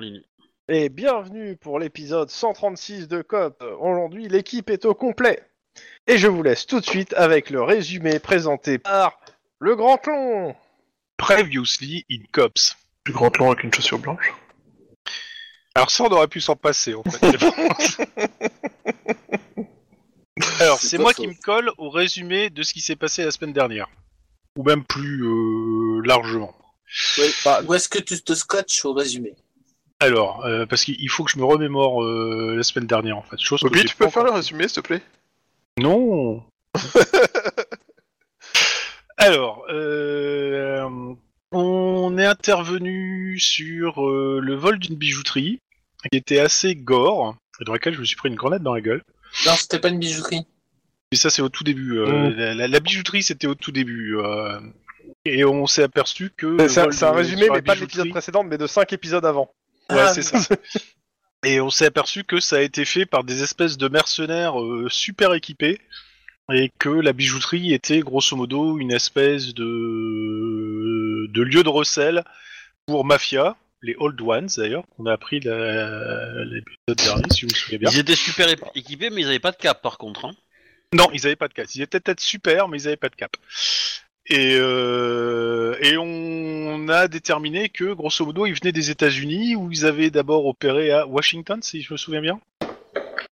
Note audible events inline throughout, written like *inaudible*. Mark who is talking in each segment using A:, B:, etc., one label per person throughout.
A: ligne.
B: Et bienvenue pour l'épisode 136 de COP. Aujourd'hui, l'équipe est au complet. Et je vous laisse tout de suite avec le résumé présenté par le Grand Clon.
C: Previously in Cops.
D: Plus grand long avec une chaussure blanche.
C: Alors ça, on aurait pu s'en passer, en
E: *laughs*
C: fait. je pense. Alors,
E: C'est
C: c'est
E: pas
C: moi
E: ça.
C: qui me colle au résumé de ce qui s'est passé la semaine dernière. Ou même plus euh, largement.
E: Où est-ce que tu te scotches au résumé
C: Alors, euh, parce qu'il faut que je me remémore euh, la semaine dernière, en fait. Chose que
D: Obi,
C: j'ai
D: tu peux
C: pas
D: faire le
C: encore-
D: résumé, s'il te plaît
C: Non *laughs* Alors, euh, on est intervenu sur euh, le vol d'une bijouterie qui était assez gore, et dans laquelle je me suis pris une grenade dans la gueule.
E: Non, c'était pas une bijouterie.
C: Mais ça, c'est au tout début. euh, la, la- la bijouterie, c'était au tout début. euh, et on s'est aperçu que. le
B: C'est un,
C: vol
B: c'est un
C: de-
B: résumé,
C: sur la
B: mais pas de l'épisode
C: bijouterie-
B: précédent, mais de 5 épisodes avant.
C: Ouais, c'est ça. Et on s'est aperçu que ça a été fait par des espèces de mercenaires euh, super équipés et que la bijouterie était grosso modo une espèce de, de lieu de recel pour mafia, les Old Ones d'ailleurs, qu'on a appris la- l'épisode dernier, si je me souviens bien.
A: Ils étaient super ép- équipés, mais ils avaient pas de cap par contre. hein.
C: Non, ils avaient pas de cap. Ils étaient peut-être super, mais ils avaient pas de cap. Et, euh, et on a déterminé que, grosso modo, ils venaient des États-Unis, où ils avaient d'abord opéré à Washington, si je me souviens bien.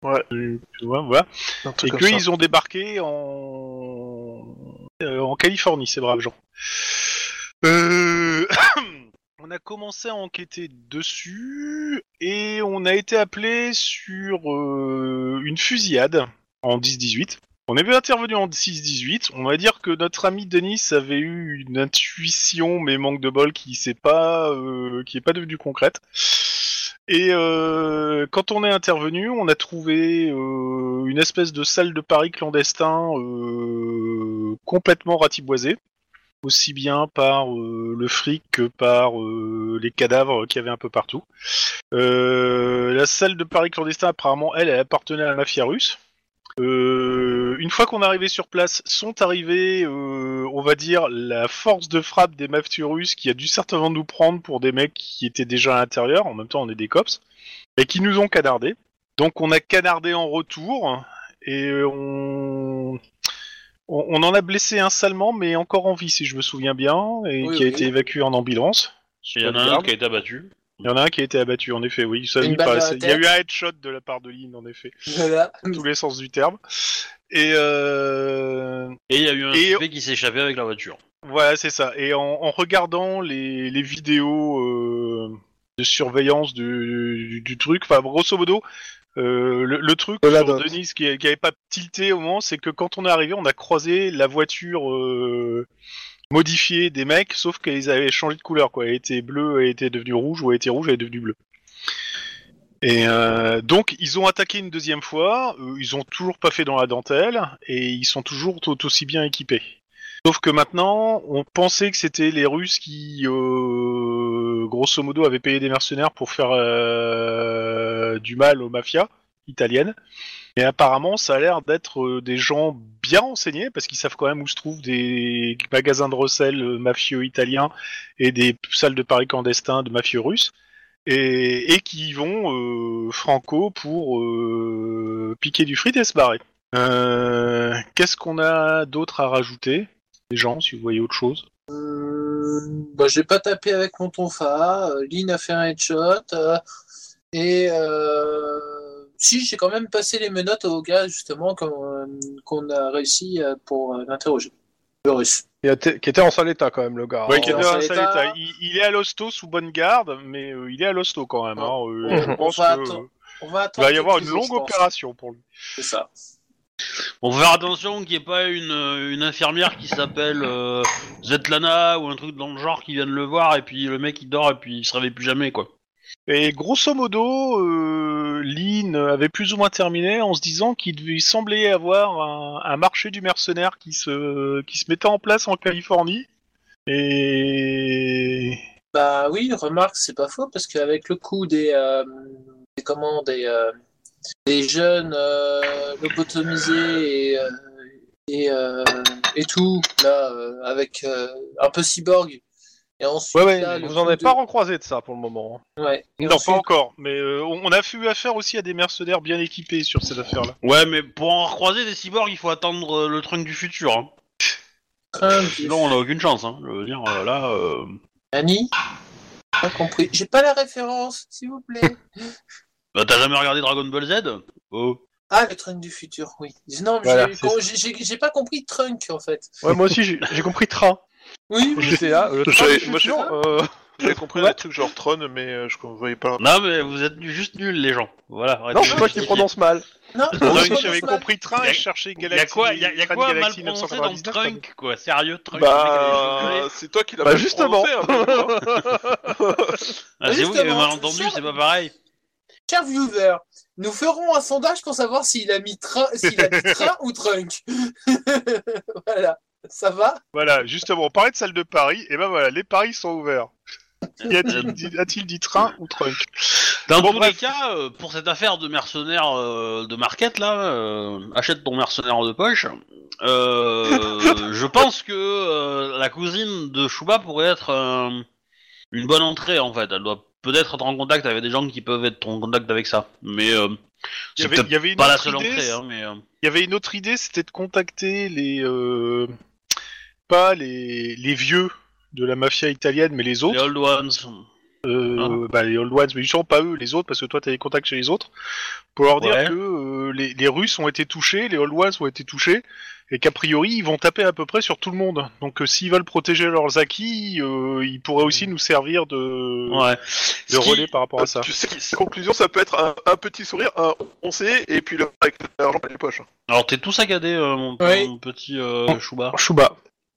D: Ouais.
C: Euh, tu vois, voilà.
D: Un
C: Et
D: truc comme
C: que
D: ça.
C: ils ont débarqué en, euh, en Californie, ces braves gens. Euh, *coughs* on a commencé à enquêter dessus et on a été appelé sur euh, une fusillade en 10-18. On est bien intervenu en 6-18. On va dire que notre ami Denis avait eu une intuition, mais manque de bol, qui n'est pas, euh, qui est pas devenue concrète. Et euh, quand on est intervenu, on a trouvé euh, une espèce de salle de Paris clandestin euh, complètement ratiboisée, aussi bien par euh, le fric que par euh, les cadavres qu'il y avait un peu partout. Euh, la salle de Paris clandestin, apparemment, elle, elle appartenait à la mafia russe. Euh, une fois qu'on est arrivé sur place, sont arrivés, euh, on va dire, la force de frappe des mafieux russes qui a dû certainement nous prendre pour des mecs qui étaient déjà à l'intérieur, en même temps on est des cops, et qui nous ont canardés. Donc on a canardé en retour, et euh, on... On, on en a blessé un salement, mais encore en vie si je me souviens bien, et
E: Oui,
C: qui a
E: oui.
C: été évacué en ambulance.
A: Il y en a un autre qui a été abattu.
C: Il y en a un qui a été abattu, en effet, oui. Ça,
E: Une
C: il,
E: balle
C: paraissait-
E: dans la
C: il y a
E: tête.
C: eu un headshot de la part de Lynn, en
E: *laughs*
C: effet.
E: Voilà.
C: Tous les sens du terme. Et euh,
A: Et il y a eu un
C: Et-
A: suspect qui s'est échappé avec la voiture.
C: voilà, c'est ça. Et en, en regardant les, les vidéos euh, de surveillance du, du- du truc, enfin, grosso modo, euh, le, le truc
B: De la
C: sur
B: dot.
C: Denis qui n'avait pas tilté au moment, c'est que quand on est arrivé, on a croisé la voiture euh, modifiée des mecs, sauf qu'ils avaient changé de couleur. Quoi. Elle était bleue, elle était devenue rouge, ou elle était rouge, elle est devenue bleue. Et euh, donc, ils ont attaqué une deuxième fois, euh, ils ont toujours pas fait dans la dentelle, et ils sont toujours tout aussi bien équipés. Sauf que maintenant, on pensait que c'était les Russes qui, euh, grosso modo, avaient payé des mercenaires pour faire euh, du mal aux mafias italiennes. Et apparemment, ça a l'air d'être euh, des gens bien renseignés, parce qu'ils savent quand même où se trouvent des magasins de recel euh, mafieux italiens et des salles de paris clandestins de mafieux russes, et, et qui y vont euh, franco pour euh, piquer du fric et se barrer. Euh, Qu'est-ce qu'on a d'autre à rajouter les gens, si vous voyez autre chose.
E: Euh, bah, j'ai pas tapé avec mon tonfa. euh, Lynn a fait un headshot. euh, et euh, si, j'ai quand même passé les menottes au gars, justement, qu'on euh, qu'on a réussi euh, pour euh, l'interroger. Le russe.
B: Il a été- euh, qui était en sale état quand même, le gars.
C: Ouais,
B: hein.
C: qui est
E: en
C: dans un
E: sale
C: sale
E: état.
C: état. Il, il est à l'hosto sous bonne garde, mais euh, il est à l'hosto quand même. hein. Euh,
B: On-
C: je
E: on
C: pense
E: va
C: que,
E: atten-
C: euh,
E: On Bah, va
C: il
E: attendre.
C: va y avoir une
E: quelques jours,
C: longue
E: je pense.
C: opération pour lui.
E: C'est ça.
A: On va faire attention qu'il n'y ait pas une, euh, une infirmière qui s'appelle euh, Zetlana ou un truc dans le genre qui vienne le voir et puis le mec il dort et puis il se réveille plus jamais quoi.
C: Et grosso modo, euh, Lynn avait plus ou moins terminé en se disant qu'il devait- il semblait avoir un, un marché du mercenaire qui se, qui se mettait en place en Californie. Et
E: Bah oui, remarque, c'est pas faux parce qu'avec le coup des, euh, des comment des, euh, des jeunes euh, lobotomisés et, euh, et, euh, et tout là euh, avec euh, un peu cyborg Et ensuite,
C: Ouais, ouais,
E: là, le
B: Vous en
E: coup
B: avez
E: de-
B: pas recroisé de ça pour le moment. hein.
E: Ouais. Et
C: non,
E: ensuite-
C: pas encore, mais euh, on on a fait affaire aussi à des mercenaires bien équipés sur cette affaire-là.
A: Ouais, mais pour en recroiser des cyborgs, il faut attendre euh, le train du futur. Hein.
E: Train du-
A: Sinon, on a aucune chance. Hein. Je veux dire, euh, là. euh,
E: Annie Pas compris. J'ai pas la référence, s'il vous
C: *laughs*
E: plaît.
A: Bah, t'as jamais regardé Dragon Ball Z Oh.
E: ah, le Trunk du futur, oui. Non, mais
C: Voilà,
E: j'ai-
C: c'est ça.
E: j'ai j'ai- j'ai pas compris Trunk, en fait.
B: Ouais, moi aussi, j'ai j'ai compris train.
E: Oui, oui.
B: J'étais là, le
D: Je
B: train
D: savais-
B: du
D: moi,
B: futur, euh,
D: J'avais compris
B: Ouais.
D: un truc genre Tron, mais euh, je voyais pas.
A: Non, mais vous êtes juste nuls, les gens. Voilà. arrêtez
B: Non,
A: de
B: c'est moi qui
A: justifier.
B: prononce mal.
E: Non,
A: Non,
E: je
A: mais
C: j'avais
E: commence mal.
C: compris train
A: y a-
C: et je cherchais
A: Y a
C: Galaxy.
A: quoi, y a, y a
C: Train
A: quoi à mal
C: Galaxy
A: prononcé dans
C: 999, ça me-
A: Trunk, quoi Sérieux, Trunk le mec, il a des
D: Bah,
C: euh,
A: cheveux
D: c'est toi qui l'as
B: Bah,
D: pas
B: justement.
D: prononcé, *laughs* hein,
A: gris. Ah, c'est vous qui avez
E: justement,
A: mal entendu,
E: sur-
A: c'est pas pareil.
E: Cher viewer, nous ferons un sondage pour savoir s'il a mis train, s'il a dit train ou trunk. *laughs* voilà, ça va
C: Voilà, justement, on parlait de salle de Paris, et ben voilà, les paris sont ouverts. Y a-t-il dit- a-t-il dit train ou trunk
A: Dans
C: Bon,
A: tous
C: bref.
A: les cas, euh, pour cette affaire de mercenaire euh, de Marquette, là, euh, achète ton mercenaire de poche. Euh, je pense que euh, la cousine de Chouba pourrait être euh, une bonne entrée, en fait. Elle doit peut-être être en contact avec des gens qui peuvent être en contact avec ça. Mais euh,
C: Il y
A: c'est
C: avait-
A: peut-être
C: il y avait une
A: pas la
C: autre
A: seule
C: idée,
A: entrée. Hein, mais, euh,
C: Il y avait une autre idée, c'était de contacter les euh, pas les, les vieux de la mafia italienne, mais les
A: les
C: autres,
A: Old Ones.
D: Ah.
C: euh, bah, les old ones, mais justement pas eux, les autres, parce que toi t'as les contacts chez les autres, pour leur
A: Ouais.
C: dire que euh, les, les Russes ont été touchés, les old ones ont été touchés, et qu'a priori ils vont taper à peu près sur tout le monde. Donc euh, s'ils veulent protéger leurs acquis, euh, ils pourraient
D: Mm.
C: aussi nous servir de,
A: Ouais.
C: de
A: Ce qui-
C: Euh, relais par rapport à ça.
D: Ah, Tu sais, conclusion, ça peut être un, un petit sourire, un on sait, et puis le avec l'argent dans les poches.
A: Alors t'es tout saccadé, euh, mon,
E: Oui.
A: mon petit
C: Oh.
A: euh, Chouba.
C: Chouba.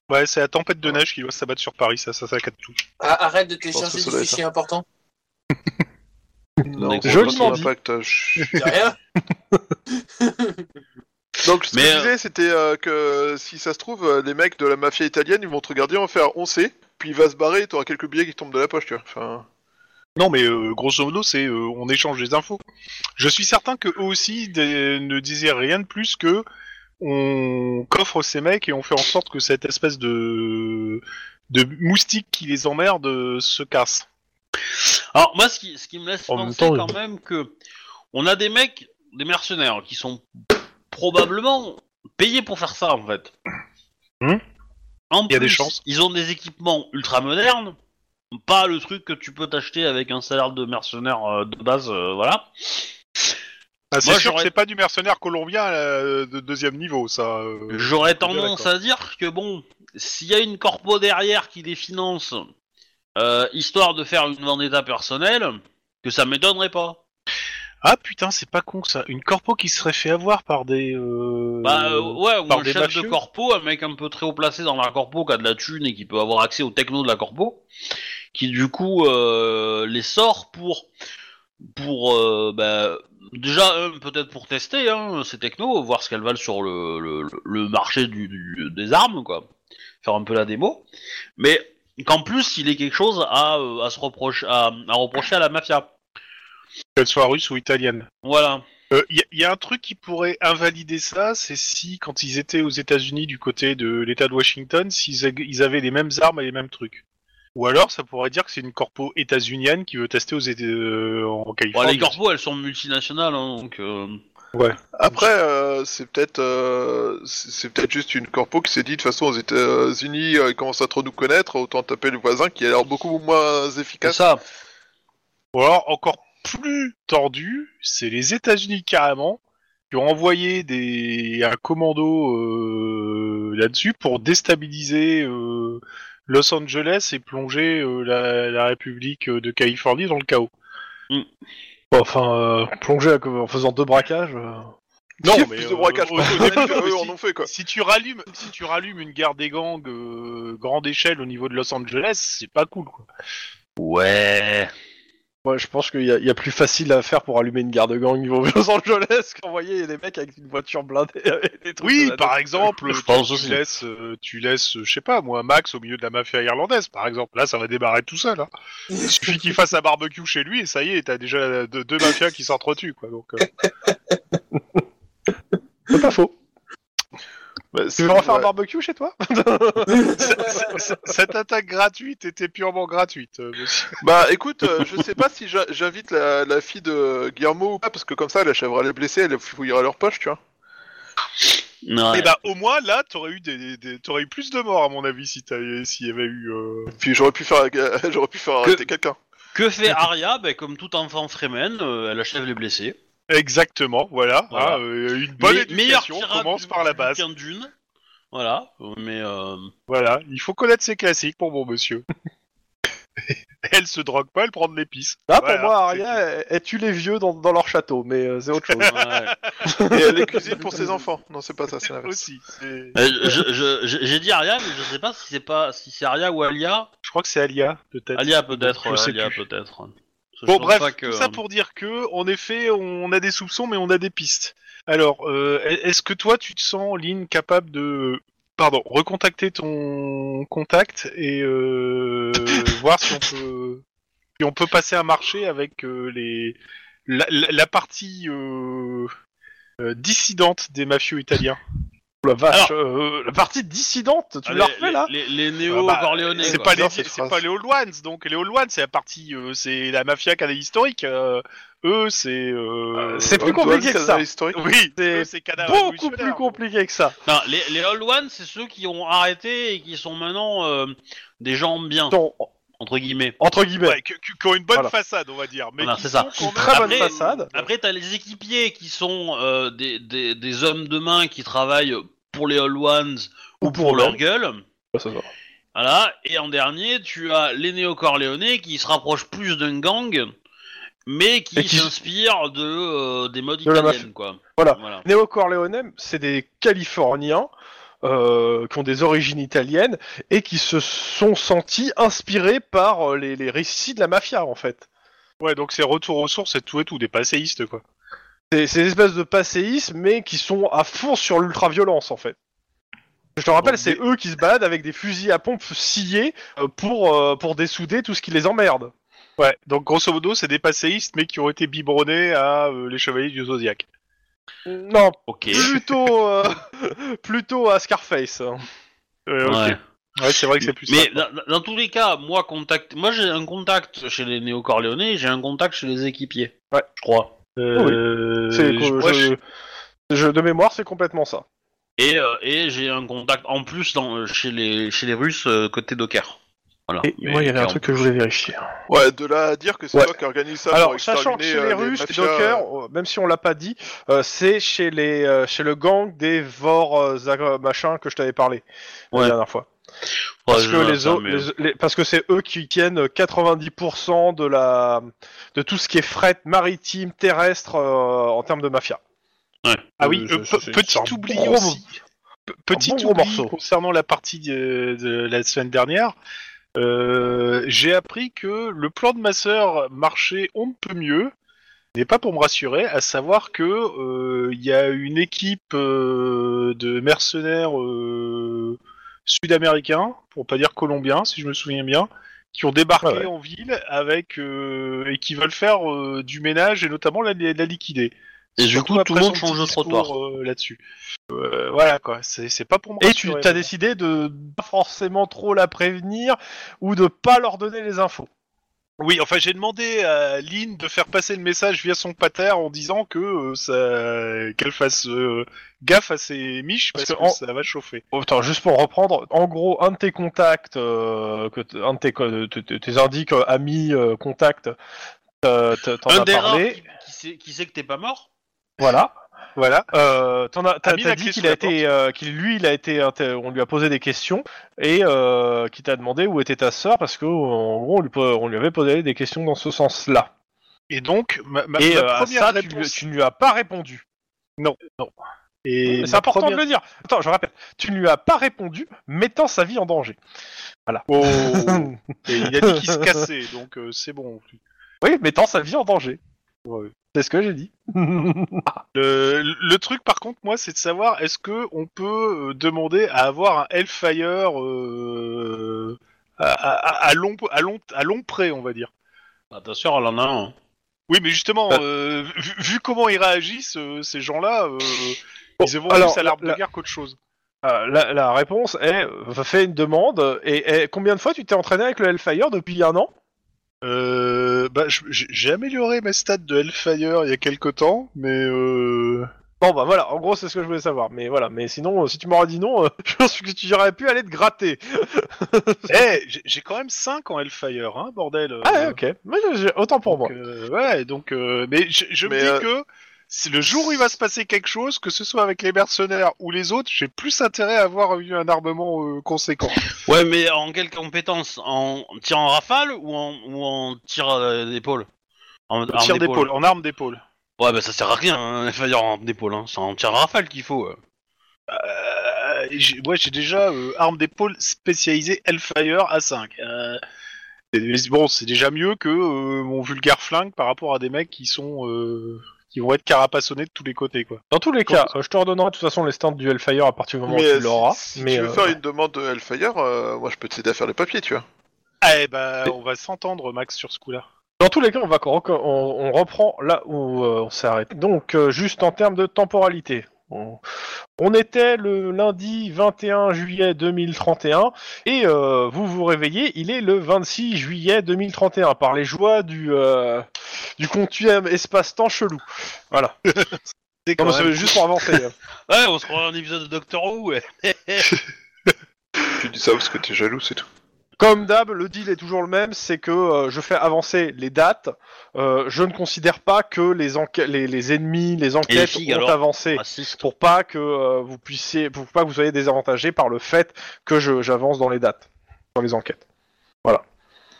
C: Ouais, c'est la tempête de neige qui doit s'abattre sur Paris, ça, ça, ça, casse tout.
E: Ah, Arrête de
D: pense
E: télécharger
D: que ça
E: des
D: doit être
E: fichiers importants.
A: Non,
D: c'est
B: joliment
D: pas
B: dit.
D: l'impact, euh, chut.
E: Y a rien.
D: Donc, ce que
A: Mais,
D: je disais, c'était euh, que si ça se trouve, euh, les mecs de la mafia italienne, ils vont te regarder, on va faire on sait, puis il va se barrer, et t'auras quelques billets qui tombent de la poche, tu vois. Enfin,
C: Non, mais euh, grosso modo, c'est euh, on échange des infos. Je suis certain que eux aussi dé- ne disaient rien de plus que on coffre ces mecs et on fait en sorte que cette espèce de de moustique qui les emmerde euh, se casse.
A: Alors moi, ce qui, ce qui me laisse
F: En même
A: penser
F: temps,
A: quand même que on a des mecs, des mercenaires, qui sont probablement payés pour faire ça en fait.
C: Hmm.
A: en
C: Il y a des
A: plus,
C: chances.
A: Ils ont des équipements ultra modernes, pas le truc que tu peux t'acheter avec un salaire de mercenaire euh, de base, euh, voilà.
C: Ah, c'est
A: Moi,
C: sûr que
A: j'aurais-
C: c'est pas du mercenaire colombien euh, de deuxième niveau, ça. euh.
A: J'aurais
C: bien
A: tendance
C: d'accord.
A: à dire que bon, s'il y a une corpo derrière qui les finance, euh, histoire de faire une vendetta personnelle, que ça m'étonnerait pas.
C: Ah putain, c'est pas con ça. Une corpo qui se serait fait avoir par des. euh,
A: Bah euh, ouais, ou
C: par
A: un
C: des
A: chef de
C: mafieux.
A: corpo, un mec un peu très haut placé dans la corpo qui a de la thune et qui peut avoir accès au techno de la corpo, qui du coup euh, les sort pour pour euh, bah, déjà un, peut-être pour tester hein, ces technos, voir ce qu'elles valent sur le, le, le marché du, du- des armes quoi, faire un peu la démo, mais qu'en plus il ait quelque chose à, euh, à se reprocher à, à reprocher à la mafia.
C: Qu'elle soit russe ou italienne.
A: Voilà.
C: Il y, a- y a un truc qui pourrait invalider ça, c'est si, quand ils étaient aux États-Unis du côté de l'État de Washington, s'ils a- ils avaient les mêmes armes et les mêmes trucs. Ou alors, ça pourrait dire que c'est une corpo états-unienne qui veut tester aux Éta- euh, en
A: Bon,
C: Californie.
A: les corpos elles sont multinationales hein, donc. euh,
D: après, euh, c'est peut-être euh, c'est c'est peut-être juste une corpo qui s'est dit, de toute façon, aux États-Unis, euh, ils commencent à trop nous connaître, autant taper le voisin qui a l'air beaucoup moins
A: c'est
D: efficace.
A: ça.
C: Ou alors, encore plus tordu, c'est les États-Unis carrément qui ont envoyé des, un commando euh, là-dessus pour déstabiliser euh, Los Angeles et plonger euh, la, la République euh, de Californie dans le chaos.
B: Bon, enfin, euh, plonger à- en faisant deux braquages. euh.
C: Non,
D: Qui a
C: mais,
D: plus
C: euh,
D: de braquage
C: au-
D: parce qu'au
C: *laughs* au-
D: début, eux
C: si-
D: en ont
E: *laughs*
D: fait, quoi.
C: Si tu rallumes, si tu rallumes une guerre des gangs euh, grande échelle au niveau de Los Angeles, c'est pas cool. Quoi.
A: Ouais.
B: Ouais, je pense qu'il y, a- il y a plus facile à faire pour allumer une garde de gang niveau Los Angeles *laughs* qu'envoyer des mecs avec une voiture blindée. *laughs* avec des trucs de
C: Oui,
B: la-
C: par exemple,
A: *laughs* Je pense
C: tu
A: aussi.
C: laisses, euh, tu laisses, euh, je sais pas, moi, Max au milieu de la mafia irlandaise, par exemple. Là, ça va débarrer tout seul. Hein. Il suffit qu'il fasse un barbecue chez lui et ça y est, t'as déjà deux, deux mafias
A: *laughs*
C: qui s'entretuent, quoi. Donc, euh,
B: C'est pas faux.
D: Bah,
B: Tu
D: c'est-
B: veux refaire un
D: ouais.
B: barbecue chez toi
E: Euh,
C: Cette attaque gratuite était purement gratuite, euh, monsieur.
D: Bah écoute, euh, je sais pas si j'a- j'invite la, la fille de Guillermo ou pas, parce que comme ça, la chèvre elle est blessée, elle fouillera leur poche, tu vois.
A: Ouais.
C: Et bah, au moins, là, t'aurais eu, des, des- des- t'aurais eu plus de morts, à mon avis, si t'avais- s'il y avait eu. euh,
D: Puis j'aurais pu faire, euh, *laughs* j'aurais pu faire arrêter quelqu'un.
A: Que fait Arya ben, Comme tout enfant fremen, euh, elle achève les blessés.
C: Exactement, voilà.
A: Voilà.
C: hein, euh, une bonne
A: Me- meilleur
C: éducation
A: pirate
C: commence
A: du-
C: par la
A: du
C: base.
A: bouquin de Dune. Voilà, euh, mais
C: *laughs*
A: euh,
C: Voilà, il faut connaître ses classiques pour mon
D: *laughs*
C: monsieur. elle se drogue pas, elle prend de l'épice.
B: Là,
C: Voilà,
B: Ah, pour moi,
C: c'est
B: Arya, elle, elle tue les vieux dans, dans leur château, mais euh, c'est autre chose.
C: *laughs*
A: ouais.
D: Et elle les cuisine pour ses enfants. Non, c'est pas ça, c'est l'inverse.
C: Aussi. c'est-
A: Euh, je- je- je- J'ai dit Arya, mais je sais pas si c'est pas si c'est Arya ou Alia.
C: Je crois que c'est Alia, peut-être.
A: Alia peut-être.
C: Je
A: ouais,
C: sais
A: Alia
C: plus.
A: peut-être. Parce que je
C: Bon,
A: pense
C: bref,
A: pas que- euh,
C: tout ça pour dire que, en effet, on a des soupçons, mais on a des pistes. Alors, euh, est-ce que toi, tu te sens, Lynn, capable de. Pardon, recontacter ton contact et euh, voir si on peut. si on peut passer un marché avec euh, les. La, la- la partie euh, euh, dissidente des mafieux italiens.
B: Oh la vache,
A: Alors-
B: euh, la partie dissidente, tu
A: Ah,
B: l'as
A: les-
B: refait là
A: Les, les,
C: Ah bah,
A: néo-corléonais.
C: C'est
A: quoi.
C: pas, les,
D: Bizarre, cette
C: c'est
D: phrase.
C: pas les Old Ones, donc les Old Ones, c'est la partie, euh, c'est la mafia canadienne historique. euh, eux, c'est. euh,
B: Euh, c'est plus
D: Old
B: compliqué
D: Ones,
B: que ça.
D: canal historique.
C: Oui,
B: c'est
C: eux, c'est cadavre
B: Beaucoup
C: révolutionnaire.
B: plus compliqué que ça.
A: Non, les, les Old Ones, c'est ceux qui ont arrêté et qui sont maintenant euh, des gens bien,
B: Ton-
A: entre guillemets.
B: entre guillemets,
C: Ouais, qui, qui- qui ont une bonne
B: Voilà.
C: façade, on va dire. Mais
A: Voilà,
C: qui
A: c'est ça.
C: sont quand
B: une
C: même-
B: très bonne
A: Après-
B: façade.
A: Après, t'as les équipiers qui sont euh, des, des, des hommes de main qui travaillent pour les Old Ones ou pour leur gueule. Voilà. Et en dernier, tu as les néo-corléonais qui se rapprochent plus d'un gang, mais qui,
B: Et qui-
A: s'inspirent de, euh, des modes
B: De la
A: italiennes, quoi.
B: Voilà.
A: voilà.
B: Néo-corléonais, c'est des Californiens euh, qui ont des origines italiennes et qui se sont sentis inspirés par euh, les, les récits de la mafia en fait.
C: Ouais, donc c'est retour aux sources et tout et tout, des passéistes, quoi.
B: C'est c'est des espèces de passéisme mais qui sont à fond sur l'ultra-violence en fait. Je te rappelle,
C: Donc,
B: c'est eux qui se baladent avec des fusils à pompe sciés euh, pour, euh, pour dessouder tout ce qui les emmerde.
C: Ouais, donc grosso modo, c'est des passéistes, mais qui ont été biberonnés à euh, les chevaliers du Zodiac.
B: Non,
A: Ok.
B: plutôt, euh, *laughs* plutôt à Scarface.
C: Euh, ok.
A: Ouais.
C: Ouais, c'est vrai que c'est plus
A: Mais
C: simple.
A: dans, dans- dans tous les cas, moi, contact... moi j'ai un contact chez les néo-corléonais et j'ai un contact chez les équipiers.
B: Ouais.
A: Je crois.
C: Euh,
B: C'est
C: je-
B: que
C: moi, je-
B: je- je- de mémoire, c'est complètement ça.
A: Et, euh, et j'ai un contact en plus dans, euh, chez, les, chez les Russes euh, côté Docker. Voilà. Mais- clairement.
B: que je voulais vérifier.
D: Ouais, de là à dire que c'est
B: Ouais.
D: toi qui organise ça
B: Alors,
D: pour
B: sachant que
D: exterminer
B: chez les
D: euh,
B: Russes,
D: mafias,
B: Docker, euh, même si on l'a pas dit, euh, c'est chez les euh, chez le gang des Vor euh, Zag- machin que je t'avais parlé
A: Ouais.
B: la dernière fois.
A: Ouais,
B: Parce
A: je
B: que
A: vois
B: les
A: ça,
B: autres,
A: mais-
B: les- les- parce que c'est eux qui tiennent euh, 90% de la de tout ce qui est fret maritime, terrestre euh, en termes de mafia.
C: Ah oui,
B: je-
C: euh,
B: je-
C: pe-
B: c'est- c'est un
C: petit oubli
B: gros
C: aussi. Pe- Petit
B: un bon gros
C: oubli
B: morceau.
C: concernant la partie de, de la semaine dernière. Euh, J'ai appris que le plan de ma sœur marchait on ne peut mieux. N'est pas pour me rassurer, à savoir que euh, il y a une équipe euh, de mercenaires euh, sud-américains, pour pas dire colombiens, si je me souviens bien, qui ont débarqué
B: Ouais, ouais.
C: en ville avec euh, et qui veulent faire euh, du ménage et notamment la, la liquider.
A: Et du
C: Surtout
A: coup, tout le
C: après
A: monde
C: son
A: change de
C: petit discours,
A: trottoir.
C: euh, là-dessus. Euh, voilà quoi, c'est c'est pas pour moi.
B: Et tu as décidé de pas forcément trop la prévenir ou de pas leur donner les infos.
C: Oui, enfin j'ai demandé à Lynn de faire passer le message via son pater en disant que euh, ça qu'elle fasse euh, gaffe à ses miches parce,
B: Parce
C: que,
B: que en-
C: ça va chauffer.
B: Oh, attends, juste pour reprendre, en gros, un de tes contacts, euh, que t- un de tes, co- t- t- tes indiques euh, amis euh, contacts, euh, t- t'en
A: Un
B: as
A: des rares
B: parlé,
A: qui,
C: euh,
A: qui sait, qui sait que t'es pas mort
B: voilà.
C: Voilà.
B: Euh, t'en as, t'as,
C: A mis
B: t'as
C: la
B: dit
C: clé
B: qu'il
C: sous
B: a
C: la
B: été, euh, qu'il lui, il a été, inter- on lui a posé des questions et euh, qui t'a demandé où était ta sœur parce que en gros, on lui, po- on lui avait posé des questions dans ce sens-là.
C: Et donc ma, ma-
B: et
C: Bah, ma
B: euh, à
C: première
B: ça, tu, lui-
C: réponse.
B: tu ne lui as pas répondu.
C: Et
B: c'est
C: ma
B: important
C: première-
B: de le dire. Attends, je rappelle, tu ne lui as pas répondu, mettant sa vie en danger. Voilà.
C: Oh. Et il a
B: *laughs*
C: dit qu'il se cassait, donc euh, c'est bon.
B: Oui, mettant sa vie en danger.
C: Ouais.
B: C'est ce que j'ai
C: *laughs*
B: dit.
C: Le, le truc, par contre, moi, c'est de savoir est-ce que on peut euh, demander à avoir un Hellfire euh, à, à- à long, à, long, à long près, on va dire.
A: Bah, t'as sûr, elle en a un.
C: Oui, mais justement,
B: Bah-
C: euh, vu, vu comment ils réagissent, euh, ces gens-là, euh,
B: Bon,
C: ils évoluent
B: alors,
C: à l'arme
B: la-
C: de guerre qu'autre chose.
B: Euh, la, la réponse est euh, fais une demande. Et, et combien de fois tu t'es entraîné avec le Hellfire depuis un an
C: Euh, bah, je- j'ai j'ai amélioré mes stats de Hellfire il y a quelque temps, mais euh... *laughs*
B: Bon bah voilà, en gros c'est ce que je voulais savoir. Mais voilà, mais sinon euh, si tu m'aurais dit non, euh, *laughs* je pense que tu aurais pu aller te gratter.
C: Eh, j'ai- j'ai quand même 5 en Hellfire, hein, bordel. euh,
B: Ah ouais, ok, Mais je- je- autant pour moi.
C: donc, euh, ouais, donc, euh, mais je, je me
D: Mais,
C: dis
D: euh,
C: que si le jour où il va se passer quelque chose, que ce soit avec les mercenaires ou les autres, j'ai plus intérêt à avoir eu un armement euh, conséquent.
A: Ouais, mais en quelle compétence En tir en rafale ou en, ou en tir euh, d'épaule En arme
C: Tir d'épaule, en arme d'épaule.
A: Ouais, bah ça sert à rien, hein, enfin, dire en d'épaule, hein. c'est en tir en rafale qu'il faut. euh.
C: Euh, j'ai- ouais, j'ai déjà euh, arme d'épaule spécialisée Hellfire A5. Euh, et- mais bon, c'est déjà mieux que euh, mon vulgaire flingue par rapport à des mecs qui sont euh, qui vont être carapassonnés de tous les côtés, quoi.
B: Dans tous les cas, euh, je te redonnerai de toute façon les stands du Hellfire à partir du moment où
D: euh,
B: tu l'auras.
D: si, si
B: mais
D: tu veux
B: euh,
D: faire une demande de Hellfire, euh, moi je peux t'aider à faire les papiers, tu vois.
C: Ah, eh ben, on va s'entendre, Max, sur ce coup-là.
B: Dans tous les cas, on, va, on, on reprend là où euh, on s'est arrêté. Donc, euh, juste en termes de temporalité. On, on était le lundi 21 juillet 2031 et euh, vous vous réveillez, il est le 26 juillet 2031 par les joies du, euh, du continuum espace-temps chelou. Voilà.
C: C'est
B: Non, mais c'est juste pour avancer. hein.
A: Ouais, on se croirait un épisode de Doctor Who, ouais.
D: Tu dis ça parce que t'es jaloux, c'est tout.
B: Comme d'hab, le deal est toujours le même, c'est que euh, je fais avancer les dates. Euh, je ne considère pas que les, enquê- les, les ennemis, les enquêtes
A: filles,
B: ont
A: alors
B: avancé.
C: Ah,
A: Raciste.
B: pour pas que euh, vous puissiez, pour pas que vous soyez désavantagé par le fait que je- j'avance dans les dates, dans les enquêtes.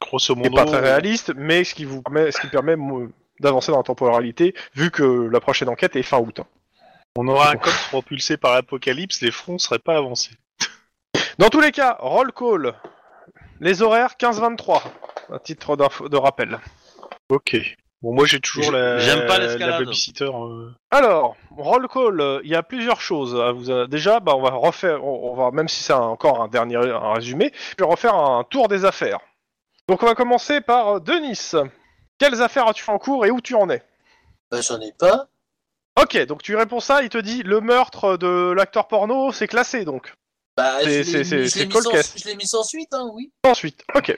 C: grosso
B: C'est
C: modo.
B: pas très réaliste, mais ce qui vous permet, ce qui permet mo- d'avancer dans la temporalité, vu que la prochaine enquête est fin août. hein.
C: On aura un code propulsé par l'apocalypse, les fronts seraient pas avancés.
B: Dans tous les cas, roll call. Les horaires 15-23, à titre d'info- de rappel.
C: Ok. Bon, moi j'ai toujours
A: J'ai-
C: la.
A: j'aime pas
C: La
A: l'escalade.
C: babysitter. euh.
B: Alors, roll call, euh, il y a plusieurs choses. à vous, euh, déjà, bah, on va refaire, on, on va, même si c'est un- encore un dernier un résumé, je vais refaire un tour des affaires. Donc on va commencer par euh, Denis. Quelles affaires as-tu en cours et où tu en es
E: Bah, j'en ai pas.
B: Ok, donc tu réponds ça, il te dit le meurtre de l'acteur porno, c'est classé donc.
E: Bah,
B: C'est-
E: je l'ai
B: c'est- c'est-
E: mis- je
B: c'est
E: l'ai mis
B: cold
E: sans-
B: case.
E: je l'ai mis sans suite, hein, oui.
B: Ensuite, ok.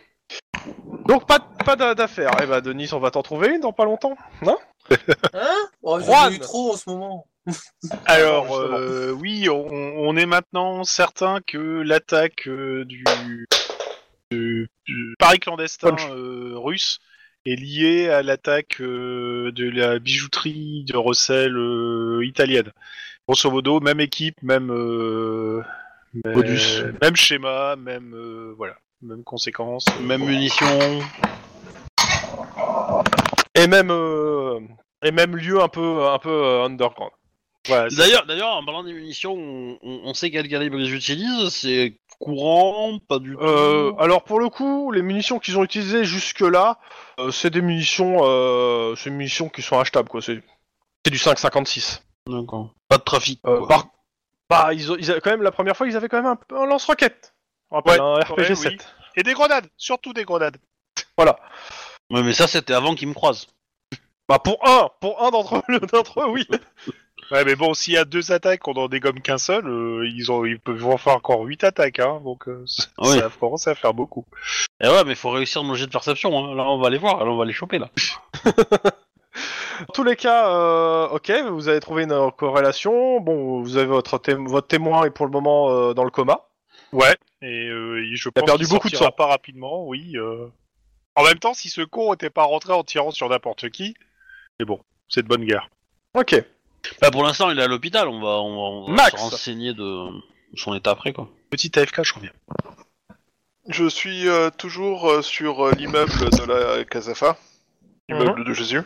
B: Donc pas, pas d'a- d'affaires. Eh bah Denis, on va t'en trouver une dans pas longtemps.
E: Hein Oh, j'en
B: Juan.
E: ai eu trop en ce moment.
C: Alors,
B: justement.
C: euh, oui, on, on est maintenant certain que l'attaque euh, du, du- du Paris clandestin
B: Punch.
C: euh, russe est liée à l'attaque euh, de la bijouterie de recel euh, italienne. Grosso modo, même équipe, même euh, euh,
B: Modus.
C: même schéma, même euh, voilà, même conséquence,
A: Même munitions.
B: Et même euh, et même lieu un peu un peu euh, underground.
C: Voilà, c'est-
A: D'ailleurs, d'ailleurs, en parlant des munitions, on, on- on sait quel calibre ils utilisent, c'est courant, pas du tout.
B: Euh, alors pour le coup, les munitions qu'ils ont utilisées jusque-là, euh, c'est des munitions, euh, c'est des munitions qui sont achetables quoi. C'est c'est du 5,56.
A: D'accord. Pas de trafic.
B: Euh,
A: quoi.
B: par- bah, ils ont, ils avaient quand même la première fois, ils avaient quand même un, un lance-roquette. On rappelle,
C: Ouais,
B: un RPG-7.
C: ouais, oui. et des grenades, surtout des grenades.
A: Ouais, mais ça, c'était avant qu'ils me croisent.
B: Bah pour un, pour un d'entre *laughs* eux, d'entre eux,
C: *laughs*
B: oui.
C: Ouais, mais bon, s'il y a deux attaques, on en dégomme qu'un seul, euh, ils, ont, ils peuvent en faire encore huit attaques, hein, donc euh, *laughs* ça
A: Ah oui.
C: ça commence à faire beaucoup.
A: Et Eh ouais, mais faut réussir nos jets de perception, hein. là on va les voir, là on va les choper là.
B: Dans tous les cas, euh, ok, vous avez trouvé une euh, corrélation. Bon, vous avez votre témo- votre témoin est pour le moment euh, dans le coma.
C: Ouais, et euh, il- je
B: Il a
C: pense
B: perdu
C: qu'il
B: beaucoup de
C: sortira
B: sang.
C: pas rapidement, oui. euh. En même temps, si ce con était pas rentré en tirant sur n'importe qui, mais bon, c'est de bonne guerre.
B: Ok.
A: Bah pour l'instant il est à l'hôpital, on va, on va, on va
B: Max.
A: se renseigner de son état après quoi.
C: Petit AFK, je reviens.
D: Je suis euh, toujours euh, sur euh, l'immeuble de la Casafa,
B: Mm.
C: Mhm.
D: l'immeuble de Jésus.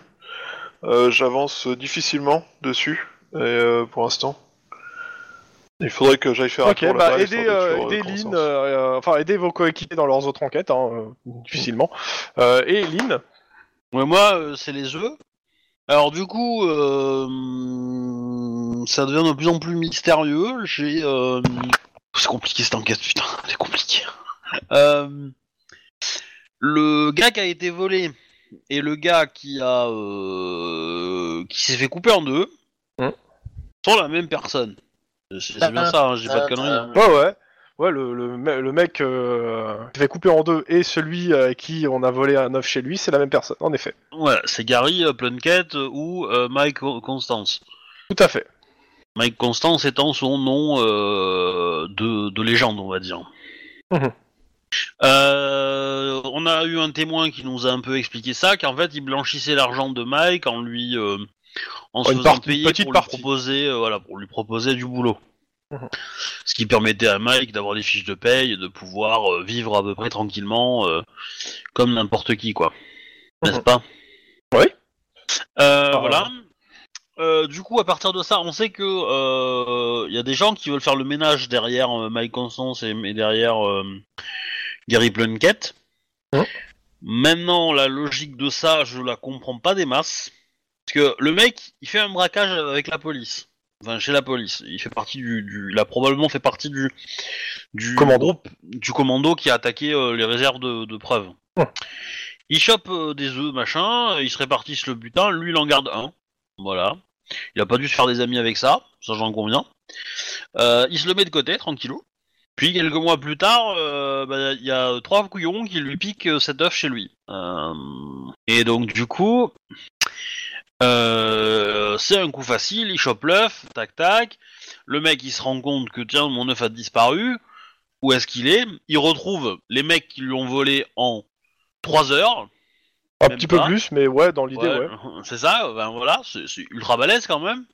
D: Euh, J'avance difficilement dessus, et, euh, pour l'instant. Il faudrait que j'aille faire
B: Ok,
D: un tour
B: bah
D: là-bas,
B: aidez,
D: histoire de
B: euh,
D: toujours, euh,
B: aidez
D: connaissance.
B: Lynn, euh, euh, enfin aidez vos coéquipiers dans leurs autres enquêtes, hein, euh, difficilement. Euh, et Lynn,
A: Ouais, moi euh, c'est les œufs. Alors du coup, euh, hum, ça devient de plus en plus mystérieux. J'ai, euh, c'est compliqué cette enquête, putain, *laughs* c'est compliqué. Euh, le gars qui a été volé et le gars qui a, euh, qui s'est fait couper en deux,
B: Hum.
A: sont la même personne. C'est c'est bien ça, hein, j'ai pas
E: Euh,
A: de conneries. hein.
B: Ouais, ouais. Ouais, le, le, me- le mec euh, qui fait couper en deux et celui à qui on a volé un œuf chez lui, c'est la même personne, en effet.
A: Ouais, c'est Gary, euh, Plunkett euh, ou euh, Mike Con- Constance.
B: Tout à fait.
A: Mike Constance étant son nom euh, de, de légende, on va dire.
B: Mhm.
A: Euh, on a eu un témoin qui nous a un peu expliqué ça, qu'en fait, il blanchissait l'argent de Mike en lui euh, en se
B: Une
A: faisant
B: partie- une
A: payer
B: petite
A: pour lui,
B: partie.
A: proposer, euh, voilà, pour lui proposer du boulot.
B: Mhm.
A: Ce qui permettait à Mike d'avoir des fiches de paye et de pouvoir euh, vivre à peu près tranquillement euh, comme n'importe qui, quoi. N'est-ce pas
B: Mhm. Oui.
A: Euh,
B: Ah.
A: Voilà. Euh, du coup, à partir de ça, on sait que il y a des gens qui veulent faire le ménage derrière euh, Mike Constance et, et derrière euh, Gary Plunkett.
B: Mhm.
A: Maintenant, la logique de ça, je la comprends pas des masses. Parce que le mec, il fait un braquage avec la police. Enfin, chez la police. Il fait partie du. du- il a probablement fait partie du. Du
B: Commando.
A: groupe- du commando qui a attaqué euh, les réserves de, de preuves.
B: Ouais.
A: Il chope euh, des œufs, machin, ils se répartissent le butin, lui il en garde un. Voilà. Il a pas dû se faire des amis avec ça, ça j'en conviens. Euh, il se le met de côté, tranquillou. Puis quelques mois plus tard, euh, bah, il y a trois couillons qui lui piquent euh, cet œuf chez lui. Euh, Et donc du coup, euh, c'est un coup facile, il chope l'œuf, tac tac. Le mec il se rend compte que tiens, mon œuf a disparu. Où est-ce qu'il est Il retrouve les mecs qui lui ont volé en 3 heures.
B: Un
A: Même
B: petit
A: pas.
B: peu plus, mais ouais, dans l'idée, ouais.
A: Ouais, C'est ça, ben voilà, c'est c'est ultra balèze quand même.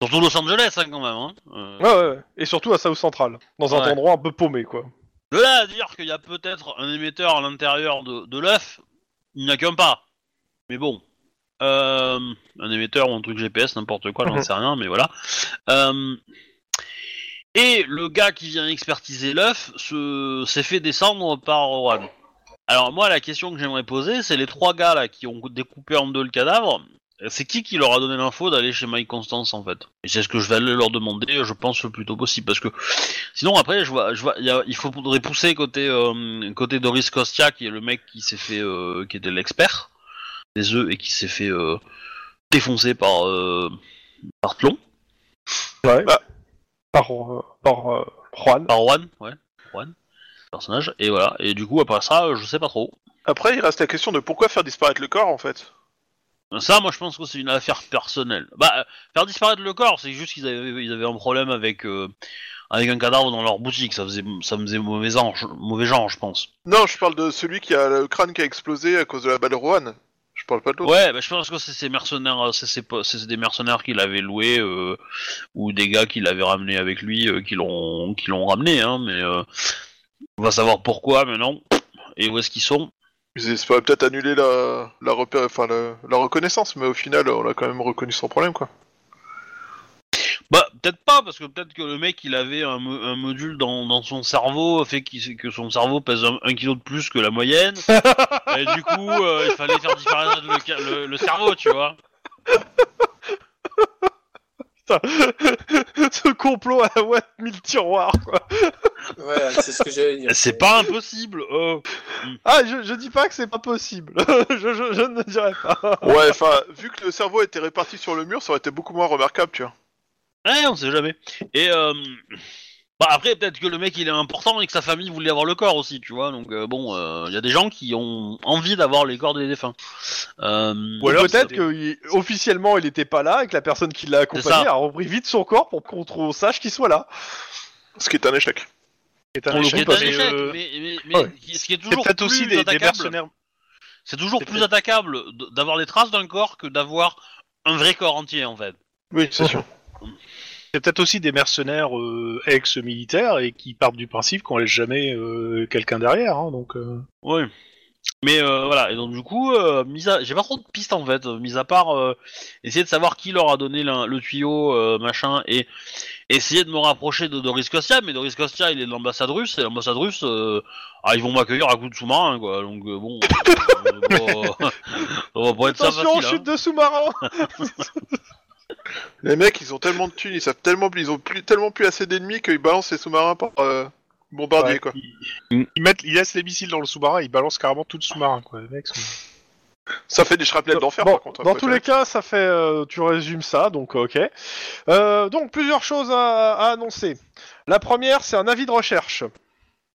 A: Surtout Los Angeles hein, quand même. Hein. Euh,
B: Ouais, ouais, ouais. Et surtout à South Central, dans un
A: Ouais.
B: endroit un peu paumé, quoi.
A: De là à dire qu'il y a peut-être un émetteur à l'intérieur de, de l'œuf, il n'y a qu'un pas. Mais bon. Euh, un émetteur ou un truc GPS, n'importe quoi, j'en
B: Mhm.
A: sais rien, mais voilà. Euh, et le gars qui vient expertiser l'œuf se- s'est fait descendre par Rohan. Alors moi, la question que j'aimerais poser, c'est les trois gars là qui ont découpé en deux le cadavre, c'est qui qui leur a donné l'info d'aller chez Mike Constance en fait Et c'est ce que je vais aller leur demander, je pense, le plus tôt possible, parce que Sinon, après, je vois, je vois, il y a- il faudrait pousser côté, euh, côté Doris Kostia, qui est le mec qui s'est fait, euh, qui était l'expert des œufs et qui s'est fait euh, défoncer par, euh, par Tlon,
B: Ouais. Bah. Par, euh, par euh, Juan.
A: par Juan, ouais, Juan, personnage. Et voilà. Et du coup, après ça, euh, je sais pas trop.
D: Après, il reste la question de pourquoi faire disparaître le corps en fait.
A: Ça, moi, je pense que c'est une affaire personnelle. Bah, euh, faire disparaître le corps, c'est juste qu'ils avaient, ils avaient un problème avec, euh, avec un cadavre dans leur boutique. Ça faisait, ça faisait mauvais, ange, mauvais genre, je pense.
D: Non, je parle de celui qui a le crâne qui a explosé à cause de la balle Rouen. Je parle pas de l'autre.
A: Ouais, bah, je pense que c'est ces mercenaires, euh, c'est ces po- c'est des mercenaires qu'il avait loués euh, ou des gars qu'il avait ramené avec lui, euh, qui l'ont, qui l'ont ramené. Hein, mais euh, on va savoir pourquoi maintenant et où est-ce qu'ils sont.
D: Ils espéraient peut-être annuler la, la, repère- enfin, la, la reconnaissance, mais au final, on a quand même reconnu son problème quoi.
A: Bah peut-être pas parce que peut-être que le mec il avait un, mo- un module dans, dans son cerveau fait qu'il- que son cerveau pèse un, un kilo de plus que la moyenne. et du coup, euh, il fallait faire disparaître le ca- le- le cerveau, tu vois.
B: Putain. *laughs* Ce complot à ouais, mille tiroirs, quoi.
E: Voilà, c'est ce que j'allais dire.
A: C'est pas impossible. euh.
B: Ah, je, je dis pas que c'est pas possible. *laughs* je, je, je ne dirais pas.
D: Ouais, enfin, *laughs* vu que le cerveau était réparti sur le mur, ça aurait été beaucoup moins remarquable, tu vois.
A: Ouais, on sait jamais. Et euh... bah après, peut-être que le mec il est important et que sa famille voulait avoir le corps aussi, tu vois. Donc euh, bon, il y a des gens qui ont envie d'avoir les corps des défunts. Euh...
B: Ou
C: alors,
B: peut-être
C: c'est-
B: que il- officiellement il était pas là et que la personne qui l'a accompagné
A: ça.
B: a repris vite son corps pour qu'on trouve- on sache qu'il soit là.
D: Ce qui est un échec.
C: C'est un
A: on le
C: échec,
A: compte un
C: mais,
A: échec,
C: euh,
A: mais, mais- mais
B: ouais.
A: qui- ce qui est
C: c'est
A: toujours
C: peut-être
A: plus
C: aussi des, des
A: attaquable,
C: mercenaires.
A: c'est toujours
C: c'est
A: plus
C: peut-être-
A: attaquable d- d'avoir les traces d'un corps que d'avoir un vrai corps entier en fait.
D: Oui, c'est sûr.
C: *laughs* C'est peut-être aussi des mercenaires euh, ex-militaires et qui partent du principe qu'on laisse jamais euh, quelqu'un derrière. hein, donc, euh.
A: Oui. Mais euh, voilà, et donc du coup, euh, mis à... j'ai pas trop de pistes en fait, euh, mis à part euh, essayer de savoir qui leur a donné l'un- le tuyau, euh, machin, et essayer de me rapprocher de Doris Kostia, mais Doris Kostia il est de l'ambassade russe, et l'ambassade russe, euh, ah, ils vont m'accueillir à coups de sous-marin quoi, donc euh, bon, euh, *laughs* bon, ça va pas être ça
B: Attention,
A: facile. hein.
B: chute de sous-marin.
D: Les mecs, ils ont tellement de thunes, ils savent tellement, ils ont plus, tellement plus assez d'ennemis qu'ils balancent les sous-marins par euh, bombardier,
C: Ouais,
D: quoi.
C: Ils, ils mettent, ils laissent les missiles dans le sous-marin, ils balancent carrément tout le sous-marin. Quoi. Les mecs sont-
D: Ça fait des shrapnels d'enfer,
B: Bon,
D: par contre. hein,
B: Dans tous les cas, ça fait. euh, tu résumes ça, donc euh, ok. Euh, donc plusieurs choses à, à annoncer. La première, c'est un avis de recherche.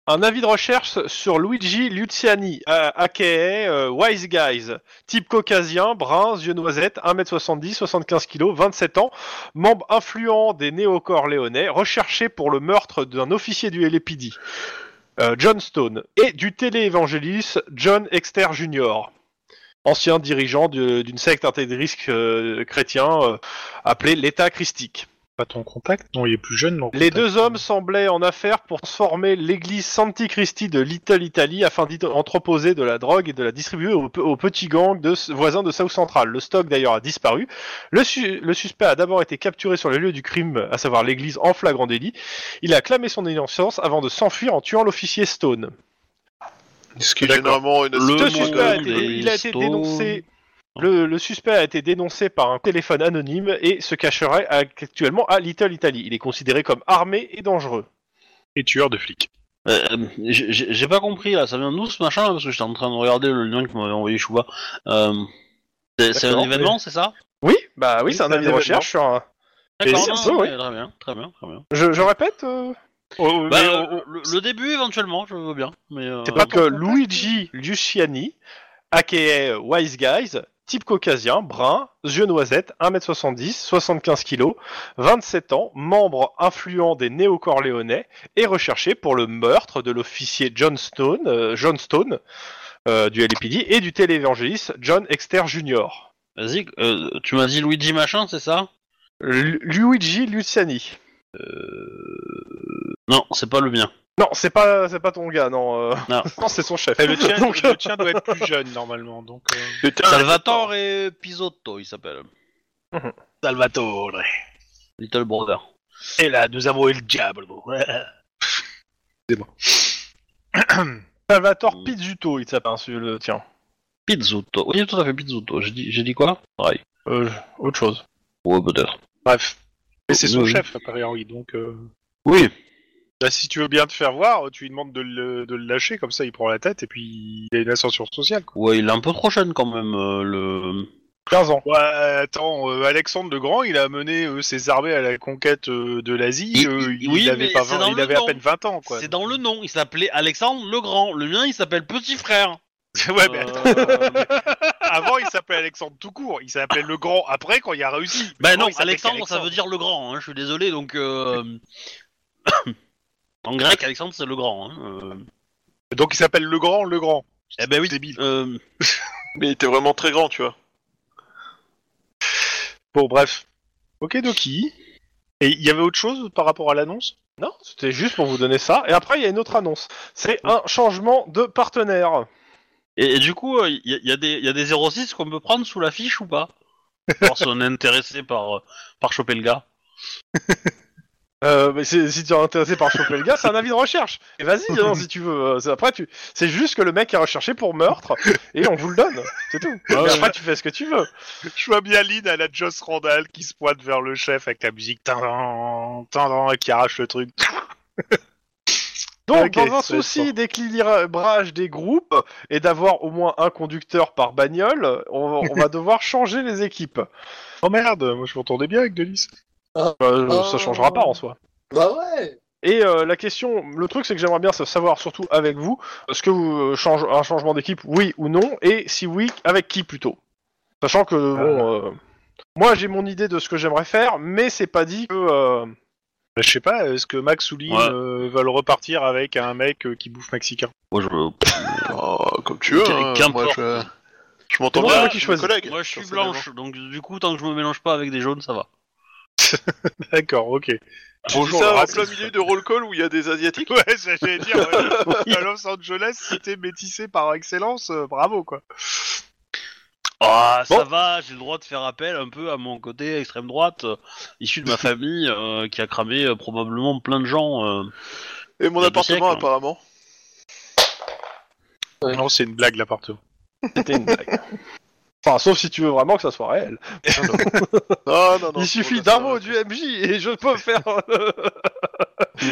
B: Un avis de recherche sur Luigi Luciani, euh, aka euh, Wise Guys, type caucasien, brun, yeux noisettes, 1m70, 75 kg, 27 ans, membre influent des néocorps léonais, recherché pour le meurtre d'un officier du LAPD, euh, John Stone, et du téléévangéliste John Exter Jr ancien dirigeant de- d'une secte intégriste euh, chrétien euh, appelée l'État christique.
C: Pas ton contact Non, il est plus jeune. non,
B: Les
C: contact.
B: deux hommes semblaient en affaire pour transformer l'église Santi Christi de Little Italy afin d'y entreposer de la drogue et de la distribuer aux, pe- aux petits gangs de, voisins de South Central. Le stock d'ailleurs a disparu. Le, su- le suspect a d'abord été capturé sur le lieu du crime, à savoir l'église en flagrant délit. Il a clamé son innocence avant de s'enfuir en tuant l'officier Stone.
D: Ce qui est généralement une
A: Le
B: Le euh,
D: astuce
B: suspect
A: monde
B: a
D: de-
B: été,
A: des
B: il a été
A: Stones.
B: dénoncé. Le, le suspect a été dénoncé par un téléphone anonyme et se cacherait actuellement à Little Italy. Il est considéré comme armé et dangereux.
C: Et tueur de flics.
A: Euh, euh, j'ai- J'ai j'ai pas compris là, ça vient d'où ce machin là Parce que j'étais en train de regarder le lien que m'avait envoyé Chouba. Euh, c'est c'est un
B: D'accord,
A: événement, c'est ça
B: Oui, bah oui, c'est un avis de
C: événement.
B: recherche. sur un- Et
A: D'accord,
B: si,
A: non,
B: ça peut,
A: non,
B: oui.
A: mais très bien, très bien, très bien.
B: Je, je répète, euh,
A: Bah, euh, le, le début éventuellement, je veux bien. Mais euh,
B: c'est pas que Luigi Luciani, aka Wise Guys, type caucasien, brun, yeux noisettes, 1m70, 75 kg, 27 ans, membre influent des néo-corléonais, est recherché pour le meurtre de l'officier John Stone, euh, John Stone euh, du LAPD et du télévangéliste John Exter Jr.
A: Vas-y, euh, tu m'as dit Luigi machin, c'est ça
B: Lu- Luigi Luciani.
A: Non, c'est pas le mien.
B: Non, c'est pas c'est pas ton gars, *laughs* non. euh,
A: Non.
B: c'est son chef.
C: Et le, *laughs*
B: *laughs*
C: tien,
B: Donc, euh,
C: le tien doit être plus jeune normalement. Donc, euh,
A: Ah,
D: Putain,
A: Salvatore et Pisotto, il s'appelle.
C: Salvatore.
A: Little Brother.
C: Et là, nous avons eu le diable. *laughs*
B: *coughs* Salvatore Pizzuto, il s'appelle celui- le tien.
A: Pizzotto. Oui, tout à fait, Pizzotto. J'ai dit, j'ai dit quoi Pareil.
B: Euh, autre chose.
A: Ouais, peut-être.
C: Bref. Mais c'est son
A: Oui.
C: chef, apparaît Henri. Donc, euh,
A: Oui.
C: bah, si tu veux bien te faire voir, tu lui demandes de le, de le lâcher, comme ça il prend la tête et puis il a une ascension sociale. Quoi.
A: Ouais, il est un peu trop jeune quand même, euh, le...
B: 15 ans.
C: Ouais, attends, euh, Alexandre le Grand, il a mené euh, ses armées à la conquête euh, de l'Asie.
A: Il-
C: euh,
A: il-
C: il
A: oui,
C: avait,
A: mais
C: pas
A: c'est
C: 20
A: dans
C: il
A: le
C: avait
A: nom.
C: à peine 20 ans. quoi.
A: C'est dans le nom, il s'appelait Alexandre le Grand. Le mien, il s'appelle Petit Frère.
C: *laughs* Ouais, mais
A: Euh,
C: Avant, il s'appelait Alexandre tout court. Il s'appelait le Grand après quand il a réussi. Mais
A: Bah
C: avant,
A: non,
C: il s'appelait
A: Alexandre, ça veut dire le Grand, hein, je suis désolé, donc... euh, *coughs* en grec, Alexandre, c'est le Grand. Hein. euh.
C: Donc il s'appelle le Grand, le Grand.
A: Eh ben oui,
C: Débile.
A: euh,
D: Mais il était vraiment très grand, tu vois.
C: Bon, bref. Ok, Doki. Et il y avait autre chose par rapport à l'annonce
B: Non, c'était juste pour vous donner ça. Et après, il y a une autre annonce. C'est un changement de partenaire.
A: et, et du coup, il y, a- y a des, y a des 06 qu'on peut prendre sous la fiche ou pas Voir si on est intéressé par, euh, par choper le gars.
B: Euh, mais c'est- si tu es intéressé par choper le gars, c'est un avis de recherche. Et vas-y, hein, si tu veux. Euh, c'est- Après, tu... c'est juste que le mec est recherché pour meurtre et on vous le donne. C'est tout. Mais après, tu fais ce que tu veux.
C: *laughs* Je vois bien Lynn à la Joss Randall qui se pointe vers le chef avec la musique tindin, tindin, et qui arrache le truc.
B: Donc,
C: Ok,
B: dans un
C: ça va être
B: souci d'équilibrage des groupes et d'avoir au moins un conducteur par bagnole, on, on va devoir changer les équipes.
C: *laughs* Oh merde, moi je m'entendais bien avec Delis.
B: Euh,
E: Oh.
B: Ça changera pas en soi.
E: Bah ouais
B: Et euh, la question, le truc, c'est que j'aimerais bien savoir, surtout avec vous, est-ce que vous euh, change, un changement d'équipe, oui ou non, et si oui, avec qui plutôt Sachant que bon, euh, moi j'ai mon idée de ce que j'aimerais faire, mais c'est pas dit que. euh,
C: Bah, Je sais pas, est-ce que Max ou Lynn
A: Ouais.
C: euh, veulent repartir avec un mec euh, qui bouffe mexicain *laughs*
A: Moi, je veux...
D: Oh, comme tu veux.
A: Qu-
D: hein.
A: qu'importe.
D: Moi, je, je m'entends
B: C'est
D: bien
B: moi
D: avec
B: qui
D: mes
B: choisis.
D: collègues,
A: Moi, je suis
D: personnellement.
A: blanche, donc du coup, tant que je me mélange pas avec des jaunes, ça va.
C: D'accord, ok.
D: J'ai dit
C: Bonjour, le
D: ça en
C: racisme.
D: plein milieu de roll call où il y a des
C: *laughs*
D: asiatiques.
C: Ouais, ça, j'allais dire, *laughs* ouais. à Los Angeles, c'était métissé par excellence, euh, bravo quoi.
A: Ah, ça
B: Bon.
A: va, j'ai le droit de faire appel un peu à mon côté extrême droite, euh, issu *laughs* de ma famille, euh, qui a cramé euh, probablement plein de gens. euh.
D: Et mon
A: Il y a deux
D: appartement,
A: siècles, hein.
D: apparemment.
C: Non, c'est une blague l'appartement.
B: C'était une blague. Enfin, sauf si tu veux vraiment que ça soit réel.
D: Non, Ah, non, non.
B: Il
D: c'est
B: suffit
D: bon, ça
B: d'un
D: va.
B: mot du MJ et je peux *laughs* faire.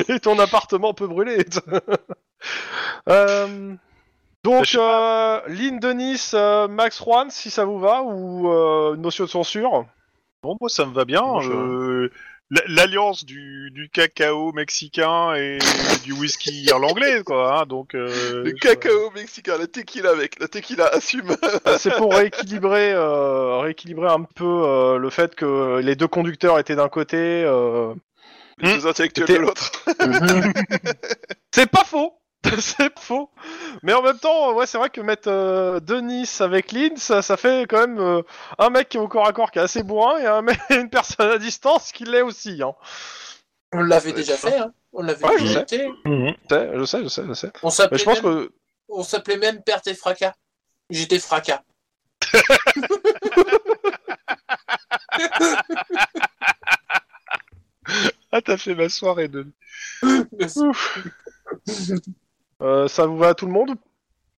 B: et ton appartement peut brûler. *laughs* Euh, Donc,
C: Je sais
B: euh, Lynn, Denis, euh, Max Juan, si ça vous va, ou euh, une notion de censure.
C: Bon, moi, ça me va bien.
D: Moi, ça
C: euh, l- L'alliance du, du cacao mexicain et du whisky irlandais, quoi. hein, donc, euh,
D: Le
C: je-
D: cacao mexicain, la tequila mec, la tequila assume.
B: Euh, C'est pour rééquilibrer, euh, rééquilibrer un peu euh, le fait que les deux conducteurs étaient d'un côté. euh.
D: Les deux intellectuels de l'autre.
E: Mhm.
B: C'est pas faux *laughs* C'est pas faux Mais en même temps, ouais, c'est vrai que mettre euh, Denis avec Lynn, ça, ça fait quand même euh, un mec qui est au corps à corps qui est assez bourrin et un mec- *laughs* une personne à distance qui l'est aussi. Hein.
E: On l'avait
D: Ouais,
E: déjà
D: c'est
E: fait, hein. on l'avait
B: Ouais, je
E: déjà fait.
B: Je sais, je sais, je sais. Je, sais.
E: On
B: Mais
E: s'appelait
B: je pense
E: même,
B: que
E: on s'appelait même Perte et Fracas. J'étais Fracas. *laughs*
C: Ah, t'as fait ma soirée de.
B: euh, ça vous va à tout le monde.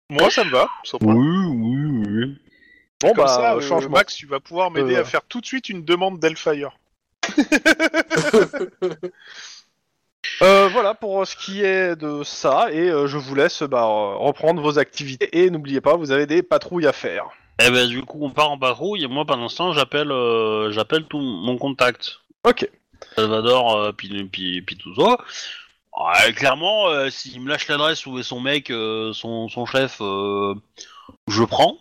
C: Moi, ça me va. sans problème.
A: oui, oui.
B: Bon,
C: Comme
B: bah,
C: ça, euh,
B: changement.
C: Max, tu vas pouvoir m'aider
B: Euh.
C: à faire tout de suite une demande d'Hellfire.
B: Euh, voilà pour ce qui est de ça, et euh, je vous laisse bah, euh, reprendre vos activités. Et n'oubliez pas, vous avez des patrouilles à faire.
A: Eh ben du coup on part en barouille et moi pendant ce temps j'appelle euh, j'appelle tout mon contact.
B: Ok.
A: Salvador euh, puis, puis, puis tout ça. Ouais, clairement euh, s'il me lâche l'adresse où est son mec, euh, son, son chef, euh, je prends.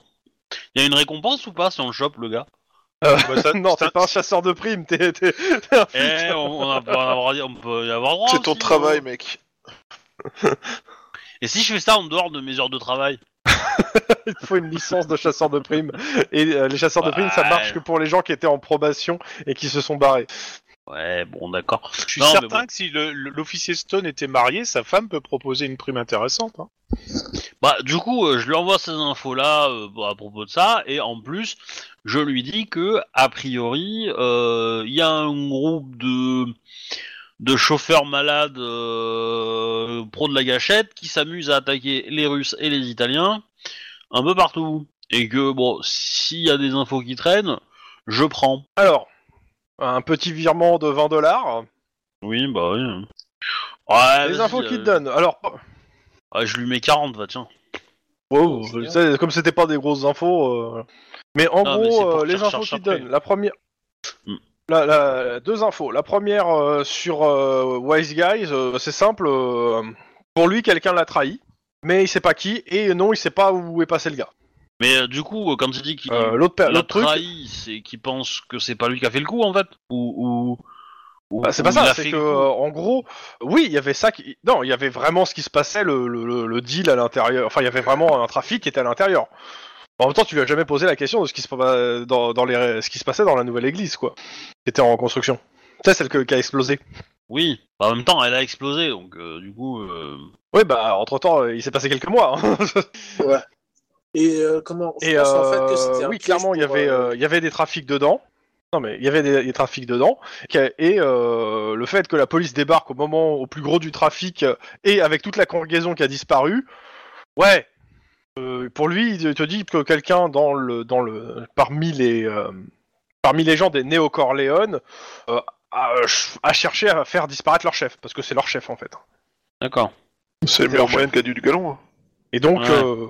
A: Il y a une récompense ou pas si on le chope le gars
C: Bah, ça-
B: Euh, non,
C: c'est
B: t'es
C: un-
B: pas un chasseur de primes, t'es t'es- t'es un flic.
A: Eh on, on a- on a- on a- on peut y avoir droit.
D: C'est ton
A: aussi,
D: travail
A: non
D: mec.
A: Et si je fais ça en dehors de mes heures de travail
B: Il faut une licence de chasseur de primes. Et euh, les chasseurs de primes, ça
A: Ouais.
B: marche que pour les gens qui étaient en probation et qui se sont barrés.
A: Ouais bon d'accord.
C: Je suis
A: Non, mais
C: certain
A: bon.
C: que si le- le- l'officier Stone était marié, sa femme peut proposer une prime intéressante. hein.
A: Bah, du coup, euh, je lui envoie ces infos-là euh, bah, à propos de ça, et en plus, je lui dis que, a priori, euh, il y a un groupe de, de chauffeurs malades euh, pro de la gâchette qui s'amusent à attaquer les Russes et les Italiens un peu partout. Et que, bon, s'il y a des infos qui traînent, je prends.
B: Alors, un petit virement de 20 dollars.
A: Oui, bah oui. Ouais,
B: les
A: vas-y,
B: infos
A: euh,
B: qu'il te donne. Alors,
A: ouais, je lui mets 40, va, tiens.
B: Oh,
E: c'est bien.
B: ça, comme c'était pas des grosses infos. euh, Mais en
A: Non, mais c'est
B: gros,
A: pour
B: euh,
A: qu'il
B: les infos
A: recherche
B: qu'ils
A: après.
B: donnent. La première.
A: Hmm.
B: La, la- deux infos. La première euh, sur euh, Wise Guys, euh, c'est simple. euh, pour lui, quelqu'un l'a trahi, mais il sait pas qui, et non, il sait pas où est passé le gars.
A: Mais euh, du coup, euh, quand il dit qu'il...
B: Euh, l'autre pe-
A: l'a
B: l'autre truc,
A: trahi, c'est qu'il pense que c'est pas lui qui a fait le coup en fait Ou. ou- ou-
B: Bah, c'est
A: ou
B: pas
A: il
B: ça,
A: a
B: c'est
A: fait
B: que
A: le
B: euh,
A: coup.
B: en gros, oui, il y avait ça qui. Non, il y avait vraiment ce qui se passait, le, le- le- le deal à l'intérieur. Enfin, il y avait vraiment un trafic qui était à l'intérieur. En même temps, tu lui as jamais posé la question de ce qui se, pa- dans, dans les... ce qui se passait dans la nouvelle église, quoi. Qui était en construction. C'est celle que- qui a explosé.
A: Oui, Bah, en même temps elle a explosé donc euh, du coup. euh,
B: Oui, bah, entre temps, il s'est passé quelques mois. hein. *laughs*
E: Et euh, comment Je
B: Et
E: pense en fait que
B: euh,
E: c'était un
B: oui,
E: piège
B: clairement, il y
E: pour,
B: avait,
E: euh,
B: euh, il y avait des trafics dedans. Non, mais il y avait des, des trafics dedans. Qui- Et euh, le fait que la police débarque au moment au plus gros du trafic euh, et avec toute la congrégation qui a disparu, ouais. Euh, pour lui, il te dit que quelqu'un dans le, dans le, parmi les, euh, parmi les gens des néo-corléones euh, a, a cherché à faire disparaître leur chef parce que c'est leur chef en fait.
A: D'accord.
D: C'est le
B: leur
D: meilleur moyen de gagner du galon. hein.
B: Et donc,
A: Ouais.
B: euh,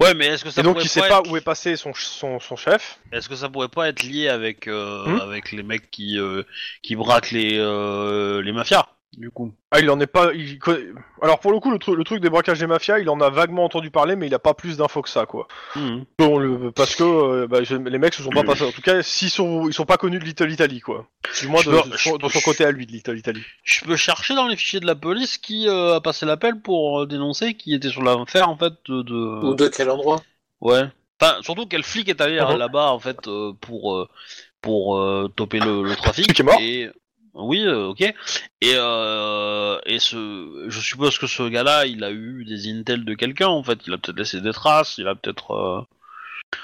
A: Ouais, mais est-ce que ça
B: et donc
A: pourrait
B: il sait
A: pas,
B: pas
A: être...
B: où est passé son, ch- son, son chef.
A: est-ce que ça pourrait pas être lié avec euh,
B: Hmm
A: avec les mecs qui euh, qui braquent les euh, les mafias du coup.
B: Ah, il en est pas. il connaît- Alors pour le coup, le, tru- le truc des braquages des mafias, il en a vaguement entendu parler, mais il a pas plus d'infos que ça, quoi.
A: Mhm.
B: Bon, le- parce que euh, bah, je- les mecs se
A: Mm.
B: sont pas passés. En tout cas, s'ils sont, ils sont pas connus de Little Italy, quoi. Du moins de,
A: Je peux-
B: de son,
A: je-
B: de son côté à lui, de Little Italy.
A: Je peux chercher dans les fichiers de la police qui euh, a passé l'appel pour euh, dénoncer qui était sur l'affaire en fait de.
B: euh,
A: de-
E: Ou de quel endroit
A: Ouais. Enfin, surtout quel flic est allé euh,
B: Mhm.
A: là-bas en fait euh, pour euh, pour euh, toper le, le trafic.
B: Celui qui est mort
A: Et oui, euh, ok. Et euh, et ce, je suppose que ce gars-là, il a eu des intels de quelqu'un en fait. Il a peut-être laissé des traces. Il a peut-être. euh,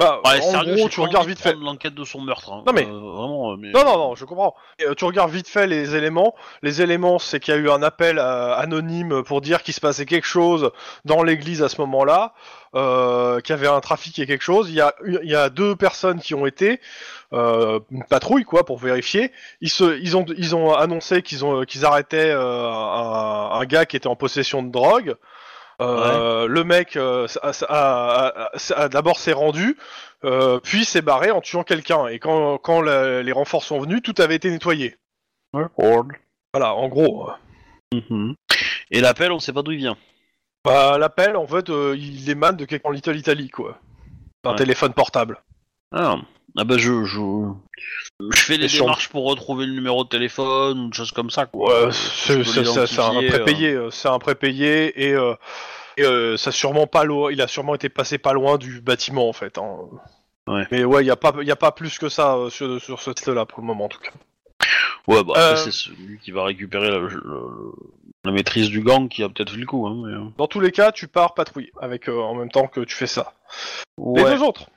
B: Bah,
A: Ouais,
B: en
A: sérieux,
B: gros,
A: j'ai
B: tu
A: pas
B: regardes
A: envie
B: vite
A: de
B: fait.
A: prendre L'enquête de son meurtre. hein.
B: Non, mais-
A: Euh, vraiment. euh, Mais...
B: Non, non, non, je comprends. Et, euh, tu regardes vite fait les éléments. Les éléments, c'est qu'il y a eu un appel euh, anonyme pour dire qu'il se passait quelque chose dans l'église à ce moment-là, euh, qu'il y avait un trafic et quelque chose. Il y a, une- il y a deux personnes qui ont été, euh, une patrouille, quoi, pour vérifier. Ils, se, ils, ont, ils ont annoncé qu'ils ont, qu'ils arrêtaient euh, un, un gars qui était en possession de drogue. Euh, Le mec euh, s- a- s- a- a- a- d'abord s'est rendu, euh, puis s'est barré en tuant quelqu'un. Et quand, quand la- les renforts sont venus, tout avait été nettoyé. Voilà, en gros. euh,
A: Mhm. Et l'appel, on sait pas d'où il vient.
B: Bah, L'appel, en fait, euh, il émane de quelqu'un en Little Italy, quoi. Un
A: Ouais.
B: téléphone portable.
A: Ah, ah bah je, je... je fais des
B: Échange.
A: démarches pour retrouver le numéro de téléphone ou des choses comme ça.
B: Ouais,
A: Quoi.
B: c'est
A: peux
B: c'est- c'est- c'est un
A: Euh, l'identifier,
B: prépayé, euh, c'est un prépayé et, euh, et, euh, ça a sûrement pas lo- il a sûrement été passé pas loin du bâtiment en fait. hein.
A: Ouais.
B: Mais ouais, il y a pas il y a pas plus que ça euh, sur, sur ce test là pour le moment en tout cas.
A: Ouais, bah après,
B: Euh.
A: c'est celui qui va récupérer la, le- la maîtrise du gang qui a peut-être fait le coup. Hein, mais, euh.
B: Dans tous les cas, tu pars patrouiller avec euh, en même temps que tu fais ça. Les deux autres.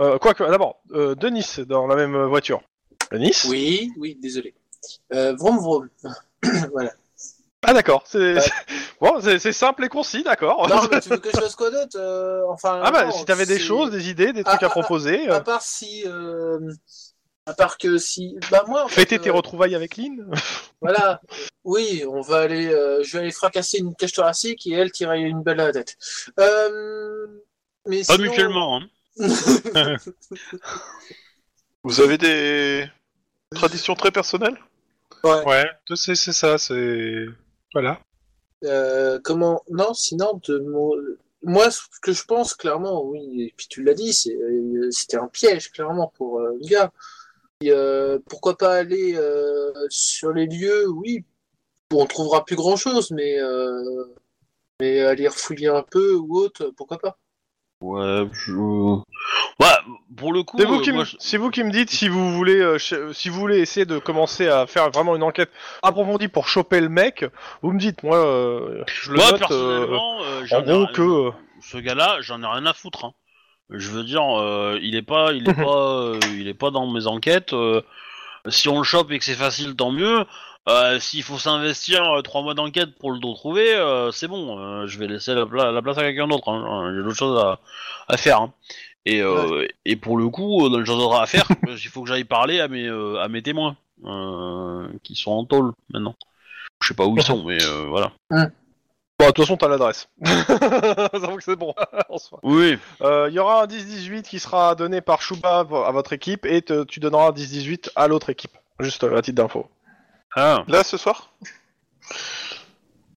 B: Euh, Quoique, d'abord, euh, Denis dans la même voiture. Denis
E: Oui, oui, désolé. Euh, vroom vroom. *coughs* voilà.
B: Ah d'accord, c'est
E: Euh.
B: *laughs* bon, c'est c'est simple et concis, d'accord.
E: Non, mais tu veux que je fasse quoi d'autre Euh, Enfin.
B: Oh, *laughs* Ah bah
E: non,
B: si t'avais des
E: c'est-
B: choses, des idées, des
E: Ah,
B: trucs
E: ah,
B: à
E: ah,
B: proposer, euh,
E: À part si. euh, À part que si. Bah moi. En fait,
B: fêter tes
E: euh,
B: retrouvailles avec Lynn.
E: Voilà. Oui, on va aller. euh, je vais aller fracasser une cage thoracique et elle tirer une balle à la tête. Euh, Mais
A: Pas
E: sinon-
A: mutuellement. Hein.
D: Vous avez des traditions très personnelles
E: Ouais.
C: Ouais, c'est c'est ça, c'est... Voilà.
E: Euh, comment Non, sinon de mon- moi, ce que je pense clairement, oui, et puis tu l'as dit, c'est, euh, c'était un piège clairement pour euh, le gars. Et, euh, pourquoi pas aller euh, sur les lieux Oui, bon, on trouvera plus grand chose, mais euh, mais aller refouiller un peu ou autre, pourquoi pas
A: Ouais, je... Bah, pour le coup...
B: C'est vous,
A: euh,
B: qui
A: moi,
B: me-
A: je-
B: c'est vous qui me dites si vous voulez, euh, ch- si vous voulez essayer de commencer à faire vraiment une enquête approfondie pour choper le mec. Vous me dites, moi, euh, je le
A: Moi,
B: note. euh,
A: personnellement, euh, j'en
B: en
A: ai
B: gros
A: rien-
B: que euh,
A: ce gars-là, j'en ai rien à foutre. hein. Je veux dire, euh, il est pas, il est
B: *laughs*
A: pas, euh, il est pas dans mes enquêtes. euh, si on le chope et que c'est facile, tant mieux. Euh, S'il faut s'investir euh, trois mois d'enquête pour le retrouver, euh, c'est bon. euh, je vais laisser la, pla- la place à quelqu'un d'autre. hein, J'ai d'autres choses à, à faire. hein. Et, euh, et pour le coup, euh, dans les choses d'autres à faire, euh, il faut que j'aille parler à mes, euh, à mes témoins euh, qui sont en tôle maintenant. Je sais pas où ils sont, mais euh, voilà.
B: bon, bah, de toute façon, t'as l'adresse. *laughs* Donc c'est bon. *laughs* en soi.
A: Oui,
B: Euh, Il y aura un 10-18 qui sera donné par Chouba à votre équipe et te- tu donneras un 10-18 à l'autre équipe. Juste euh, à titre d'info.
A: ah,
D: Là, ce soir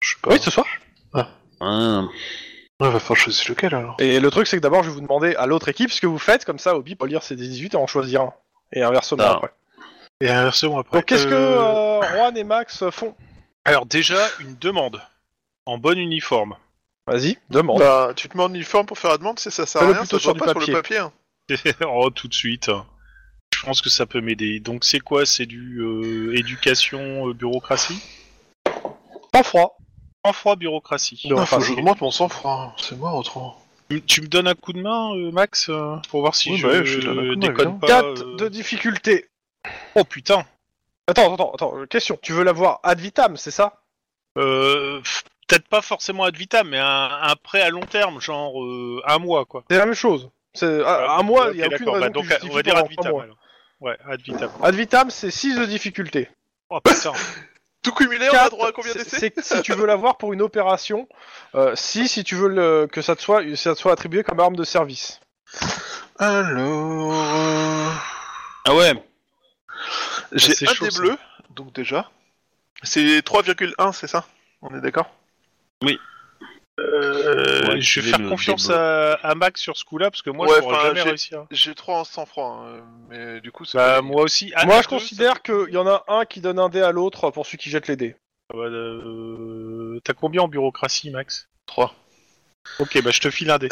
D: Je sais pas.
B: Oui, ce soir.
A: ah.
D: Ouais, va falloir choisir lequel alors.
B: Et le truc, c'est que d'abord, je vais vous demander à l'autre équipe ce que vous faites. Comme ça, Obi peut lire ses 18 et en choisir un. Et inversement
A: Ah.
B: après.
C: Et inversement après.
B: Donc, qu'est-ce que
C: Euh,
B: euh, Juan et Max font
C: Alors déjà, une demande. En bon uniforme.
B: Vas-y, demande.
D: Bah, tu te mets en uniforme pour faire la demande, c'est ça sert à
B: Fais-le
D: rien,
B: plutôt
D: ça
B: sur
D: sur,
B: du
D: pas sur le papier. hein.
C: *laughs* oh, tout de suite. Je pense que ça peut m'aider. Donc c'est quoi C'est du euh, éducation, euh, bureaucratie
B: Pas froid.
C: En froid, bureaucratie.
B: Non,
D: Ah, faut
B: enfin,
D: que je remonte mon sang-froid, hein. c'est mort autrement.
C: Tu- Tu me donnes un coup de main, euh, Max, euh, pour voir si
D: Oui,
C: je,
D: bah, je te donne un coup de main,
C: Euh, déconne
D: évidemment.
C: pas.
B: 4
C: euh.
B: de difficulté.
C: Oh putain
B: Attends, attends, attends, euh, question. Tu veux l'avoir ad vitam, c'est ça
C: Euh, pff, Peut-être pas forcément ad vitam, mais un, un prêt à long terme, genre euh, un mois, quoi.
B: C'est la même chose. C'est
D: Ah,
B: à, à moi, il n'y a
C: Ok,
B: aucune
C: d'accord.
B: raison
C: Bah,
B: que
C: donc,
B: justifie
C: on va dire
B: pendant
C: ad vitam,
B: trois mois.
C: alors. Ouais, ad vitam.
B: Ad vitam, c'est 6 de difficulté.
C: Oh putain
D: Tout cumulé, on a
B: Quatre,
D: droit à combien
B: c'est-
D: d'essais
B: c'est si tu veux l'avoir pour une opération, euh, si si tu veux le- que ça te soit ça te soit attribué comme arme de service.
D: Alors... euh,
A: Ah ouais,
D: J'ai
C: c'est
D: un
C: chaud,
D: des
C: ça.
D: bleus, donc déjà. C'est 3,1, c'est ça On est d'accord
C: Euh,
A: Ouais,
C: je
A: il est
C: vais faire
A: le
C: confiance
A: double.
C: à, à Max sur ce coup-là parce que moi
D: Ouais,
C: je pourrais
D: enfin,
C: jamais
D: j'ai-
C: réussir.
D: J'ai 3 en sang-froid, hein, mais du coup... c'est
C: Bah,
D: pas-
C: moi aussi. Ah,
B: Moi,
C: deux,
B: je considère qu'il y en a un qui donne un dé à l'autre pour celui qui jette les dés.
C: ça- Ah bah, euh, T'as combien en bureaucratie, Max
D: Trois.
C: Ok, bah je te file un dé.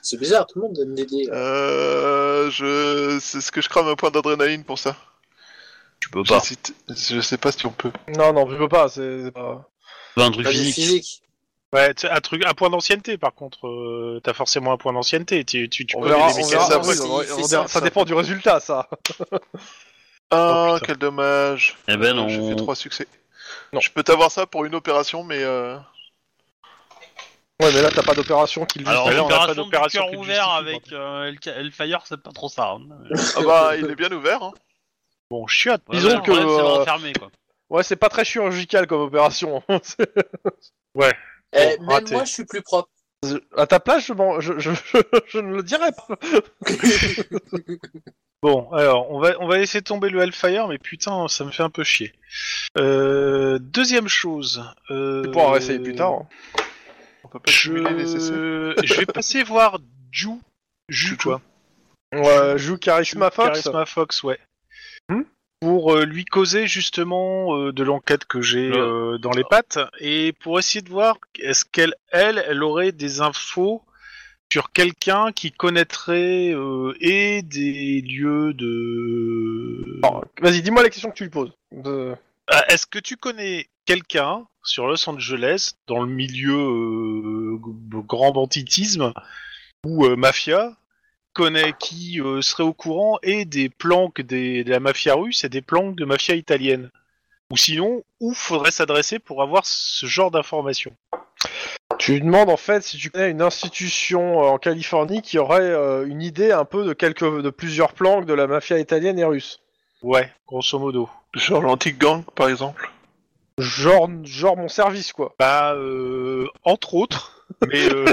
E: C'est bizarre, tout le monde donne des dés. hein.
D: Euh, je... C'est ce que je crame un point d'adrénaline pour ça.
A: tu peux pas.
D: J'hésite. Je sais pas si on peut.
B: *laughs* Non, non, je peux pas. C'est c'est pas...
A: C'est pas un truc
E: Pas des
A: physique.
E: physiques.
C: *coughs* Ouais, t'as un truc, un point d'ancienneté par contre. euh, T'as forcément un point d'ancienneté. Tu, tu, tu
B: On
C: connais
B: verra,
C: les
B: on
C: mécanismes.
B: verra,
D: ça,
B: oui,
E: ça,
B: on-
E: c'est
B: on-
E: ça,
B: ça
E: ça.
B: dépend du résultat, ça.
D: Ah,
C: putain.
D: quel dommage.
A: Eh ben non.
D: J'ai fait 3 succès.
B: Non.
D: Je peux t'avoir ça pour une opération, mais... euh,
B: Ouais, mais là, t'as pas d'opération qui le
A: Alors,
C: Tout à l'heure, on a pas
A: l'opération du
C: d'opération
A: cœur
C: qui le
A: ouvert
C: justifie,
A: avec euh, Hellca- Hellfire, c'est pas trop ça. hein.
D: Ah bah, il est bien ouvert, hein.
C: Bon, chiotte.
A: Ouais,
B: Disons
A: ouais, le
B: que,
A: problème, c'est le
B: euh,
A: renfermer, quoi.
B: Ouais, c'est pas très chirurgical comme opération. C'est-
C: Ouais.
E: Eh,
B: Bon,
E: même
B: raté.
E: moi, je suis
B: *laughs*
E: plus propre.
B: *laughs* À ta place, je, m'en- je- je- je- je ne le dirais pas.
C: Bon, alors, on va, on va laisser tomber le Hellfire, mais putain, ça me fait un peu chier. Euh, deuxième chose. Euh,
D: C'est pour en réessayer plus tard. hein. On peut pas cumuler les CC.
C: Je... *laughs* je vais passer voir Ju. Ju, quoi.
B: Ouais, joue Charisma Fox.
C: Charisma Fox, ouais.
B: Hmm
C: pour euh, lui causer justement euh, de l'enquête que j'ai euh, dans les pattes et pour essayer de voir est-ce qu'elle, elle, elle aurait des infos sur quelqu'un qui connaîtrait euh, et des lieux de.
B: Alors, Vas-y, dis-moi la question que tu lui poses. De-
C: Ah, Est-ce que tu connais quelqu'un sur Los Angeles, dans le milieu euh, g- grand banditisme ou euh, mafia, connaît, qui euh, serait au courant et des planques des, de la mafia russe et des planques de mafia italienne Ou sinon, où faudrait s'adresser pour avoir ce genre d'informations
B: Tu lui demandes en fait si tu connais une institution euh, en Californie qui aurait euh, une idée un peu de, quelques, de plusieurs planques de la mafia italienne et russe.
C: Ouais, grosso modo.
D: Genre l'antique gang, par exemple.
B: Genre, genre mon service, quoi.
C: Bah, euh, entre autres, *laughs* mais. euh,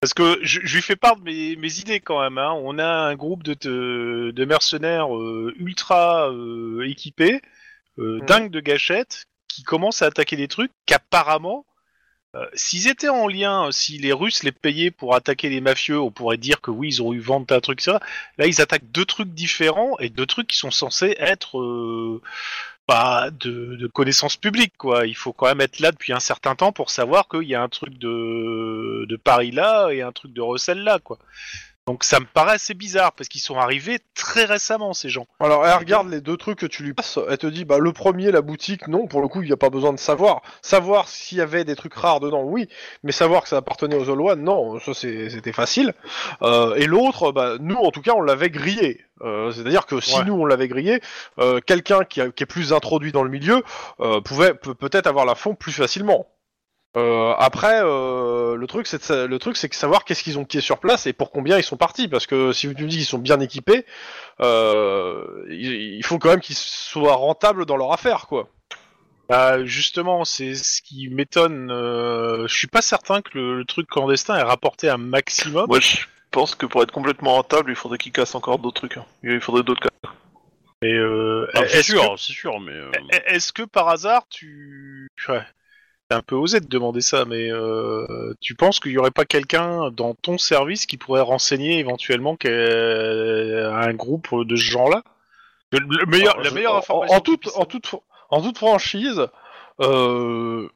C: Parce que je, je lui fais part de mes, mes idées quand même. hein. On a un groupe de, de, de mercenaires euh, ultra euh, équipés, euh,
B: Mhm.
C: dingues de gâchettes, qui commencent à attaquer des trucs qu'apparemment, euh, s'ils étaient en lien, si les Russes les payaient pour attaquer les mafieux, on pourrait dire que oui, ils ont eu vente d'un truc, ça. Là, ils attaquent deux trucs différents et deux trucs qui sont censés être euh, pas de, de connaissance publique, quoi. Il faut quand même être là depuis un certain temps pour savoir qu'il y a un truc de, de Paris là et un truc de Russell là, quoi. Donc ça me paraît assez bizarre parce qu'ils sont arrivés très récemment, ces gens.
B: Alors, elle regarde les deux trucs que tu lui passes. Elle te dit, bah, le premier, la boutique, non, pour le coup, il n'y a pas besoin de savoir. Savoir s'il y avait des trucs rares dedans, oui, mais savoir que ça appartenait aux Old One, non, ça c'est- c'était facile. Euh, et l'autre, bah, nous, en tout cas, on l'avait grillé. Euh, C'est-à-dire que si
C: Ouais.
B: nous, on l'avait grillé, euh, quelqu'un qui, a- qui est plus introduit dans le milieu euh, pouvait peut- peut-être avoir la fond plus facilement. Euh, après, euh, le truc, c'est de sa- le truc, c'est que savoir qu'est-ce qu'ils ont qui est sur place et pour combien ils sont partis. Parce que si tu me dis qu'ils sont bien équipés, euh, il il faut quand même qu'ils soient rentables dans leur affaire, quoi.
C: Bah, justement, c'est ce qui m'étonne. euh, je suis pas certain que le, le truc clandestin ait rapporté un maximum.
D: Moi, je pense que pour être complètement rentable, il faudrait qu'ils cassent encore d'autres trucs. hein. Il faudrait d'autres cas.
C: Mais euh,
A: Ah, c'est
C: est-ce que-
A: sûr, c'est sûr, mais. euh,
C: E- Est-ce que par hasard tu. Ouais. C'est un peu osé de demander ça, mais euh, tu penses qu'il n'y aurait pas quelqu'un dans ton service qui pourrait renseigner éventuellement qu'est- un groupe de ce genre-là Le- le meilleur-
B: Alors,
C: La
B: Bah, je-
C: meilleure
B: en-
C: information.
B: En, toute,
C: que tu
B: en, toute, fr- en toute franchise, euh,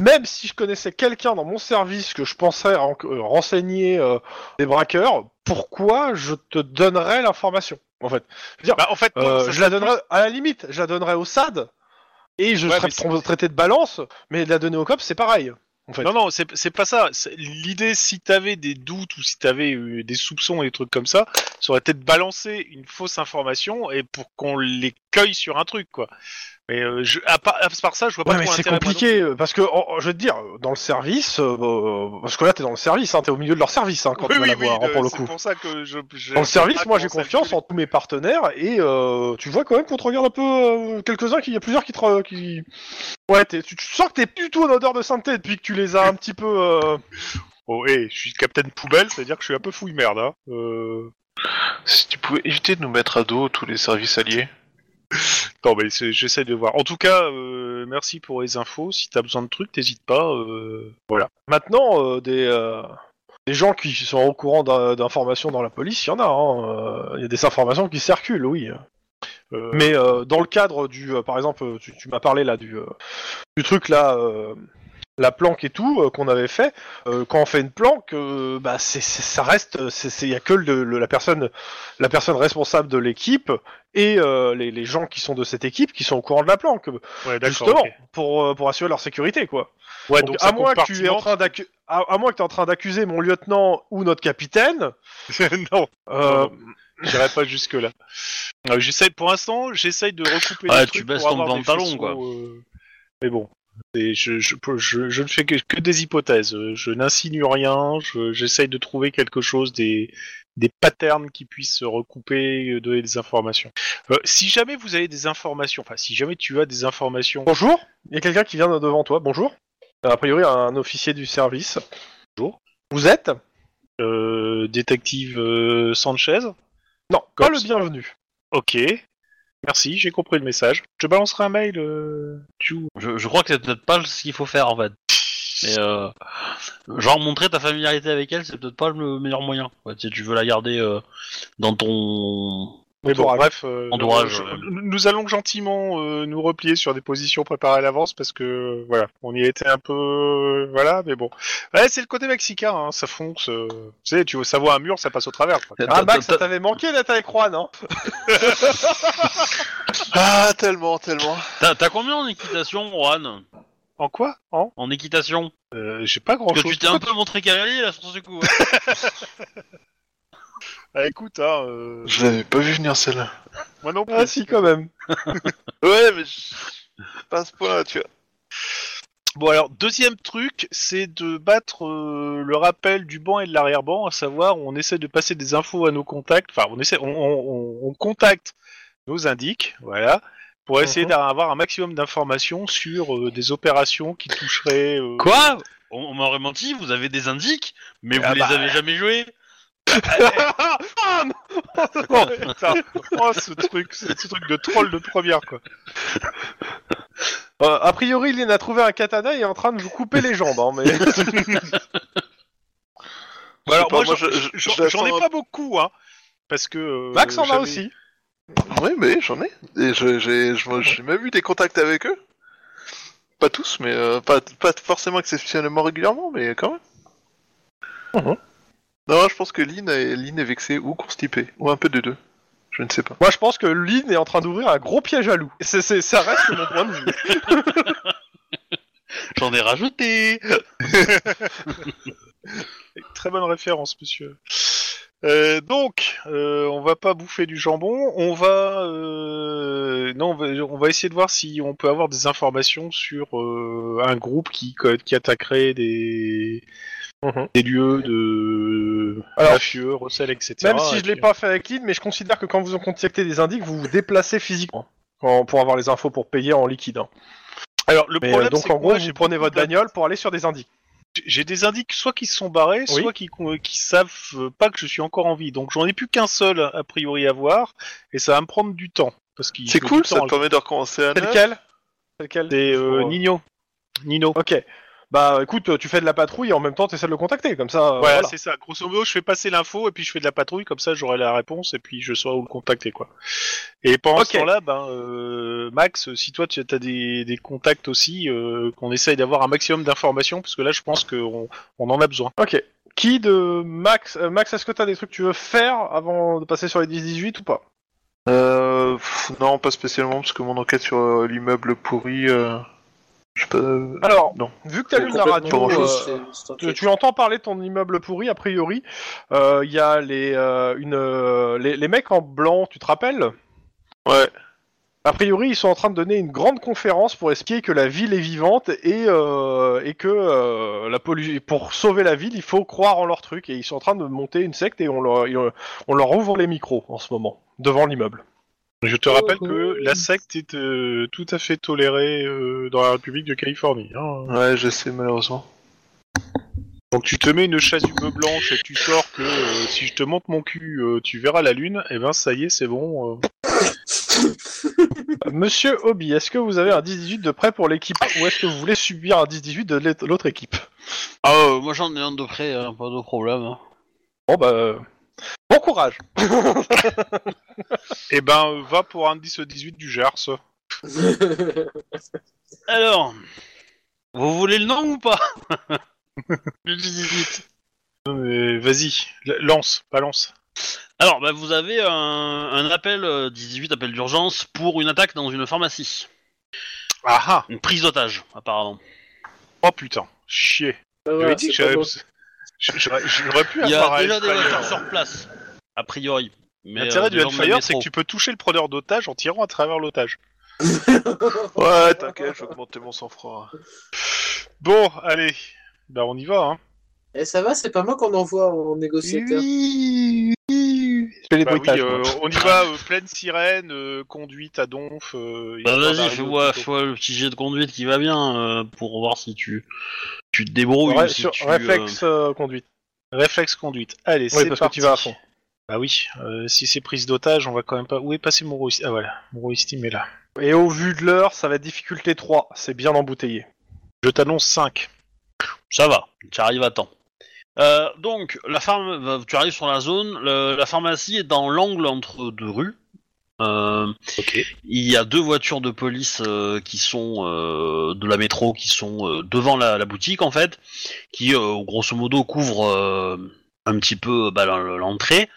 B: même si je connaissais quelqu'un dans mon service que je pensais ren- euh, renseigner euh, des braqueurs, pourquoi je te donnerais l'information En fait,
C: puisses- Bah, en fait, non,
B: Euh,
C: ça
B: je la
C: serait
B: donnerais à la limite, je la donnerais au SAD et je
C: Ouais,
B: serais
C: mais c'est-
B: tra- traité de balance, mais de la donner au COP, c'est pareil. fait.
C: Non, non, c'est c'est pas ça. C'est- L'idée, si t'avais des doutes ou si t'avais eu des soupçons et des trucs comme ça, ça aurait peut-être balancé une fausse information et pour qu'on les cueille sur un truc, quoi. Mais euh, je, à, part, à part ça, je vois pas
B: Ouais, mais
C: trop
B: c'est
C: l'intérêt, moi, non
B: compliqué euh, parce que oh, oh, je vais te dire, dans le service, euh, euh, parce que là t'es dans le service, hein, t'es au milieu de leur service hein, quand
C: Oui,
B: tu vas
C: oui,
B: la
C: oui,
B: voir hein,
C: euh,
B: pour le
C: c'est
B: coup.
C: pour ça que je. je-
B: Dans le
C: je-
B: service,
C: je-
B: moi j'ai
C: commence à
B: confiance
C: calculer.
B: en tous mes partenaires et euh, tu vois quand même qu'on te regarde un peu euh, quelques-uns, qu'il y a plusieurs qui te. re- Qui... Ouais, t'es- tu, tu sens que t'es plus du tout en odeur de sainteté depuis que tu les as un petit peu. euh,
C: Oh, hé, je suis le capitaine poubelle, c'est-à-dire que je suis un peu fouille merde, hein. Euh...
D: Si tu pouvais éviter de nous mettre à dos tous les services alliés.
C: *laughs* Non, mais c'est- j'essaie de voir. En tout cas, euh, merci pour les infos. Si t'as besoin de trucs, t'hésites pas. euh, Voilà.
B: Maintenant, euh, des, euh, des gens qui sont au courant d'in- d'informations dans la police, il y en a. hein, euh, Il y a des informations qui circulent, oui.
C: Euh,
B: Mais euh, dans le cadre du, euh, par exemple, euh, tu, tu m'as parlé là du, euh, du truc là, euh, la planque et tout euh, qu'on avait fait. euh, quand on fait une planque, euh, bah c'est, c'est- ça reste, c'est- c'est il y a que le- le- la personne, la personne responsable de l'équipe et euh, les, les gens qui sont de cette équipe qui sont au courant de la planque,
C: Ouais, d'accord.
B: justement
C: ok.
B: pour euh, pour assurer leur sécurité quoi.
C: Ouais,
B: Donc,
C: donc, ça
B: à moins que tu es en
C: compartimente.
B: train d'accu- à, à moins que tu en train d'accuser mon lieutenant ou notre capitaine.
C: *laughs*
B: *laughs*
C: non,
B: euh,
C: j'irai pas jusque-là. Euh, j'essaie, pour l'instant, j'essaye de recouper
A: Ah,
C: les
A: tu
C: trucs
A: baisses
C: pour
A: ton
C: avoir des
A: pantalon,
C: faisceaux,
A: quoi.
C: euh, Mais bon. Et je, je, je, je ne fais que, que des hypothèses. Euh, Je n'insinue rien. je- j'essaye de trouver quelque chose, des, des patterns qui puissent se recouper, euh, donner des informations. Euh, si jamais vous avez des informations, enfin, si jamais tu as des informations.
B: bonjour. Il y a quelqu'un qui vient devant toi. Bonjour. a priori un officier du service. Bonjour. Vous êtes
C: Euh, détective euh, Sanchez
B: Non, pas
C: Cops.
B: le bienvenu.
C: Ok. Merci, j'ai compris le message. Je te balancerai un mail, euh, Q.
A: Je, je crois que c'est peut-être pas ce qu'il faut faire en fait. Mais euh, genre montrer ta familiarité avec elle, c'est peut-être pas le meilleur moyen. quoi. Si tu veux la garder euh, dans ton
C: Mais bon,
B: Entourage.
C: bref, euh,
A: Entourage,
C: je-
A: ouais.
C: nous- nous allons gentiment euh, nous replier sur des positions préparées à l'avance parce que euh, voilà, on y était un peu, euh, voilà, mais bon. Ouais, c'est le côté mexicain, hein, ça fonce. euh, tu sais, tu veux savoir un mur, ça passe au travers. quoi.
B: Ah Max, ça t'avait manqué d'être avec Juan, hein
D: Ah, tellement, tellement.
A: T'as t'as combien en équitation, Juan
C: En quoi En
A: En équitation
C: euh, J'ai pas grand
A: Parce que
C: chose.
A: tu t'es un peu montré cavalier là sur ce coup. hein.
C: Ah, écoute, hein, euh,
D: Je l'avais pas vu venir celle-là.
C: moi non plus.
B: Ah si, quand même.
D: Ouais, mais je- pas à ce point-là, tu vois.
C: Bon alors, deuxième truc, c'est de battre euh, le rappel du banc et de l'arrière-banc, à savoir on essaie de passer des infos à nos contacts, enfin on essaie, on, on- on- on contacte nos indiques, voilà, pour essayer
B: Mhm.
C: d'avoir un maximum d'informations sur euh, des opérations qui toucheraient... euh,
A: Quoi On, on m'aurait menti, vous avez des indiques, mais vous
C: Ah
A: les
C: bah.
A: avez jamais joués.
C: Ah, non Oh, putain. Oh, ce truc, ce ce truc de troll de première quoi.
B: Euh, a priori, Lynn a trouvé un katana et est en train de vous couper les jambes, hein, mais...
C: Bah, alors
D: pas,
C: moi,
D: moi,
C: j'en-
D: je- je-
C: j'en
D: je
C: j'en ai
D: l'attends un-
C: pas beaucoup hein, *laughs* parce que... euh,
B: Max en a
C: j'avais-
B: aussi.
D: Oui, mais j'en ai. Et je- j'ai je- moi, j'ai même eu des contacts avec eux. Pas tous, mais euh, pas, pas forcément exceptionnellement régulièrement, mais quand même. Mhm. Non, je pense que Lynn est, Lynn est vexée ou constipée, ou un peu des deux. Je ne sais pas.
B: Moi, je pense que Lynn est en train d'ouvrir un gros piège à loup. C'est, c'est- ça reste mon point de vue.
A: J'en ai rajouté.
C: Très bonne référence, monsieur. Euh, donc, euh, on va pas bouffer du jambon. On va, euh, non, on va, on va essayer de voir si on peut avoir des informations sur euh, un groupe qui, co- qui attaquerait des,
B: Mhm.
C: des lieux de
B: Alors,
C: mafieux, recel, etc.
B: Même si
C: Et
B: je l'ai
C: puis-
B: pas fait avec Lynn, mais je considère que quand vous en contactez des indices, vous vous déplacez physiquement quand- pour avoir les infos pour payer en liquide. hein.
C: Alors, le
B: Mais,
C: problème,
B: euh, donc,
C: c'est que
B: en gros,
C: moi,
B: vous
C: j'ai
B: prenez
C: beaucoup
B: votre
C: de-
B: bagnole pour aller sur des indices.
C: J'ai des indices, soit qui se sont barrés,
B: Oui.
C: soit qui, con- qui savent euh, pas que je suis encore en vie. Donc, j'en ai plus qu'un seul a priori à voir, et ça va me prendre du temps. Parce qu'il
D: C'est
C: faut
D: cool,
C: du temps
D: ça
C: à
D: te permet de recommencer à
B: C'est
D: neuf.
B: lequel C'est lequel
C: C'est euh,
B: Faut-
C: Nino. Nino.
B: Ok. Bah écoute, tu fais de la patrouille et en même temps t'essaies de le contacter, comme ça. euh,
C: voilà,
B: voilà.
C: c'est ça. Grosso modo, je fais passer l'info et puis je fais de la patrouille, comme ça j'aurai la réponse et puis je saurai où le contacter, quoi. Et pendant
B: Ok.
C: ce temps-là, ben, euh, Max, si toi tu as des, des contacts aussi, euh, qu'on essaye d'avoir un maximum d'informations, parce que là je pense qu'on on en a besoin.
B: Ok. Qui de Max euh, Max, est-ce que t'as des trucs que tu veux faire avant de passer sur les 10-18 ou pas
D: Euh, pff, non, pas spécialement, parce que mon enquête sur euh, l'immeuble pourri, euh, je sais pas. euh,
B: Alors,
D: Non.
B: vu que t'allumes la
D: Complètement
B: radio,
D: pas grand-chose,
B: euh, tu,
E: *laughs*
B: tu entends parler de ton immeuble pourri, a priori. Euh, Il y a les, euh, une, euh, les, les mecs en blanc, tu te rappelles
D: Ouais.
B: A priori, ils sont en train de donner une grande conférence pour expliquer que la ville est vivante et, euh, et que euh, la pollu- pour sauver la ville, il faut croire en leur truc. Et ils sont en train de monter une secte et on leur, ils- on leur ouvre les micros en ce moment, devant l'immeuble.
C: Je te rappelle que la secte est euh, tout à fait tolérée euh, dans la République de Californie. hein.
D: Ouais, je sais, malheureusement.
C: Donc tu te mets une chasuble blanche et tu sors que euh, si je te monte mon cul, euh, tu verras la lune, et ben ça y est, c'est bon. euh,
B: Monsieur Hobby, est-ce que vous avez un 10-18 de prêt pour l'équipe ou est-ce que vous voulez subir un 10-18 de l'ét- l'autre équipe
A: Ah, euh, moi j'en ai un de près, hein, pas de problème. hein.
B: Bon bah... euh, Bon courage
C: Eh ben, euh, va pour un 10-18 du Gers.
A: Alors, vous voulez le nom ou pas *laughs* Le 18.
C: Non, mais Vas-y, l- lance, balance.
A: Alors, bah, vous avez un, un appel, euh, 18 appel d'urgence, pour une attaque dans une pharmacie.
C: Ah ah
A: Une prise d'otage, apparemment.
C: Oh putain, chier. J'avais dit que j'avais- J- J'aurais j'aurais pu
A: Il y
C: avoir
A: a
C: un
A: déjà des
C: Hellfire.
A: voitures sur place, a priori. Mais,
C: L'intérêt
A: euh,
C: du
A: des gens de la
C: Hellfire, c'est que
A: métro.
C: tu peux toucher le preneur d'otage en tirant à travers l'otage.
D: Ouais, t'inquiète, j'ai augmenté mon sang-froid.
C: Bon, allez, bah on y va, hein.
E: Eh, Et ça va, c'est pas moi qu'on envoie en
B: fais
E: négociateur.
B: les
C: Bah oui,
B: bruitages.
C: euh,
B: moi.
C: on y va, euh, pleine sirène, euh, conduite à donf. euh, il
A: Bah
C: y a pas
A: vas-y,
C: d'arriver
A: fais-moi
C: au plus tôt.
A: fais-moi le petit jet de conduite qui va bien euh, pour voir si tu, tu te débrouilles.
B: Ré-
A: ou si
B: sur-
A: tu, euh,
B: réflexe euh, conduite.
C: Réflexe conduite. Allez,
B: Oui,
C: c'est
B: parce
C: parti.
B: que tu vas à fond.
C: Bah oui, euh, si c'est prise d'otage, on va quand même pas. Où est passé mon roistim Ah voilà, mon roistim est là.
B: Et au vu de l'heure, ça va être difficulté 3. C'est bien embouteillé.
C: Je t'annonce 5.
A: Ça va, tu arrives à temps. Euh, donc, la pharm- bah, tu arrives sur la zone, le- la pharmacie est dans l'angle entre deux rues. Euh,
C: Ok.
A: il y a deux voitures de police euh, qui sont euh, de la métro, qui sont euh, devant la, la boutique en fait, qui euh, grosso modo couvrent euh, un petit peu bah, l'en- l'entrée.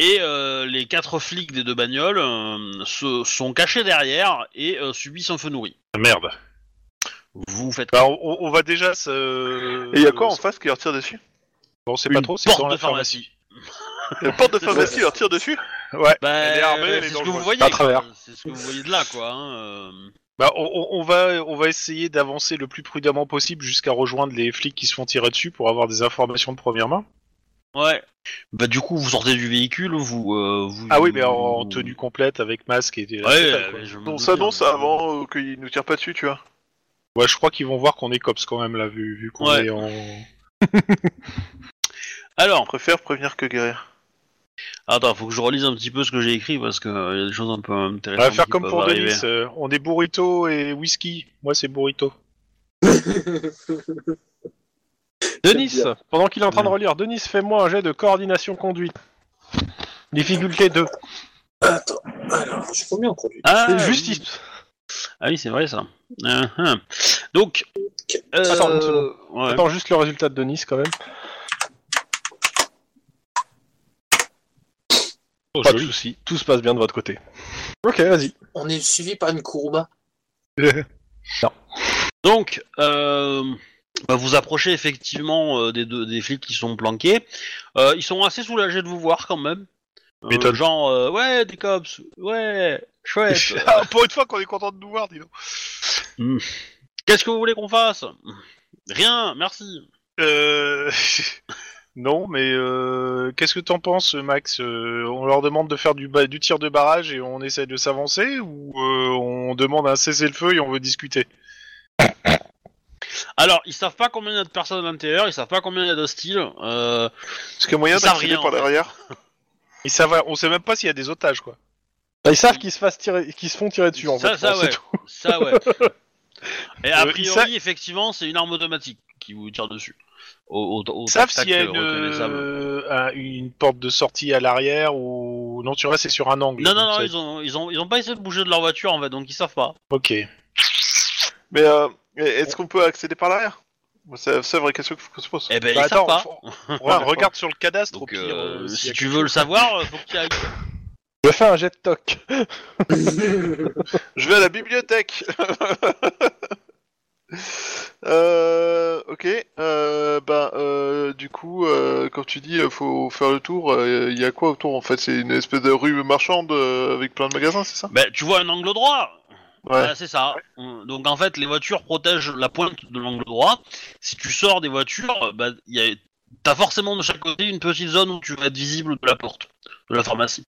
A: Et euh, les quatre flics des deux bagnoles euh, se sont cachés derrière et euh, subissent un feu nourri.
C: Merde.
A: Vous faites
C: Bah on, on- on va déjà se.
D: Et il y a quoi en face qui leur tire dessus
C: Bon, c'est
A: Une
C: pas trop, c'est dans
A: porte
C: la
A: de pharmacie.
C: pharmacie.
D: La porte *laughs* de pharmacie leur tire dessus
A: Bah,
C: Elle est armée, elle est
A: c'est ce que
C: dangereuse.
A: vous voyez.
B: À travers.
A: quoi. C'est ce que vous voyez de là, quoi. hein, euh.
C: Bah on, on- on va on va essayer d'avancer le plus prudemment possible jusqu'à rejoindre les flics qui se font tirer dessus pour avoir des informations de première main.
A: Ouais. Bah du coup, vous sortez du véhicule, vous. euh, vous
C: Ah oui, mais en, en
A: vous-
C: tenue complète avec masque et.
A: Ouais, euh,
C: totale, quoi.
A: mais je me
D: On
A: doute hein.
D: s'annonce
A: bien.
D: avant euh, qu'ils nous tirent pas dessus, tu vois.
C: Ouais, je crois qu'ils vont voir qu'on est cops quand même là, vu, vu qu'on
A: Ouais.
C: est en.
D: On
A: Alors,
D: préfère prévenir que guérir.
A: attends, faut que je relise un petit peu ce que j'ai écrit parce que euh, y a des choses un peu
C: On va
A: intéressantes.
C: faire
A: qui
C: comme
A: peuvent
C: pour
A: arriver.
C: Denis, euh, on est burrito et whisky. Moi c'est burrito.
B: Denis,
E: bien.
B: pendant qu'il est en train de relire, Denis, fais-moi un jet de coordination conduite. Difficulté 2.
E: Attends, alors, je suis combien en conduite
A: Ah, oui.
B: Justice.
A: Ah oui, c'est vrai ça. Ah, ah. Donc. euh,
B: Attends, une seconde.
A: ouais.
B: Attends juste le résultat de Denis quand même.
A: Oh,
B: Pas de soucis, tout se passe bien de votre côté. Ok, vas-y.
E: On est suivi par une *laughs* courba.
A: Donc, euh, bah, vous approchez effectivement euh, des, deux, des flics qui sont planqués. Euh, ils sont assez soulagés de vous voir quand même. Euh,
C: M'étonne.
A: genre, euh, ouais, des cops, ouais,
C: *laughs*
A: chouette.
C: Ah, pour une fois qu'on est content de nous voir, dis donc.
A: Qu'est-ce que vous voulez qu'on fasse Rien, merci.
C: Euh... *laughs* non, mais euh, qu'est-ce que t'en penses, Max Euh, On leur demande de faire du, ba- du tir de barrage et on essaie de s'avancer ou euh, on demande un cessez-le-feu et on veut discuter
A: Alors, ils savent pas combien il y a de personnes à l'intérieur, ils savent pas combien il y a d'hostiles. Euh,
D: Est-ce qu'il y a moyen
A: Ils savent
D: d'activer
A: rien,
D: par
A: en fait.
D: l'arrière
C: Et ça va, on sait même pas s'il y a des otages, quoi.
B: Bah, ils savent qu'ils se, fassent tirer... qu'ils se font tirer dessus en
A: ça,
B: fait.
A: ça,
B: hein,
A: ouais.
B: c'est tout.
A: ça,
C: *laughs*
A: ouais. Et a
C: Euh, ils
A: priori, effectivement, c'est une arme automatique qui vous tire dessus. Au, au, au
C: Ils savent
A: tac-tac
C: s'il y a une,
A: reconnaissable.
C: euh, un- une porte de sortie à l'arrière ou... Non, tu vois, c'est sur un angle.
A: Non, non,
C: donc
A: non,
C: ça-
A: ils ont, ils, ont, ils ont pas essayé de bouger de leur voiture en fait, donc ils savent pas. *laughs*
C: Ok.
D: Mais euh, est-ce qu'on peut accéder par l'arrière Bon, C'est c'est la vraie question qu'il faut qu'on se pose.
A: Eh ben,
C: Bah,
A: ils savent
C: attends,
A: pas.
C: faut- regarde, regarde sur le cadastre, au
A: Donc,
C: pire.
A: euh,
C: euh, s'il y
A: si
C: a
A: tu
C: quelque
A: veux le
C: chose.
A: savoir, euh, faut que tu ailles.
B: Je fais un jet de toc.
E: Euh,
D: Je vais à la bibliothèque *laughs* Euh, ok, euh, bah, euh, du coup, euh, quand tu dis euh, faut faire le tour, euh, il y a quoi autour en fait C'est une espèce de rue marchande euh, avec plein de magasins, c'est ça
A: Ben, tu vois un angle droit.
D: Ouais.
A: Voilà, c'est ça. Euh, Donc en fait, les voitures protègent la pointe de l'angle droit. Si tu sors des voitures, bah, y a... t'as forcément de chaque côté une petite zone où tu vas être visible de la porte de la pharmacie.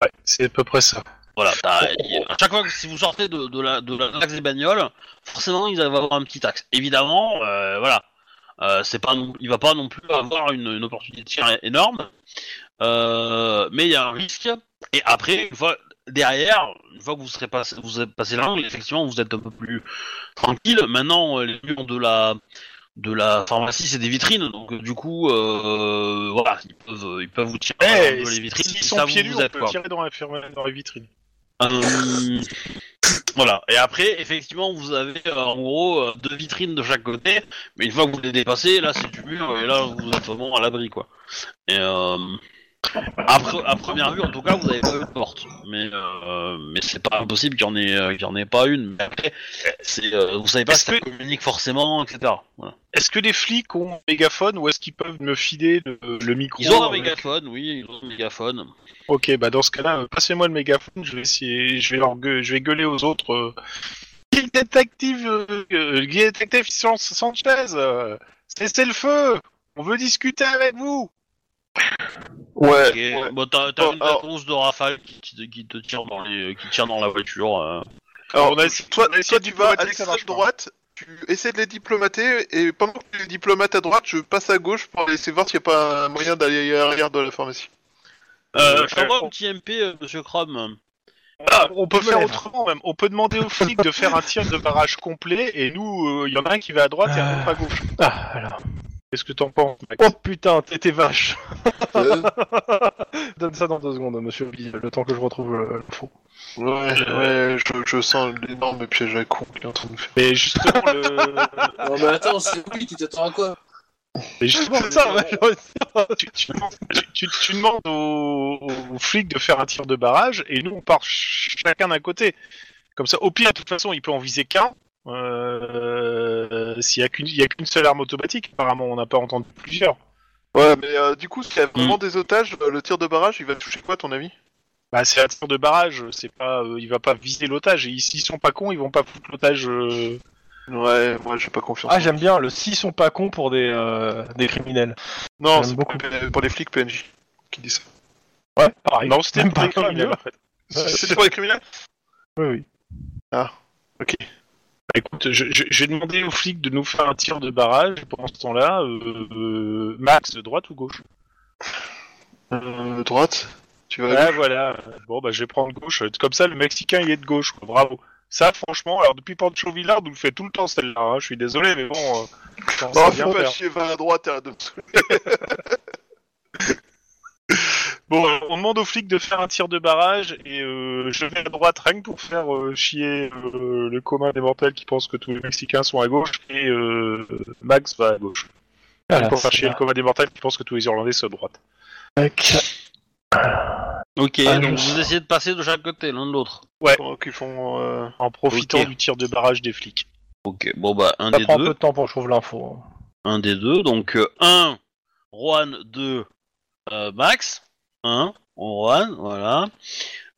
C: Ouais, c'est à peu près ça.
A: Voilà.
C: Oh.
A: t'as- y a- À chaque fois que si vous sortez de, de la de la- l'axe des bagnoles, forcément ils vont avoir un petit axe. Évidemment, euh, voilà. Euh, c'est pas non- il va pas non plus avoir une, une opportunité de tir é- énorme, Euh, mais il y a un risque. Et après, une fois derrière, une fois que vous serez passé, vous avez passé l'angle, effectivement, vous êtes un peu plus tranquille. Maintenant, euh, les murs de la de la pharmacie, c'est des vitrines, donc euh, du coup, euh, voilà, ils peuvent, ils peuvent vous tirer
C: Eh,
A: dans les vitrines.
C: s'ils
A: ils
C: sont
A: savent
C: pieds
A: où
C: nus,
A: vous
C: on
A: êtes,
C: peut
A: quoi.
C: tirer dans, la- dans les vitrines.
A: Euh, voilà. Et après, effectivement, vous avez euh, en gros euh, deux vitrines de chaque côté, mais une fois que vous les dépassez, là c'est du mur et là vous êtes vraiment à l'abri quoi. Et euh, à, pre- à première vue, en tout cas, vous avez pas une porte, mais euh, mais c'est pas impossible qu'il y en ait euh, qu'il y en ait pas une. Mais après, c'est euh, vous savez pas
C: Est-ce
A: si ça communique forcément, etc. Voilà.
C: Est-ce que les flics ont un mégaphone ou est-ce qu'ils peuvent me filer le, le micro
A: Ils ont un mégaphone, oui, ils ont un mégaphone.
C: Ok, bah dans ce cas-là, euh, passez-moi le mégaphone, je vais essayer, je vais leur gueu- je vais gueuler aux autres. euh, Guy détective, euh, euh, Guy détective San- Sanchez, euh, cessez le feu, on veut discuter avec vous.
D: Ouais.
A: Ok. euh, Bon, t'as t'as
D: Oh,
A: une
D: alors-
A: réponse de Rafa qui, te- qui te tire dans les, qui tient dans la voiture. euh.
D: Alors,
C: on a essayé-
D: toi,
C: on a essayé
D: toi,
C: de
D: tu vas à
C: diplomater, ça
D: l'extrême
C: marche pas.
D: droite, tu essaies de les diplomater, et pendant que tu les diplomates à droite, je passe à gauche pour essayer de voir s'il n'y a pas un moyen d'aller à l'arrière de la pharmacie.
A: Euh, je t'envoie
C: euh,
A: un petit MP, euh, monsieur Chrome.
C: on peut
B: Je me
C: faire
B: lève.
C: autrement même. On peut demander aux flics de faire un tir de barrage complet et nous, il y en a un qui va à droite et un autre à gauche.
B: Ah, alors.
C: Qu'est-ce que t'en penses, Max
B: Oh putain, t'étais vache. *laughs*
E: Euh,
B: Donne ça dans deux secondes, hein, monsieur Obi, le temps que je retrouve euh, le, le fond.
D: Ouais,
B: Euh,
D: ouais, je, je sens l'énorme piège à con qu'il est en train de faire.
C: Mais justement, le... *laughs*
E: non, mais attends, c'est oui, tu t'attends à quoi
C: mais justement,
B: *laughs* C'est ça,
C: le-
B: ouais, j'aurais-
C: tu, tu demandes- tu- tu- tu demandes aux, aux flics de faire un tir de barrage et nous on part ch- chacun d'un côté. Comme ça, au pire, de toute façon, il peut en viser qu'un. Euh, S'il n'y a qu'une il y a qu'une seule arme automatique, apparemment, on n'a pas entendu plusieurs.
D: Ouais, mais euh, du coup, s'il y a vraiment des otages, euh, le tir de barrage, il va toucher quoi, à ton avis
C: Bah, c'est un tir de barrage, c'est pas, euh, il va pas viser l'otage. Et s'ils sont pas cons, ils vont pas foutre l'otage. euh.
D: Ouais, moi, j'ai pas confiance.
B: Ah, j'aime bien, le 6 sont pas cons pour des, euh, des criminels.
D: non,
B: j'aime
D: c'est
B: beaucoup.
D: pour les- pour les flics PNJ qui disent ça.
B: Ouais, pareil.
C: Non, c'était
B: Même pas
C: pas criminel.
B: mieux.
C: en fait.
D: C'est pour les criminels
B: Oui, oui.
D: Ah.
C: Bah, écoute, je- je- j'ai demandé aux flics de nous faire un tir de barrage. Pendant ce temps-là, euh, euh, Max, droite ou gauche
D: euh, Droite Tu vas.
C: Ah voilà, bon bah je vais prendre gauche, comme ça le Mexicain il est de gauche, quoi. bravo. Ça franchement, alors depuis Pancho Villard, nous le fait tout le temps celle-là, hein. je suis désolé mais bon, euh, on sait
D: Non, Oh, faut
C: bien
D: pas
C: faire.
D: chier, va à droite, arrête de me saouler.
C: Bon, euh, on demande aux flics de faire un tir de barrage et euh, je vais à droite rien que pour faire euh, chier euh, le commun des mortels qui pense que tous les Mexicains sont à gauche et euh, Max va à gauche.
B: Voilà,
C: pour faire
B: Ah, c'est
C: chier
B: là.
C: le commun des mortels qui pense que tous les Irlandais sont à droite.
B: Tac.
A: Ok,
B: Ah,
A: donc
B: je-
A: vous essayez de passer de chaque côté, l'un de l'autre.
D: Pendant qu'ils font. euh,
C: En profitant
A: Ok.
C: du tir de barrage des flics.
A: Ok, bon bah un
B: Ça
A: des
B: prend
A: deux.
B: un peu de temps pour que je trouve l'info. hein.
A: un des deux. Donc 1, Juan, 2, Max. 1, Juan, voilà.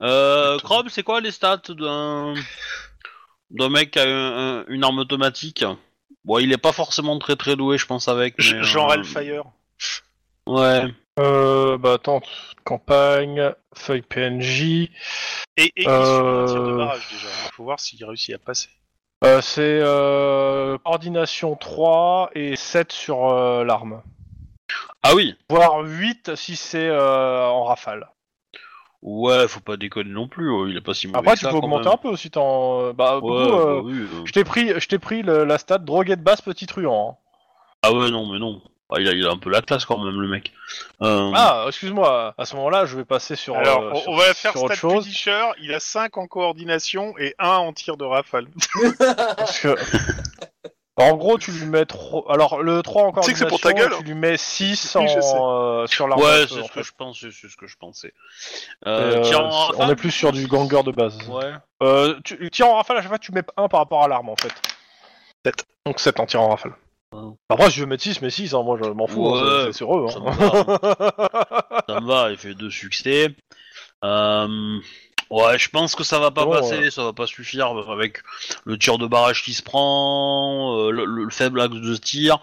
A: Euh, Chrome, c'est quoi les stats d'un d'un mec qui a un- un- une arme automatique Bon, il est pas forcément très très doué, je pense, avec. mais,
C: J- Genre
A: euh,
C: Hellfire.
A: Ouais.
B: Euh, bah attends, campagne, feuille PNJ.
C: Et, et il
B: Euh,
C: suit un tir de barrage déjà, il faut voir s'il réussit à passer.
B: Euh, c'est euh, coordination 3 et 7 sur euh, l'arme.
A: Ah oui
B: Voire 8 si c'est euh, en rafale.
A: Ouais, faut pas déconner non plus, ouais, il est pas si mauvais.
B: Après,
A: que
B: tu
A: ça,
B: peux
A: quand
B: augmenter
A: même.
B: un peu si t'en. euh, Bah, du
A: Ouais,
B: coup, euh,
A: bah oui, euh.
B: je t'ai pris, je t'ai pris le- la stat drogué de base petit truand. hein.
A: Ah ouais, non, mais non. Ah, il, a, il a un peu la classe quand même, le mec. Euh,
B: Ah, excuse-moi, à ce moment-là, je vais passer sur.
C: Alors,
B: euh,
C: on,
B: sur-
C: on va faire
B: sur autre
C: Stat
B: chose.
C: Punisher, il a 5 en coordination et 1 en tir de rafale.
B: Parce que. *laughs* En gros, tu lui mets trop. Alors, le 3 encore.
D: Tu sais que c'est pour ta gueule, hein.
B: Tu lui mets 6
D: Oui, je sais.
B: en, euh, sur l'arme.
A: Ouais,
B: à feu,
A: c'est
B: en
A: ce
B: fait.
A: que je pensais, c'est ce que je pensais.
B: Euh,
A: Euh, tiens,
B: c'est- on
A: Rafa,
B: est plus sur du ganger de base.
A: Ouais.
B: Euh, tu, le tir en rafale, à chaque fois, tu mets un par rapport à l'arme, en fait.
C: 7.
B: Donc 7 en tir en rafale.
A: Wow.
B: Après, si je veux mettre 6, mais 6, hein, moi, je m'en fous. hein,
A: Ouais.
B: c'est- c'est sur eux.
A: Ça
B: Hein.
A: me
B: *laughs*
A: va, ça me va, il fait deux succès. Euh, ouais, je pense que ça va pas
B: Bon, euh.
A: passer, ça va pas suffire bah, avec le tir de barrage qui se prend, euh, le, le faible axe de tir.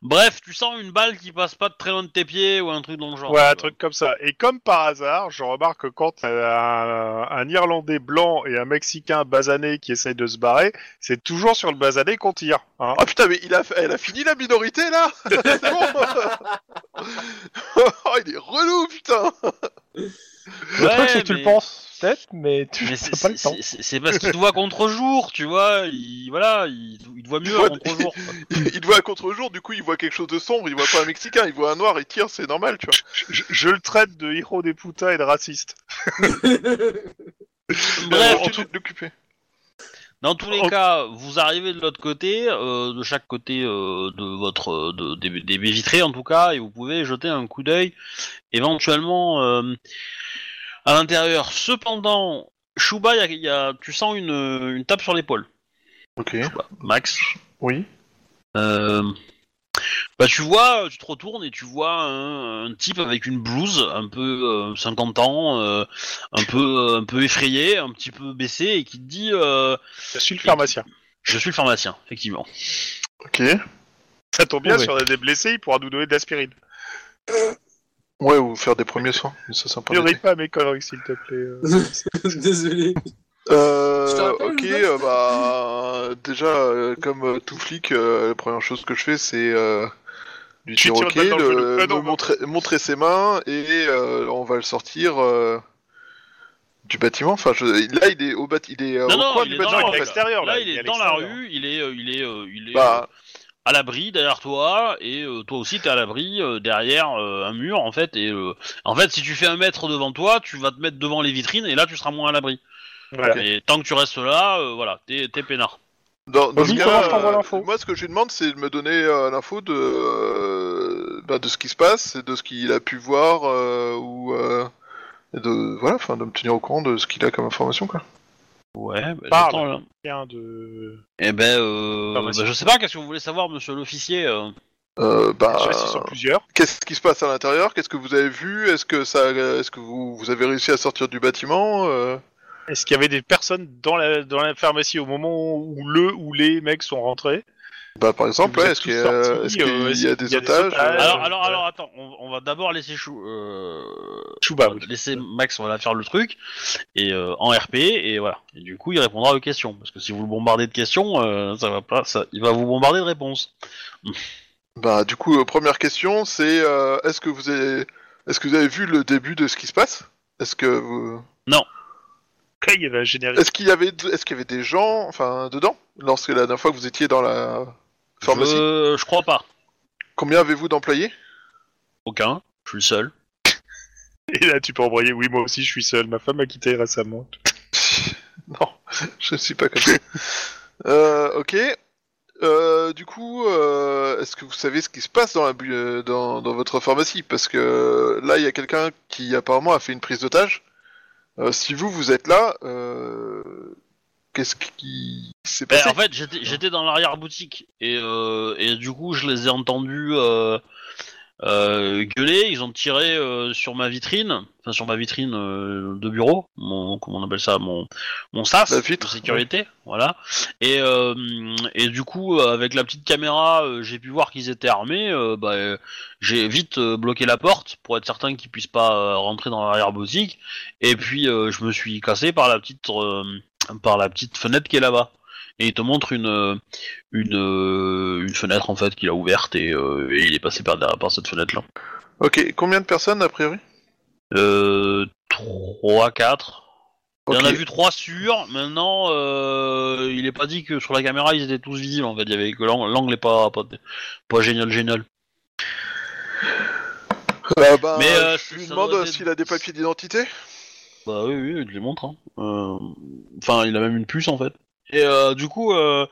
A: Bref, tu sens une balle qui passe pas de très loin de tes pieds ou un truc dans le genre.
C: ouais,
A: tu
C: un
A: vois.
C: truc comme ça. Et comme par hasard, je remarque que quand t'as un, un Irlandais blanc et un Mexicain basané qui essayent de se barrer, c'est toujours sur le basané qu'on tire. hein.
D: Ah putain, mais il a, elle a fini la minorité là C'est bon Oh, il est relou, *laughs* putain
B: Le
A: Ouais,
B: truc, c'est que tu
A: mais-
B: le penses, peut-être, mais tu
A: Mais c'est-
B: n'as pas le
A: c'est
B: temps.
A: c'est- c'est parce qu'il te voit contre-jour, tu vois. Il, voilà, il, il te voit mieux
D: Ouais,
A: à
B: *laughs*
A: contre-jour. quoi.
D: Il te voit à contre-jour, du coup, il voit quelque chose de sombre, il voit pas un Mexicain, il voit un noir, il tire, c'est normal, tu vois.
C: Je, je le traite de héros des putains et de raciste.
A: Bref,
B: Euh,
D: on de l'occuper.
A: Dans tous les
C: Oh.
A: cas, vous arrivez de l'autre côté, euh, de chaque côté euh, de votre euh, de- des, des baies vitrées en tout cas, et vous pouvez jeter un coup d'œil éventuellement euh, à l'intérieur. Cependant, Chouba, y a- y a- tu sens une, une tape sur l'épaule.
D: Ok.
A: Bah, Max.
D: Oui.
A: Euh, bah tu vois, tu te retournes et tu vois un, un type avec une blouse, un peu euh, 50 ans, euh, un peu un peu effrayé, un petit peu baissé, et qui te dit. euh,
C: Je suis le pharmacien.
A: je suis le pharmacien, effectivement.
D: Ok.
C: Ça tombe bien,
B: Oui.
C: si on a des blessés, il pourra nous donner de l'aspirine.
D: Ouais, ou faire des premiers soins. Ça, c'est un peu
C: Ne ris
D: embêté.
C: pas à mes conneries, s'il te plaît. euh.
E: *laughs* Désolé. Je te
D: Euh,
E: rappelle,
D: ok,
E: Luna.
D: euh, bah déjà, euh, comme euh, tout flic, euh, la première chose que je fais, c'est euh, lui
C: Tu
D: dire
C: tires
D: ok,
C: une balle dans le genou.
D: le-
C: Ah non,
D: me
C: non.
D: montrer, montrer ses mains et euh, on va le sortir euh, du bâtiment. Enfin, je, là, il est au bat, il est euh,
A: Non,
D: au
A: non,
D: coin
A: il
D: du
A: est
D: bâtiment.
A: dans la rue,
C: Non, il est
D: en fait.
C: à l'extérieur. là,
A: Là, il est
C: à
A: dans la
C: l'extérieur.
A: rue, il est, euh, il est, euh, il est
D: Bah,
A: euh, à l'abri derrière toi, et euh, toi aussi t'es à l'abri euh, derrière euh, un mur en fait. Et euh, en fait, si tu fais un mètre devant toi, tu vas te mettre devant les vitrines et là tu seras moins à l'abri.
C: Voilà.
A: Et tant que tu restes là, euh, voilà, t'es t'es peinard.
D: Dans, dans
B: Vas-y,
D: ce cas,
B: comment je t'envoie
D: euh,
B: l'info
D: moi, ce que je lui demande, c'est de me donner euh, l'info de, euh, bah, de ce qui se passe, et de ce qu'il a pu voir, euh, ou euh, et de voilà, enfin, de me tenir au courant de ce qu'il a comme information, quoi.
A: Ouais, bah,
C: Parle.
A: j'attends, là.
C: Tiens, de...
A: Eh ben, euh,
C: Ah, bah,
A: bah,
C: c'est-
A: je sais pas, qu'est-ce que vous voulez savoir, monsieur l'officier euh
D: Euh, bah,
C: Je sais pas s'ils sont plusieurs.
D: qu'est-ce qui se passe à l'intérieur Qu'est-ce que vous avez vu Est-ce que ça, est-ce que vous, vous avez réussi à sortir du bâtiment Euh,
C: Est-ce qu'il y avait des personnes dans la, dans la pharmacie au moment où le ou les mecs sont rentrés
D: Bah, par exemple,
C: Vous
D: ouais,
C: êtes
D: est-ce qu'il y,
C: tous
D: a-
C: sortis,
D: est-ce qu'il
C: euh,
D: y a des otages
C: otages
D: euh,
A: Alors,
C: Euh,
A: alors,
C: voilà.
A: alors, attends, on, on va d'abord laisser Chou. Euh...
C: Chouba,
A: on va laisser Max voilà, faire le truc et euh, en RP et voilà. Et du coup, il répondra aux questions parce que si vous le bombardez de questions, euh, ça va pas, ça, il va vous bombarder de réponses.
D: Bah, du coup, euh, première question, c'est euh, est-ce que vous avez, est-ce que vous avez vu le début de ce qui se passe Est-ce que vous
C: Ok, il y avait un générique.
D: Est-ce qu'il y avait, est-ce qu'il y avait des gens, enfin, dedans lorsque la dernière fois que vous étiez dans la pharmacie
C: Euh,
A: Je, je crois pas.
D: Combien avez-vous d'employés
A: Aucun. Je suis le seul.
C: Et là, tu peux embrayer. Oui, moi aussi, je suis seul. Ma femme m'a quitté récemment.
D: *laughs* Non, je ne suis pas comme ça. Euh, ok. Euh, du coup, euh, est-ce que vous savez ce qui se passe dans, la bu- euh, dans, dans votre pharmacie Parce que là, il y a quelqu'un qui apparemment a fait une prise d'otage. Euh, si vous, vous êtes là, euh, qu'est-ce qui s'est
A: Ben,
D: passé
A: en fait, j'étais j'étais dans l'arrière-boutique et, euh, et du coup, je les ai entendus euh, euh, gueuler. Ils ont tiré euh, sur ma vitrine, enfin sur ma vitrine euh, de bureau, mon, comment on appelle ça, mon, mon sas
D: La vitre,
A: de sécurité, voilà. Et, euh, et du coup, euh, avec la petite caméra, euh, j'ai pu voir qu'ils étaient armés. euh, bah, euh, j'ai vite euh, bloqué la porte pour être certain qu'ils puissent pas euh, rentrer dans l'arrière-boutique. Et puis, euh, je me suis cassé par la petite, euh, par la petite fenêtre qui est là-bas et il te montre une euh, une, euh, une fenêtre en fait qu'il a ouverte et, euh, et il est passé par, derrière- par cette fenêtre là.
D: Ok, combien de personnes a priori
A: Euh, 3, 4. Il y en a
D: Ok.
A: vu 3 sûrs, maintenant euh, il est pas dit que sur la caméra ils étaient tous visibles en fait, il y avait que l'ang- l'angle est pas, pas, pas génial génial.
D: Euh, bah,
A: Mais, euh,
D: je lui
A: ça
D: demande
A: doit
D: euh,
A: être-
D: s'il a des papiers d'identité.
A: Bah oui, oui, il te les montre. hein. Euh, Enfin, il a même une puce en fait. Et euh, du coup, euh,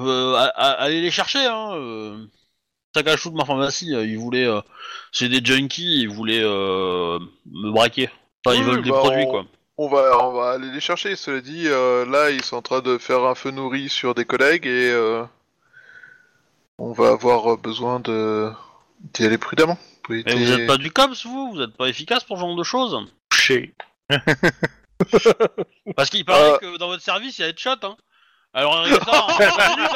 A: euh, a- a- allez les chercher. Hein, euh. Sakachou de ma pharmacie, euh, ils voulaient. euh, C'est des junkies, ils voulaient euh, me braquer. Enfin, ils
D: Oui,
A: veulent des
D: bah,
A: produits
D: on-
A: quoi.
D: On va, on va aller les chercher. Cela dit, euh, là, ils sont en train de faire un feu nourri sur des collègues et euh, on va avoir euh, besoin de d'y aller prudemment. pour
A: Mais
D: éviter-
A: vous êtes pas du cops vous Vous êtes pas efficace pour ce genre de choses
C: Touché.
A: Parce qu'il paraît
D: Euh.
A: que dans votre service, il y a headshot. Hein. Alors, il y a ça en 15 minutes,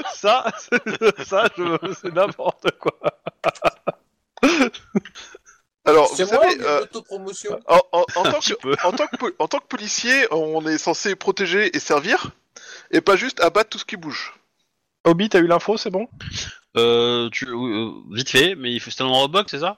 A: hein.
B: Ça, c'est- ça, je- *laughs* c'est n'importe quoi.
D: Alors, vous
E: C'est moi
D: savez,
E: ou
D: euh,
E: l'autopromotion
D: en, en-
A: *laughs*
D: en tant que, en, tant que, po- en tant que policier, on est censé protéger et servir et pas juste abattre tout ce qui bouge.
B: Obi, t'as eu l'info, c'est bon
A: Euh, tu... oui, euh, vite fait, mais il faut... c'est dans Roblox, c'est ça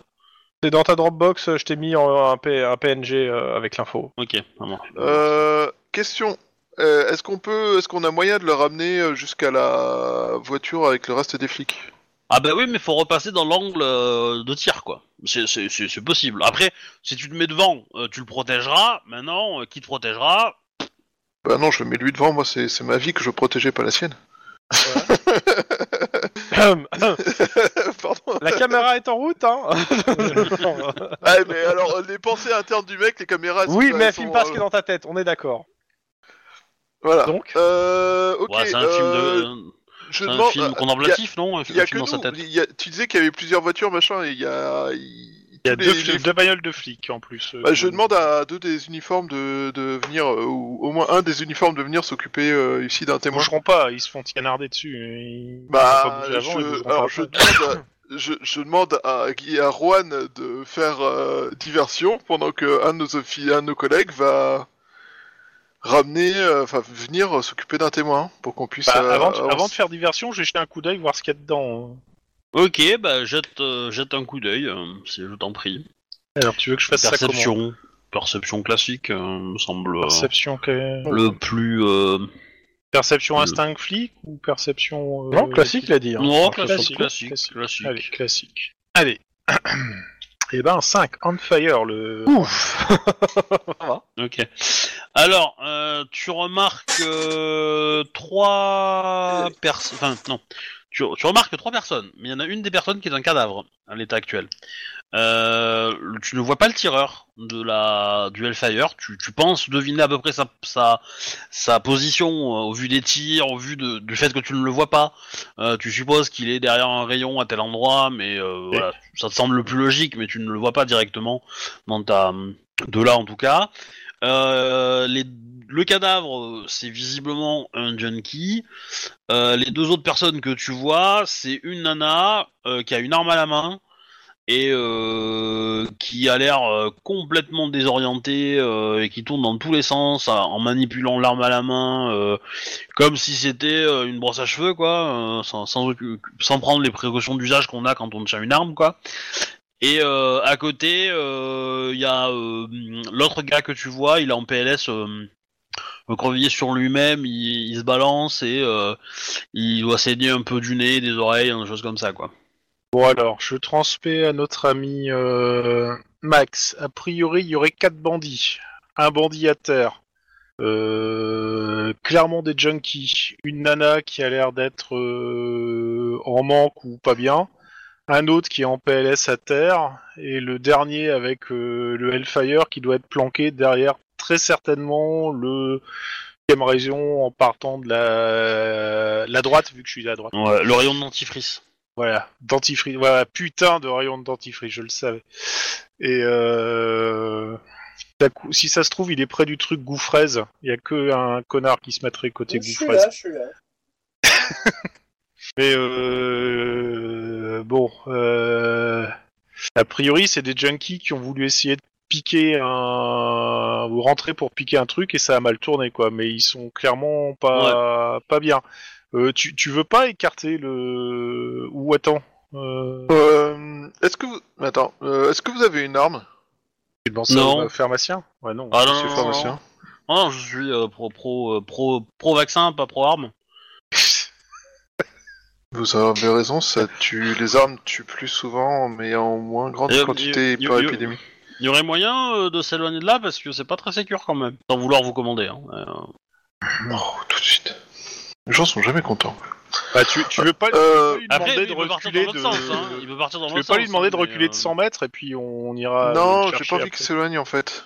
B: C'est dans ta Dropbox, euh, je t'ai mis en- un, P- un PNG euh, avec *laughs* l'info.
A: Ok, ça marche.
D: Euh, question. Euh, est-ce qu'on peut, est-ce qu'on a moyen de le ramener euh, jusqu'à la voiture avec le reste des flics
A: Ah bah oui, mais faut repasser dans l'angle euh, de tir, quoi. C'est- C'est c'est- c'est possible. Après, si tu te mets devant, euh, tu le protégeras. Maintenant, euh, qui te protégera
D: Bah non, je mets lui devant, moi c'est c'est ma vie que je protégeais, pas la sienne. *laughs* Pardon.
B: La caméra est en route, *laughs* hein
D: Ah, mais alors, euh, les pensées internes du mec, les caméras. elles
B: Oui,
D: sont-
B: mais
D: elles
B: elle filme
D: sont,
B: pas ce
D: euh,
B: qui est dans ta tête, on est d'accord.
D: Voilà.
B: Donc,
D: Euh, ok.
A: Ouais, c'est un
D: euh,
A: film de...
D: Je
A: c'est un
D: demande.
A: film
D: euh,
A: contemplatif, non Un
D: Il y a que
A: film dans sa
D: nous.
A: tête.
D: Il y a- Tu disais qu'il y avait plusieurs voitures, machin, et il y a. Il
C: Il y a
D: tous
C: deux,
D: les-
C: fli-
D: les-
C: deux bagnoles de flics en plus. euh,
D: Bah, je
C: qui-
D: demande à deux des uniformes de, de venir, euh, ou au moins un des uniformes de venir s'occuper euh, ici d'un
C: Ils
D: témoin.
C: bougeront pas, ils se font canarder dessus. Ils... ils vont pas
D: Bah,
C: bouger avant, ils
D: je,
C: bougeront
D: alors
C: pas
D: je
C: après.
D: demande, je, je demande à, Guy- à Juan de faire euh, diversion pendant que un de nos, offi- un de nos collègues va ramener, euh, enfin venir s'occuper d'un témoin pour qu'on puisse.
C: Bah,
D: euh,
C: avant, de-
D: avancer.
C: avant de faire diversion, je vais jeter un coup d'œil, voir ce qu'il y a dedans.
A: Ok, bah jette, euh, jette un coup d'œil, euh, si je t'en prie.
C: Alors, tu veux que je fasse ça comment
A: Perception. Perception classique, euh, me semble euh,
C: Perception, que-
A: le plus... Euh...
C: perception
A: Le-
C: instinct flic ou perception. euh,
B: Non, classique, il a dit. hein.
A: Non,
C: classique,
A: classique, classique,
C: classique.
A: classique.
C: Allez, classique. Allez. *clears throat* Et ben, 5, on fire, le.
B: Ouf
A: Ok. Alors, euh, tu remarques euh, trois personnes. Enfin, non. Tu, tu remarques trois personnes, mais il y en a une des personnes qui est un cadavre à l'état actuel. Euh, tu ne vois pas le tireur de la du Hellfire. Tu, tu penses deviner à peu près sa sa, sa position euh, au vu des tirs, au vu de- du fait que tu ne le vois pas. Euh, tu supposes qu'il est derrière un rayon à tel endroit, mais euh, voilà, ça te semble le plus logique, mais tu ne le vois pas directement dans ta de là en tout cas. Euh, les- le cadavre, euh, c'est visiblement un junkie. Euh, les deux autres personnes que tu vois, c'est une nana euh, qui a une arme à la main et euh, qui a l'air euh, complètement désorientée euh, et qui tourne dans tous les sens euh, en manipulant l'arme à la main euh, comme si c'était euh, une brosse à cheveux quoi, euh, sans, sans, aucune- sans prendre les précautions d'usage qu'on a quand on tient une arme quoi. Et euh, à côté, euh, il y a euh, l'autre gars que tu vois, il est en PLS, euh, recroquevillé sur lui-même, il, il se balance et euh, il doit saigner un peu du nez, des oreilles, des choses comme ça, quoi.
C: Bon, alors, je transmets à notre ami euh, Max. A priori, il y aurait 4 bandits. Un bandit à terre. Euh, clairement des junkies. Une nana qui a l'air d'être euh, en manque ou pas bien. Un autre qui est en PLS à terre. Et le dernier avec euh, le Hellfire qui doit être planqué derrière très certainement le 5 région en partant de la, la droite, vu que je suis de la droite.
A: Ouais, le rayon de dentifrice.
C: Voilà, dentifrice. Voilà, putain de rayon de dentifrice, je le savais. Et euh... ça cou- si ça se trouve, il est près du truc goût fraise. Il y a que un connard qui se mettrait côté
E: Je
C: goût
E: suis
C: fraise.
E: là, je suis là.
C: Mais euh... bon, euh... a priori, c'est des junkies qui ont voulu essayer de piquer un ou rentrer pour piquer un truc et ça a mal tourné quoi. Mais ils sont clairement pas pas bien. Euh, tu tu veux pas écarter le ou attends. Euh...
D: Euh, est-ce que vous attends, euh, est-ce que vous avez une arme
C: Tu demandes ça
A: Non.
C: au pharmacien Ouais, non.
A: Ah non,
D: Monsieur
A: non, non,
D: pharmacien
C: hein.
A: non. Ah non, je suis euh, pro, pro, euh, pro, pro vaccin, pas pro arme.
D: Vous avez raison, ça tue. Les armes tuent plus souvent, mais en moins grande
A: Et, euh,
D: quantité
A: you-
D: et par
A: you-
D: épidémie.
A: Il y aurait moyen euh, de s'éloigner de là parce que c'est pas très sécure quand même. Sans vouloir vous commander. Hein. Euh,
D: Non, tout de suite. Les gens sont jamais contents.
C: Bah, tu, tu veux pas, tu veux
D: Euh,
C: pas lui
A: Après, lui,
C: demander de
A: il peut partir
C: reculer
A: dans l'autre
C: de.
A: sens. Hein. Il peut partir dans
C: Tu
A: l'autre
C: veux
A: sens.
C: pas lui demander de
A: hein, mais,
C: reculer de
A: euh,
C: 100 mètres et puis on, on ira.
D: non,
C: le
D: j'ai
C: chercher
D: pas envie
C: après.
D: qu'il s'éloigne en fait.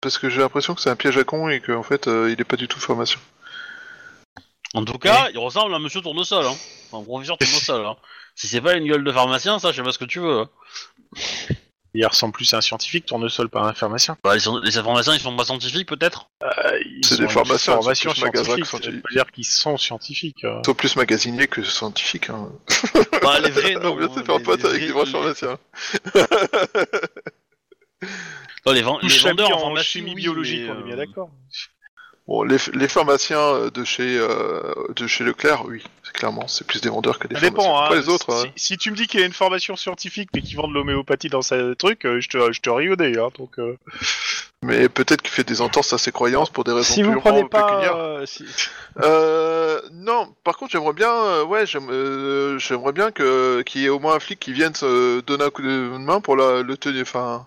D: Parce que j'ai l'impression que c'est un piège à con et qu'en fait euh, il est pas du tout formation.
A: En tout cas, il ressemble à Monsieur Tournesol, hein. Enfin, professeur Tournesol, hein. Si c'est pas une gueule de pharmacien, ça, je sais pas ce que tu veux. hein.
C: Il ressemble plus à un scientifique, tournesol, pas à un pharmacien.
A: Bah, ils sont- les pharmaciens, ils sont pas scientifiques, peut-être
C: Ah, Ils
D: C'est
C: ont
D: des
C: une
D: pharmaciens,
C: formation
D: c'est plus magasin que
C: scientifique. Ça veut
D: scientifique.
C: pas dire qu'ils sont scientifiques. euh.
D: Ils sont plus magasinés que scientifiques. Hein.
A: Bah, les vrais,
D: On
A: non.
D: vient de
A: hein,
D: se faire
A: les-
D: pote
A: les
D: avec des
A: vrais-
D: vrais pharmaciens.
A: Non, les, ven- les
C: Tous
A: vendeurs
C: habillés
A: en pharmacie,
C: chimie
A: oui,
C: biologique,
A: mais,
C: on est bien
A: euh,
C: d'accord.
D: Bon, les, les pharmaciens euh, de chez euh, de chez Leclerc, oui, c'est clairement, c'est plus des vendeurs que des
C: Ça
D: pharmaciens.
C: dépend, hein.
D: Pas les autres.
C: si,
D: hein.
C: si tu me dis qu'il a une formation scientifique mais qu'il vend de l'homéopathie dans sa truc, euh, je te, je te rie au nez, hein, donc. euh.
D: Mais peut-être qu'il fait des entorses à ses croyances pour des raisons
B: Si vous
D: purement
B: prenez pas.
D: pécuniaires.
B: euh, si-
D: Euh, non, par contre, j'aimerais bien, euh, ouais, j'aime- euh, j'aimerais bien que qu'il y ait au moins un flic qui vienne se donner un coup de main pour la, le tenir, enfin,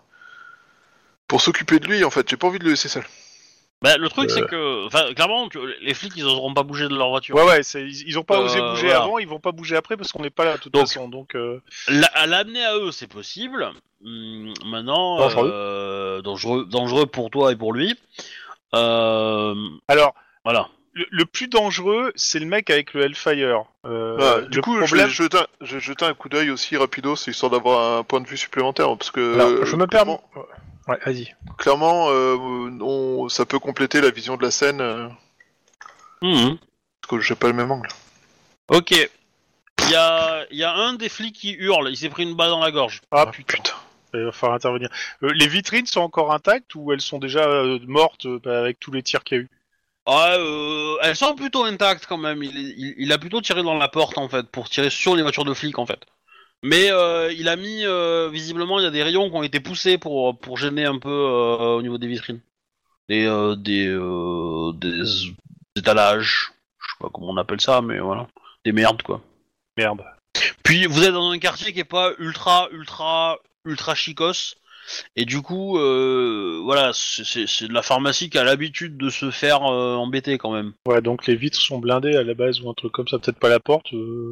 D: pour s'occuper de lui. En fait, j'ai pas envie de le laisser seul.
A: Bah, le truc, c'est que, enfin, clairement, tu- les flics, ils oseront pas bouger de leur voiture.
C: Ouais, ouais, c'est- ils, ils ont pas
A: Euh,
C: osé bouger
A: voilà.
C: avant, ils vont pas bouger après parce qu'on n'est pas là de toute
A: Donc,
C: façon. Donc, euh,
A: La- à l'amener à eux, c'est possible. Hum, maintenant,
B: Dangereux.
A: euh, dangereux, dangereux pour toi et pour lui. Euh,
C: alors
A: voilà.
C: le, le plus dangereux, c'est le mec avec le Hellfire. Euh,
D: Bah, du
C: le
D: coup,
C: problème,
D: je, vais jeter un- je vais jeter un coup d'œil aussi rapido, c'est histoire d'avoir un point de vue supplémentaire, parce que
B: Alors, je
D: euh,
B: me permets.
D: clairement-
B: Ouais, vas-y.
D: Clairement, euh, on- ça peut compléter la vision de la scène, euh,
A: Hum, hum.
D: parce que j'ai pas le même angle.
A: Ok. Il y a, il y a un des flics qui hurle, il s'est pris une balle dans la gorge.
C: Ah, putain. Il va falloir intervenir. Euh, les vitrines sont encore intactes ou elles sont déjà euh, mortes euh, bah, avec tous les tirs qu'il y a eu
A: Ouais, euh, elles sont plutôt intactes quand même. Il, il- il a plutôt tiré dans la porte en fait, pour tirer sur les voitures de flics en fait. Mais euh, il a mis, euh, visiblement, il y a des rayons qui ont été poussés pour, pour gêner un peu euh, au niveau des vitrines. Et euh, des, euh, des étalages, je sais pas comment on appelle ça, mais voilà. Des merdes quoi.
C: Merde.
A: Puis vous êtes dans un quartier qui est pas ultra, ultra, ultra chicos. Et du coup, euh, voilà, c'est- c'est c'est de la pharmacie qui a l'habitude de se faire euh, embêter quand même.
C: Ouais, donc les vitres sont blindées à la base ou un truc comme ça, peut-être pas la porte. euh.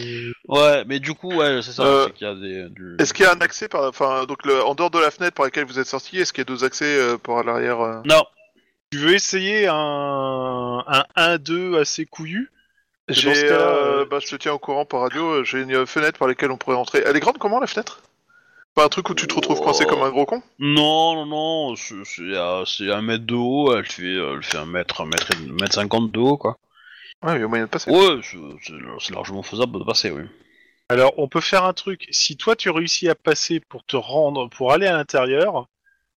A: Ouais, mais du coup, ouais, c'est ça.
D: Euh,
A: c'est qu'il y a des, du...
D: Est-ce qu'il y a un accès par, enfin, donc le- en dehors de la fenêtre par laquelle vous êtes sorti, est-ce qu'il y a deux accès euh, par l'arrière euh
A: Non,
C: Tu veux essayer un, un 1-2 assez couillu Parce que dans ce
D: J'ai,
C: cas-là,
D: euh,
C: euh,
D: bah, je te tiens au courant par radio. euh, J'ai une euh, fenêtre par laquelle on pourrait rentrer. Elle est grande comment la fenêtre Pas un truc où tu te retrouves coincé
A: Oh.
D: comme un gros con
A: non, non, non. c'est- C'est à- c'est un mètre de haut. Elle fait, elle fait un mètre, un mètre, et- un mètre cinquante de haut, quoi.
D: Ouais, il y a Ah moyen de passer.
A: Ouais, c'est c'est- c'est largement faisable de passer, oui.
C: Alors, on peut faire un truc. Si toi, tu réussis à passer pour te rendre, pour aller à l'intérieur,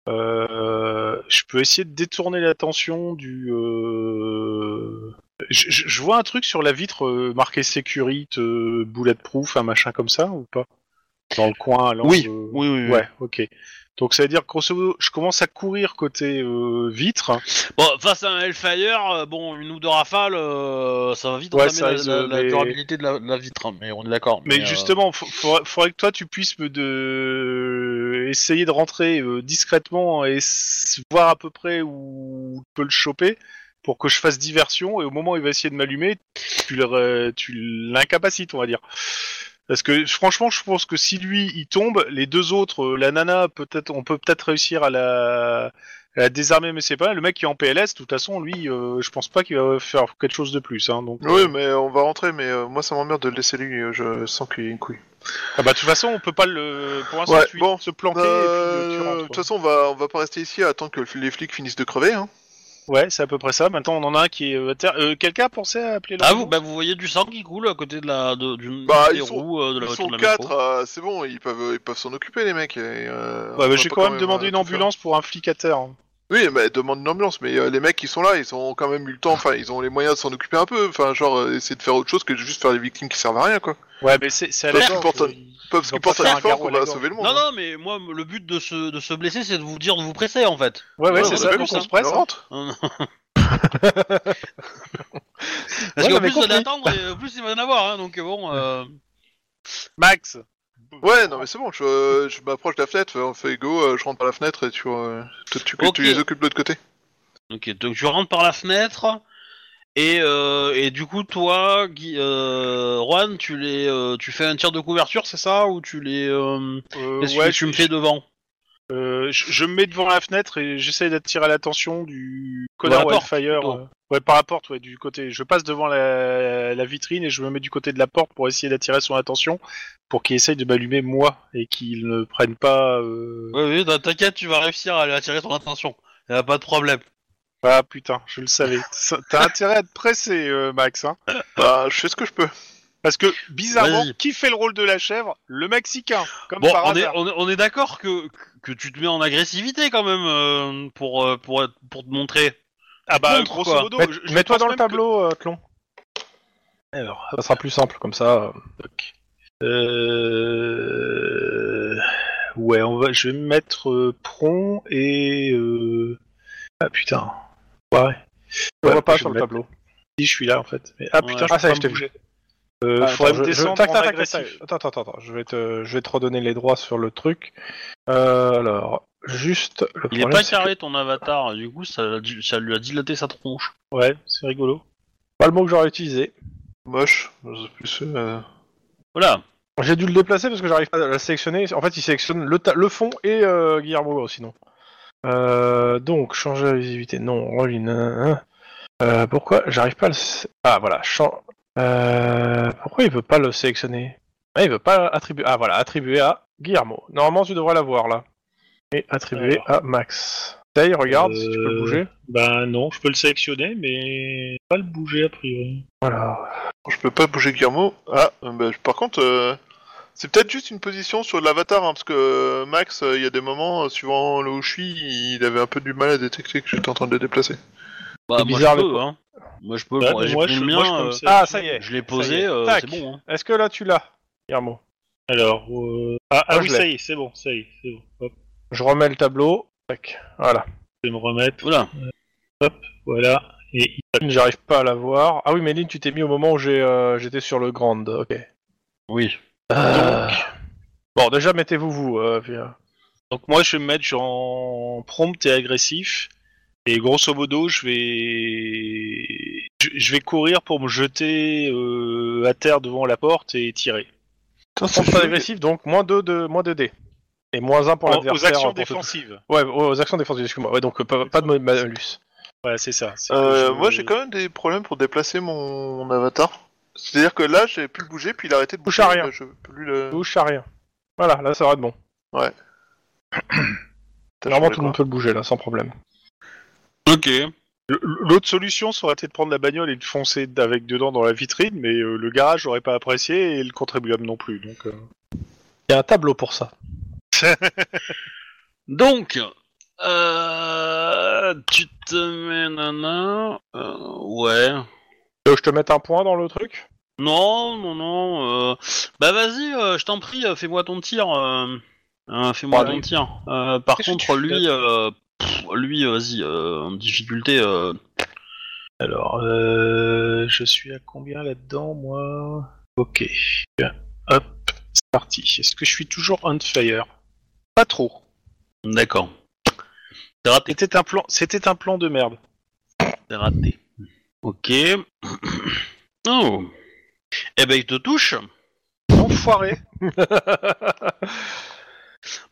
C: euh, je peux essayer de détourner l'attention du. euh, Je, je- je vois un truc sur la vitre euh, marqué sécurité, euh, bulletproof, un machin comme ça, ou pas Dans le coin, là.
A: Oui,
C: euh,
A: Oui, oui, oui.
C: Ouais, ok. Donc, ça veut dire, grosso modo, je commence à courir côté euh, vitre.
A: Bon, face à un Hellfire, euh, bon, une ou deux rafales, euh, ça va vite
C: Ouais,
A: entamer
C: ça
A: la-
C: risque
A: la,
C: de-
A: la
C: mais-
A: durabilité de la, de la vitre, hein, mais on est d'accord.
C: Mais
A: euh,
C: justement, fa- faudra- faudrait que toi tu puisses me de... essayer de rentrer euh, discrètement et s- voir à peu près où tu peux le choper pour que je fasse diversion et au moment où il va essayer de m'allumer, tu le re- tu l'incapacites, on va dire. Parce que franchement, je pense que si lui il tombe, les deux autres, euh, la nana, peut-être, on peut peut-être réussir à la... à la désarmer, mais c'est pas. mal. Le mec qui est en PLS, de toute façon, lui, euh, je pense pas qu'il va faire quelque chose de plus. Hein, donc,
D: Oui, mais on va rentrer. Mais euh, moi, ça m'emmerde de le laisser lui. euh, Je sens qu'il y a une couille.
C: Ah bah de toute façon on peut pas le pour l'instant
D: Ouais,
C: tu
D: bon.
C: se planquer et puis euh, tu
D: Euh, De
C: rentres.
D: toute façon, on va, on va pas rester ici à attendre que les flics finissent de crever. Hein.
C: Ouais c'est à peu près ça. Maintenant on en a un qui est euh, terre- euh, quelqu'un pensait à appeler
A: Ah,
C: l'ambulance
A: vous, bah, vous voyez du sang qui coule à côté de la, de, d'une-
D: Bah,
A: des
D: ils sont-
A: roues euh, de la
D: Ils
A: voiture
D: sont
A: de la métro.
D: quatre. euh, c'est bon, ils peuvent, ils peuvent s'en occuper les mecs. et, euh,
C: Ouais,
D: on
C: bah,
D: va
C: j'ai
D: pas
C: quand même demandé
D: euh,
C: une
D: tout faire.
C: ambulance pour un flic à terre.
D: Oui, mais demande une ambulance, mais euh, les mecs qui sont là, ils ont quand même eu le temps, enfin, ils ont les moyens de s'en occuper un peu, enfin, genre, euh, essayer de faire autre chose que de juste faire les victimes qui servent à rien, quoi.
C: Ouais mais c'est c'est à
D: Parce
C: la
D: qu'ils
C: gorge,
D: portent-
C: euh, ils- ils
D: Parce qu'ils
C: vont pas
D: pensent à
C: faire un
D: quelque part
C: garrot
D: qu'on
C: à la
D: va
C: gorge.
D: sauver le monde.
A: Non, non, mais moi, le but de se, de se blesser, c'est de vous dire de vous presser, en fait.
C: Ouais ouais
A: Ouais,
C: c'est
A: on
C: ça
A: a
C: donc
A: vu
C: on
A: ça.
C: se presse.
D: On
C: hein.
D: rentre.
A: Non, non.
C: Ouais,
A: Parce
C: non,
A: qu'en plus, vous
C: mais
A: allez
C: compris.
A: attendre, et en plus, il va y en avoir, hein, donc bon... euh,
C: Max.
D: Ouais, non, mais c'est bon, je, euh, je m'approche de la fenêtre, on fait go, euh, je rentre par la fenêtre et tu, euh, tu, tu- tu
A: Ok.
D: les occupes de l'autre côté.
A: Ok, donc tu rentres par la fenêtre, et, euh, et du coup, toi, Gui- euh, Juan, tu, les, euh, tu fais un tir de couverture, c'est ça Ou tu les... euh,
C: Euh,
A: qu'est-ce que
C: ouais,
A: tu me
C: je-
A: fais devant
C: euh, je, je me mets devant la fenêtre et j'essaie d'attirer l'attention du
A: la
C: connard
A: porte,
C: Wildfire.
A: plutôt.
C: euh. Ouais par la porte ouais du côté. Je passe devant la, la vitrine et je me mets du côté de la porte pour essayer d'attirer son attention pour qu'il essaye de m'allumer moi et qu'il ne prenne pas. euh,
A: Oui, oui, t'inquiète, tu vas réussir à attirer ton attention. Y a pas de problème.
C: Ah putain, je
A: *laughs*
C: le savais. Ça- T'as intérêt à te presser, euh, Max. Hein
D: Bah, je fais ce que je peux.
C: Parce que, bizarrement,
A: Vas-y.
C: qui fait le rôle de la chèvre Le Mexicain, comme
A: Bon,
C: Ah, par
A: on est,
C: hasard.
A: on est, on est d'accord que, que tu te mets en agressivité quand même euh, pour, euh, pour, être- pour te montrer.
C: Ah bah,
A: contre,
C: grosso
A: quoi.
C: modo,
B: Mets-
C: je- je
B: Mets-toi
C: pense
B: dans le
C: même
B: tableau, euh, Tlon.
C: que- Alors,
B: Ça sera plus simple comme ça. euh.
C: toc. Euh... Ouais, on va... je vais me mettre euh, prompt et... euh, Ah putain. Ouais,
B: Je
C: Ouais,
B: vois pas
C: je
B: sur le
C: vais
B: tableau.
C: si, je suis là, en fait. Mais- Ah putain,
A: Ouais.
C: je
B: Ah, ça y
C: peux
B: est, je
C: pas me
B: t'ai
C: bouger. Euh,
B: Bah, Attends,
C: faudrait me
B: je- je-
C: descendre
B: tac,
C: en
B: tac, tac,
C: agressif.
B: tac. Attends, attends, attends, je vais te, je vais te redonner les droits sur le truc. Euh, alors, juste le
A: Il est
B: problème,
A: pas
B: c'est que-
A: carré ton avatar, du coup ça, l'a dil- ça lui a dilaté sa tronche.
C: Ouais, c'est rigolo.
B: pas le mot que j'aurais utilisé.
D: Moche, je sais plus, euh,
A: Voilà.
B: J'ai dû le déplacer parce que j'arrive pas à le sélectionner. En fait, il sélectionne le, ta- le fond et euh, Guillermo Gros, sinon. Euh, donc, changer la visibilité. Non, Rolin. nanana. Euh, pourquoi j'arrive pas à le. sé- Ah, voilà. chan- Euh, pourquoi il veut pas le sélectionner ah, Il veut pas attribuer. Ah, voilà, attribuer à Guillermo. Normalement, tu devrais l'avoir là. Et attribuer à Max. Taille, regarde si tu peux le
F: Euh,
B: bouger.
F: Ben non, je peux le sélectionner, mais pas le bouger a priori.
B: Voilà.
D: Je peux pas bouger Guillermo. Ah, euh, bah, par contre, euh, c'est peut-être juste une position sur l'avatar, hein, parce que euh, Max, euh, il y a des moments, euh, suivant là où je suis, il avait un peu du mal à détecter que j'étais en train de le déplacer.
A: Bah,
B: C'est bizarre,
A: moi, je
B: le-
A: peux, hein. moi je peux,
F: Ouais,
A: moi,
F: mais
A: j'ai
F: Bah, moi,
A: pris
F: je-
A: le
F: moi, je
A: mien,
F: peux me
A: euh,
F: sélectionner.
B: Ah, ça y est.
A: je l'ai
B: Ça y
A: posé,
B: est.
A: euh,
B: Tac.
A: c'est bon. hein.
B: Est-ce que là tu l'as, Guillermo
F: Alors, euh, ah, ah
B: Moi,
F: oui,
B: je l'ai.
F: ça y est, c'est bon, ça y est, c'est bon. Hop,
B: Je remets le tableau. Tac. Voilà.
F: je vais me remettre,
A: Voilà.
F: voilà. Et
B: Lynn, J'arrive pas à la voir. Ah oui, mais Lynn, tu t'es mis au moment où j'ai, euh, j'étais sur le grand. Ok.
A: Oui.
B: Donc... Bon, déjà mettez-vous vous. euh, puis, euh,
C: Donc moi je vais me mettre genre en prompt et agressif. Et grosso modo, je vais je, je vais courir pour me jeter euh, à terre devant la porte et tirer.
D: Putain,
B: Sans
D: c'est
B: pas
D: chaud.
B: agressif, donc moins 2 de moins 2 dés. Et moins 1 pour
C: En-
B: l'adversaire.
C: aux actions
B: pour te-
C: défensives.
B: Ouais, aux actions défensives, excuse-moi. Ouais, donc euh, pas, pas de malus.
C: Ouais, c'est ça. c'est que
D: Euh,
C: je-
D: Moi, j'ai quand même des problèmes pour déplacer mon, mon avatar. C'est-à-dire que là, j'avais pu le bouger, puis il a arrêté de
B: Touche
D: bouger.
B: à rien.
D: euh, Je peux plus le.
B: Touche à rien. Voilà, là ça va être bon.
D: Putain,
B: Normalement
D: je
B: tout le monde peut le bouger là, sans problème.
A: Ok.
C: L- L'autre solution, ça aurait été de prendre la bagnole et de foncer d- avec dedans dans la vitrine, mais euh, le garage n'aurait pas apprécié et le contribuable non plus. Donc, euh.
B: Il y a un tableau pour ça.
A: Donc, euh, tu te mets nanana. euh, ouais.
B: Tu veux que je te mette un point dans le truc
A: Non, non, non. euh, Bah vas-y, euh, je t'en prie, euh, fais-moi ton tir. euh, euh, fais-moi
B: Pardon.
A: ton tir. Euh, par
C: Qu'est-ce que
A: contre,
C: tu fais
A: lui, euh, pff, lui, vas-y, euh, en difficulté. euh,
C: Alors, euh, je suis à combien là-dedans, moi Ok. Hop, c'est parti. Est-ce que je suis toujours on fire Pas trop.
A: D'accord. T'es raté.
C: C'était un plan, c'était un plan de merde.
A: T'es raté. Ok. *clears throat* oh. Eh ben, il te touche.
C: Enfoiré.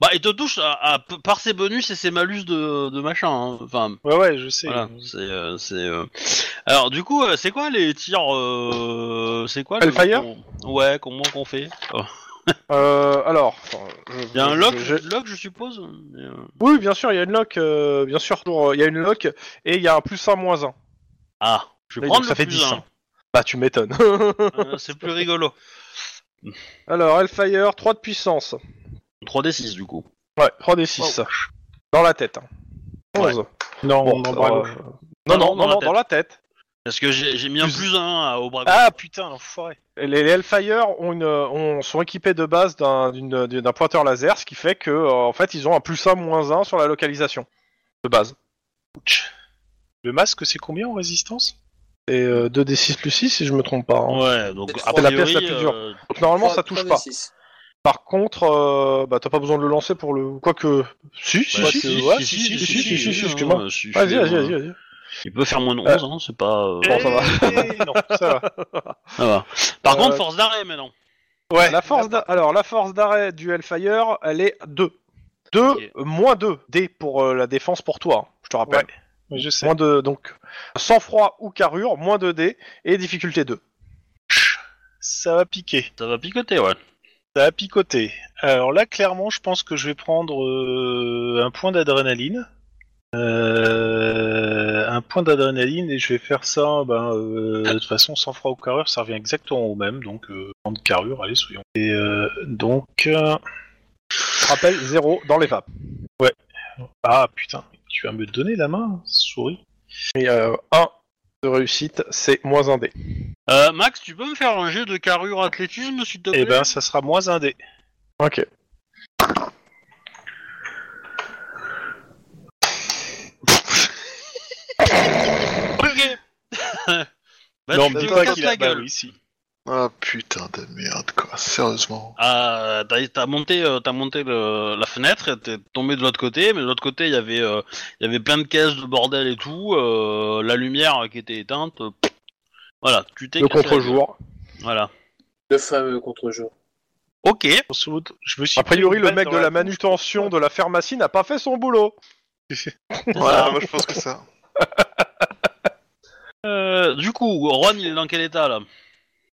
A: Bah, il te touche à- à- par ses bonus et ses malus de, de machin. hein. Enfin,
C: Ouais, ouais, je sais.
A: Voilà, c'est. euh, c'est, euh. Alors, du coup, euh, c'est quoi les tirs euh, C'est quoi le.
B: Hellfire
A: qu'on- Ouais, comment qu'on fait
B: Euh, alors. enfin, je-
A: Il y a un lock,
B: je-
A: je,
B: je-
A: lock, je suppose mais, euh,
B: Oui, bien sûr, il y a une lock. euh, bien sûr, toujours, euh, il y a une lock et il y a un plus 1 moins 1.
A: Ah, je vais
B: Oui,
A: prendre le
B: donc ça fait
A: plus
B: 10,
A: un.
B: hein. Bah, tu m'étonnes. *laughs*
A: Euh, c'est plus rigolo.
B: alors, Hellfire, 3 de puissance.
A: 3d6 du coup.
B: Ouais, 3 des 6. Dans la tête. hein. 11.
C: Non,
B: Bon,
C: non,
B: euh,
C: bravo.
B: Non, non,
A: Non,
B: non,
A: dans la
B: non,
A: tête.
B: dans la tête.
A: Parce que j'ai j'ai mis un
B: Plus-
A: plus 1 au bras
C: Ah putain, l'enfoiré.
B: Les, les Hellfire ont une, euh, ont- sont équipés de base d'un, d'une- d'une- d'un pointeur laser, ce qui fait que euh, en fait ils ont un plus 1 moins 1 sur la localisation de base.
C: Le masque, c'est combien en résistance
B: Et euh, 2d6 plus 6 si je me trompe pas. hein.
A: Ouais, donc
E: C'est
A: a
B: la pièce
A: priori,
B: la plus dure.
A: euh,
B: Donc normalement ça touche
E: Trois- trois
B: pas.
E: des six.
B: Par contre, euh, bah, t'as pas besoin de le lancer pour le. Quoique. Si, si,
A: bah,
B: si,
A: c'est-
B: ouais,
A: si,
B: si,
A: si, si, si, si,
B: excuse-moi.
A: hein, si, je
B: Vas-y,
A: fais,
B: vas-y,
A: euh,
B: vas-y, vas-y.
A: Il peut faire moins de
B: Euh,
A: 11, hein, c'est pas. euh,
B: Bon, ça va.
C: Eh, non, ça va.
A: ça va. Par
B: euh,
A: contre, force d'arrêt maintenant.
C: Ouais.
B: La force d'a- Alors la force d'arrêt du Hellfire, elle est 2. 2,
A: Ok.
B: moins 2 D pour euh, la défense pour toi, hein, je te rappelle.
C: Mais je sais.
B: Moins de donc sang-froid ou carrure, moins 2 dés et difficulté 2.
C: Ça va piquer.
A: Ça va picoter, ouais.
C: Ça va picoter. Alors là, clairement, je pense que je vais prendre euh, un point d'adrénaline. Euh, un point d'adrénaline et je vais faire ça. Ben, euh, de toute façon, sans froid ou carrure, ça revient exactement au même. Donc, euh, point de carrure, allez, soyons. Et euh, donc. euh,
B: Je rappelle 0 dans les vapes.
C: Ah putain, tu vas me donner la main, souris.
B: Et 1 euh, de réussite, c'est moins 1 dé.
A: Euh, Max, tu peux me faire un jeu de carrure athlétisme, s'il te plaît
C: Eh ben, ça sera moins un dé.
B: OK.
A: *laughs* Bah,
C: non,
A: tu
C: me dis
A: te
C: pas
A: casses
C: qu'il
A: la
C: a... bah
A: gueule.
C: oui, si.
D: Ah putain de merde, quoi, sérieusement.
A: Ah, t'as t'as monté, euh, t'as monté le- la fenêtre, et t'es tombé de l'autre côté, mais de l'autre côté il y avait, euh, il y avait plein de caisses de bordel et tout, euh, la lumière qui était éteinte. euh, voilà, tu t'es
B: Le
A: cassé la gueule.
B: contre-jour.
A: Voilà.
E: Le fameux contre-jour.
A: Ok.
C: Grosso modo, Je me suis
B: A priori,
C: pris une
B: le
C: balle
B: mec
C: dans
B: de la
C: bouche.
B: manutention de la pharmacie n'a pas fait son boulot.
D: *laughs* Voilà, moi je pense que ça.
A: Euh, du coup, Ron, il est dans quel état là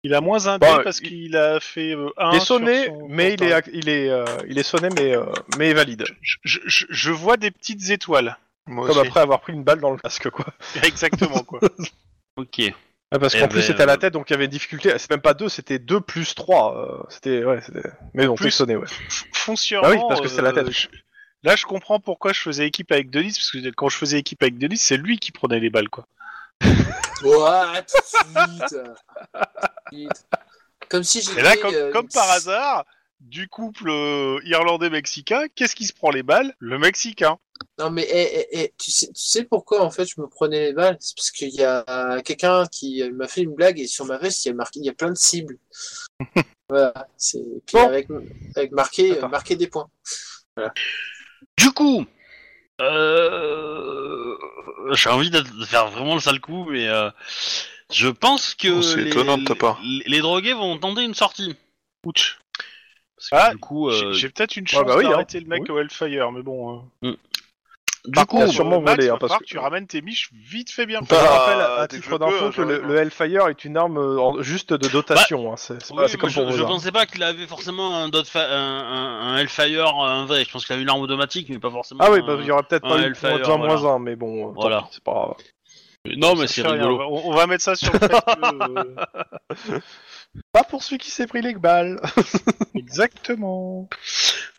C: Il a moins un dé
B: Bah,
C: parce
B: il-
C: qu'il a fait euh, un.
B: Il est
C: sur
B: sonné,
C: son
B: mais il est,
C: compteur.
B: ac- il est, euh, il est sonné, mais, euh, mais valide.
C: Je, je- je vois des petites étoiles.
D: Moi
B: Comme
D: aussi.
B: après avoir pris une balle dans le casque, quoi.
C: Exactement, quoi.
A: *laughs* Ok.
B: Ah, parce
A: Eh
B: qu'en plus,
A: ben,
B: c'était à
A: euh,
B: la tête, donc il y avait une difficulté. C'est même pas 2, c'était 2 plus 3. C'était, ouais, c'était... Mais non,
C: Plus-
B: sonné, ouais.
C: F- Foncièrement.
B: Ah oui, parce que c'est la
C: euh,
B: tête.
C: je- Là, je comprends pourquoi je faisais équipe avec Denis, parce que quand je faisais équipe avec Denis, c'est lui qui prenait les balles, quoi.
E: Ouah, tout de suite. Vite. Comme si j'étais.
C: Et là, comme,
E: euh,
C: comme par hasard, du couple euh, irlandais-mexicain, qu'est-ce qui se prend les balles Le Mexicain.
E: Non, mais eh, eh, eh, tu, sais, tu sais pourquoi en fait je me prenais les balles? C'est parce qu'il y a euh, quelqu'un qui euh, m'a fait une blague et sur ma veste il y a, marqué, il y a plein
C: *laughs*
E: de cibles. Voilà. c'est- Puis
B: Bon.
E: avec, avec marqué, euh,
B: Attends.
E: marqué des points.
A: Du coup, euh, j'ai envie de de faire vraiment le sale coup, mais euh, je pense que
D: Oh, c'est
A: les,
D: étonnant de ta
A: les-
D: part.
A: Les, drogués vont tenter une sortie. Ouch. Parce que
C: Ah,
A: du coup,
C: J'ai-
A: euh,
C: J'ai peut-être une chance
B: bah oui,
C: d'arrêter le mec au Hellfire, mais bon. euh.
A: du
B: par
A: coup,
B: contre, sûrement
C: Max,
B: volé, hein,
C: va
B: parce
C: falloir
B: que-
C: tu ramènes tes miches vite fait bien.
B: Je
D: Bah,
B: rappelle à
D: dès que
B: titre
D: je peux,
B: d'info que
A: hein.
B: le,
D: j'arrive.
B: le Hellfire est une arme euh, en- juste de dotation. hein, C'est,
A: Bah,
B: c'est
A: oui,
B: pas- c'est
A: mais
B: comme
A: je,
B: pour vos
A: je
B: armes.
A: pensais pas qu'il avait forcément un, Dotfa- un, un- un Hellfire, un vrai. Je pense qu'il a une arme automatique, mais pas forcément.
B: Ah oui,
A: un-
B: bah, il y aura peut-être
A: un
B: pas eu
A: Hellfire,
B: moins un,
A: voilà.
B: moins un, mais bon, euh, tant
A: Voilà.
B: pis, c'est
A: *laughs*
B: pas grave. oh,
A: Non, mais
C: Ça
A: c'est
C: fait rien,
A: rigolo.
C: on va- On, va mettre
B: *laughs*
C: ça sur le fait que, euh,
B: Pas pour celui qui s'est pris les balles.
C: Exactement.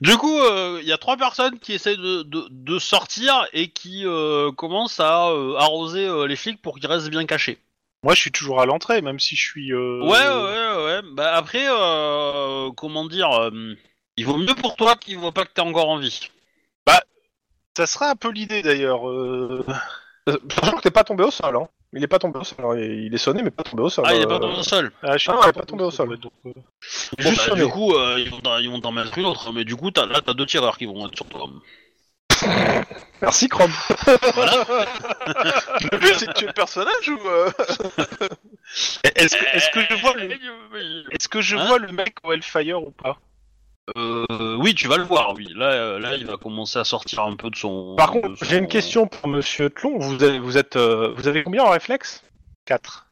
A: Du coup, euh, il y a trois personnes qui essayent de, de, de sortir et qui euh, commencent à euh, arroser euh, les flics pour qu'ils restent bien cachés.
C: Moi, je suis toujours à l'entrée, même si je suis. euh,
A: Ouais, ouais, ouais. Bah après, euh, comment dire, euh, il vaut mieux pour toi qu'ils voient pas que t'es encore en vie.
C: Ça sera un peu l'idée d'ailleurs. euh,
B: Euh, Sachant que t'es pas tombé au sol, hein. Il est pas tombé au sol. hein. Il il est sonné, mais pas tombé au sol.
A: Ah, il est
B: euh.
A: pas tombé au sol.
C: Ah, je suis
B: Ah, elle est pas tombée au sol.
C: Donc, euh,
A: Bon,
B: Juste
A: bah,
B: sonné.
A: du coup, euh, ils vont t'en- ils vont t'en mettre une autre, mais du coup, t'as- là, t'as deux tireurs qui vont être sur
B: *laughs*
A: toi.
B: Merci, Chrome.
A: Voilà.
D: Le but, c'est de tuer le personnage ou. euh,
C: Est-ce que, est-ce que je vois le, est-ce que je
A: Hein
C: vois le mec au Hellfire ou pas
A: Euh, oui, tu vas le voir, oui. Là, euh, là, il va commencer à sortir un peu de son.
B: Par
A: de
B: contre,
A: son-
B: j'ai une question pour Monsieur Tlon. Vous avez, vous êtes, euh, vous avez combien en réflexe
C: 4.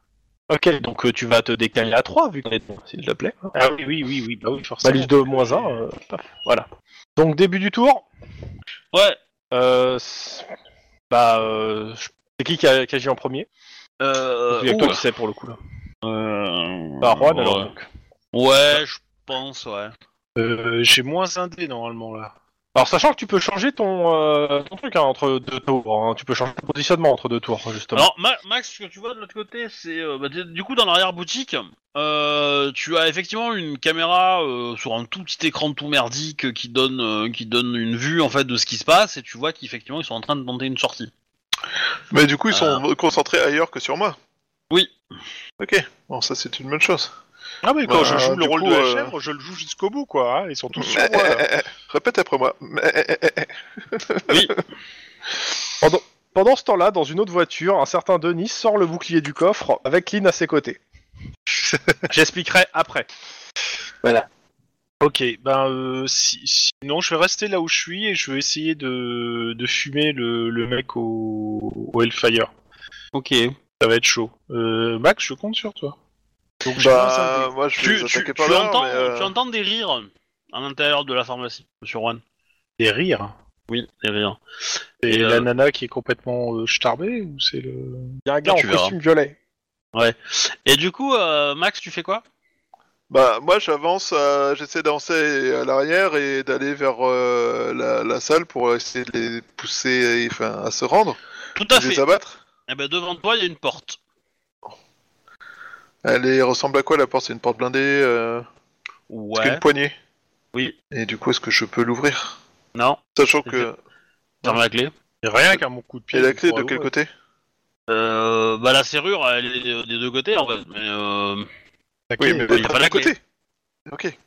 B: Ok, donc euh, tu vas te décaler à 3 vu qu'on est bon, s'il te plaît.
C: Ah oui, oui, oui, oui, bah oui, forcément.
B: Malus 2 moins 1, voilà. Donc début du tour.
A: Ouais.
B: Euh, c'est- bah, euh, je- c'est qui qui, a- qui agit en premier
A: Euh,
B: Il y a que toi
A: ouh.
B: qui sais pour le coup là.
A: Euh,
B: Bah, Juan,
A: ouais.
B: alors donc.
A: Ouais, je pense, ouais.
C: Euh, j'ai moins un dé normalement là.
B: Alors sachant que tu peux changer ton, euh, ton truc hein, entre deux tours, hein, tu peux changer ton positionnement entre deux tours justement.
A: Alors, Ma- Max, ce que tu vois de l'autre côté, c'est euh, bah, t'es- du coup dans l'arrière-boutique, euh, tu as effectivement une caméra euh, sur un tout petit écran tout merdique qui donne euh, qui donne une vue en fait de ce qui se passe et tu vois qu'effectivement ils sont en train de monter une sortie.
D: Mais du coup, ils sont concentrés ailleurs que sur moi.
A: Oui.
D: Ok, bon, ça c'est une bonne chose.
C: Ah mais quand
D: Bah,
C: je joue
D: du
C: le rôle
D: coup,
C: de la
D: euh,
C: chèvre, *laughs* je le joue jusqu'au bout quoi. hein, Ils sont tous
B: Euh,
C: sur moi.
D: Eh,
C: là.
D: eh, eh, Répète après moi. Eh, eh, eh, eh.
B: Pendant ce temps-là, dans une autre voiture, un certain Denis sort le bouclier du coffre avec Lynn à ses côtés. J'expliquerai après.
C: Ok, ben euh, si- sinon je vais rester là où je suis et je vais essayer de, de fumer le, le mec au, au Hellfire.
A: Ok.
C: Ça va être chaud. Euh, Max, je compte sur toi. Donc j'ai moins un
D: Bah, moi je vais
A: Tu,
D: les
A: tu-
D: attaquer
A: tu
D: par là.
A: entends,
D: mais, euh,
A: tu entends des rires à l'intérieur de la pharmacie, Monsieur Juan.
C: dé. Des rires.
A: Oui, des rires.
C: C'est
A: Et,
C: la
A: euh,
C: nana qui est complètement euh, starbée ou c'est le.
B: Il y a un
D: Ah,
B: gars
A: tu
B: en
A: verras.
B: costume violet.
A: Et du coup, euh, Max, tu fais quoi
D: Bah, moi j'avance, euh, j'essaie d'avancer à l'arrière et d'aller vers euh, la, la salle pour essayer de les pousser et, enfin, à se rendre,
A: Tout
D: de
A: à
D: les
A: fait.
D: abattre.
A: Eh ben devant toi, il y a une porte.
D: Elle est- ressemble à quoi la porte C'est une porte blindée euh, est-ce qu'il y a
A: Ouais.
D: une poignée
A: Oui.
D: Et du coup, est-ce que je peux l'ouvrir
A: Non.
D: Sachant que.
A: Ferme la clé.
C: Rien qu'un mon coup de pied.
D: Et la
C: je
D: clé de
C: pourrais
D: quel
C: ouvrir.
D: côté
A: Euh, bah la serrure, elle est des- des deux côtés en fait. Mais euh,
C: La clé,
D: Oui, mais
A: il y a
D: de
A: pas la
D: mon côté. Ok.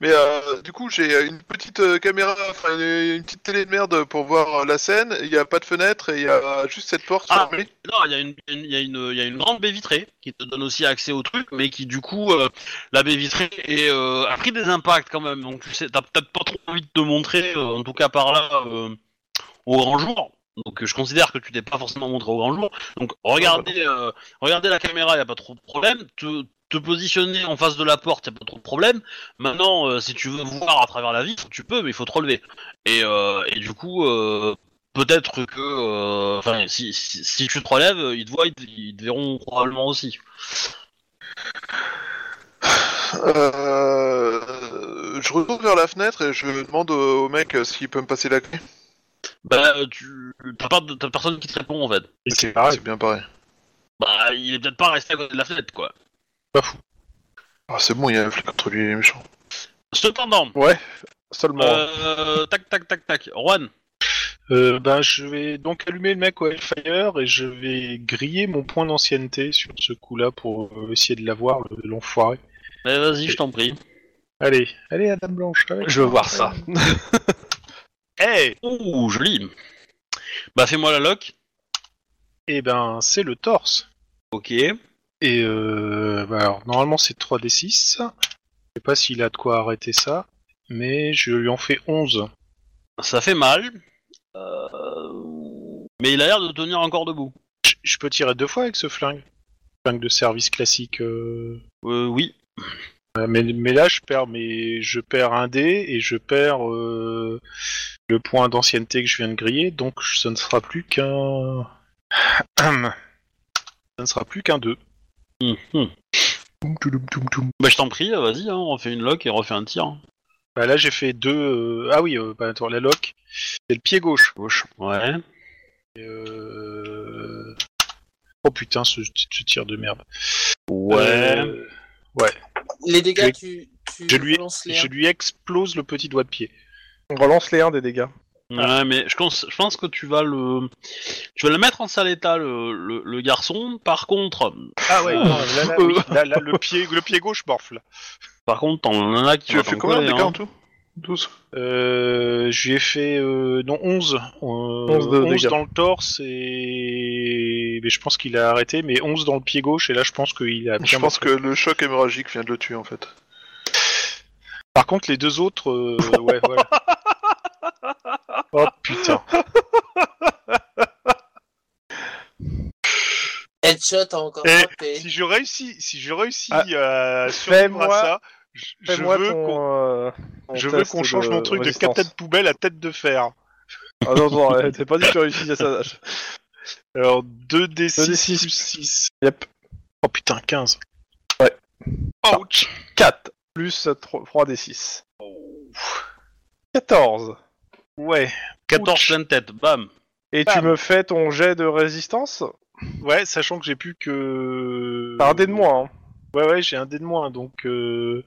D: Mais euh, du coup, j'ai euh, une petite euh, caméra, enfin une une petite télé de merde pour voir euh, la scène. Il n'y a pas de fenêtre et il y a juste cette porte
A: Ah.
D: fermée.
A: Non, il y, a une- une- il y a une- il y a une grande baie vitrée qui te donne aussi accès au truc, mais qui du coup, euh, la baie vitrée est, euh, a pris des impacts quand même. Donc tu sais, t'as peut-être pas trop envie de te montrer, euh, en tout cas par là, euh, au grand jour. Donc euh, je considère que tu t'es pas forcément montré au grand jour. Donc regardez, euh, regardez la caméra, y a pas trop de problème. Te, te positionner en face de la porte, y a pas trop de problème. Maintenant, euh, si tu veux voir à travers la vitre, tu peux, mais il faut te relever. Et, euh, et du coup, euh, peut-être que, euh, enfin, si, si, si tu te relèves, ils te voient, ils te, ils te verront probablement aussi.
D: Euh, je retourne vers la fenêtre et je demande au mec euh, s'il peut me passer la clé.
A: Bah, tu, t'as pas, de- t'as personne qui te répond en fait.
F: Et c'est
D: Ok,
C: Ah
F: pareil.
D: C'est bien pareil.
A: Bah, il est peut-être pas resté à côté de la fenêtre, quoi.
D: Ah, c'est bon, il y a un flic contre lui, il est méchant.
A: Cependant,
B: Seulement.
A: euh, tac, tac, tac, tac, Juan.
C: Euh, ben, je vais donc allumer le mec au Hellfire et je vais griller mon point d'ancienneté sur ce coup-là pour euh, essayer de l'avoir, le- l'enfoiré.
A: Mais vas-y, je t'en prie.
C: Allez, allez, Adam Blanche. allez.
B: Je veux voir ça.
C: Eh
A: Ouh, joli. Bah, fais-moi la lock.
C: Eh ben, c'est le torse.
A: Ok.
C: Et euh, bah, alors, normalement, c'est 3d6. Je sais pas s'il a de quoi arrêter ça, mais je lui en fais 11.
A: Ça fait mal. Euh, Mais il a l'air de tenir encore debout.
C: Je- Je peux tirer deux fois avec ce flingue. Flingue de service classique. euh,
A: Euh, oui.
C: Euh, Mais, mais là, je perds, mais je perds un dé et je perds euh, le point d'ancienneté que je viens de griller, donc ce ne sera plus qu'un. *clears throat* ça ne sera plus qu'un 2.
A: Hum, hum. Bah, je t'en prie, vas-y, hein, on refait une lock et on refait un tir.
C: Bah, là, j'ai fait deux. euh, Ah oui, euh, bah, attends, la lock, c'est le pied gauche.
A: Gauche. Ouais.
C: Et, euh, Oh putain, ce, ce tir de merde.
A: Ouais.
C: Euh,
E: Les dégâts,
C: Je-
E: tu, tu
C: je lui-
E: lances les
C: je lui explose le petit doigt de pied.
B: On relance les 1 des dégâts.
D: Ah.
A: Ouais, mais je pense, je pense que tu vas le, tu vas le mettre en sale état le, le, le garçon. Par contre,
C: Ah ouais, non, là, là, *laughs* oui, là, là, le, pied, le pied gauche morfle.
A: par contre, t'en as un qui
D: Tu
A: va
D: as fait
A: t'en
D: combien de
A: coller,
D: dégâts
A: hein.
D: en tout 12.
C: Euh, je lui ai fait euh, non 11. Euh, 11,
B: de dégâts.
C: dans le torse et mais je pense qu'il a arrêté mais 11 dans le pied gauche et là je pense qu'il a bien
D: Je pense
C: marqué.
D: que le choc hémorragique vient de le tuer en fait.
C: Par contre les deux autres euh,
B: *laughs*
C: ouais voilà.
B: Oh putain.
E: headshot a encore
C: Eh,
E: frappé.
C: Si je réussis, si je réussis
B: Ah.
C: à survivre euh, à
B: Fais-moi-
C: ça, je, je
B: Fais-moi
C: veux
B: ton,
C: qu'on
B: euh, ton
C: je veux
B: test
C: qu'on change
B: de
C: mon truc
B: résistance.
C: de capitaine poubelle à tête de fer.
B: Ah non, non,
C: *laughs*
B: euh, t'es pas dit que tu réussis à ça.
C: Alors 2d6
B: 2d6.
C: plus 6.
B: Yep.
C: Oh putain 15.
B: Ouais.
C: Ouch.
B: 4 plus 3 d 6. 14.
C: Ouais.
A: 14 pleine tête, bam.
B: Et tu
C: Bam.
B: me fais ton jet de résistance
C: Ouais, sachant que j'ai plus que.
B: T'as un dé de moins. Hein.
C: Ouais, ouais, j'ai un dé de moins, donc. Euh,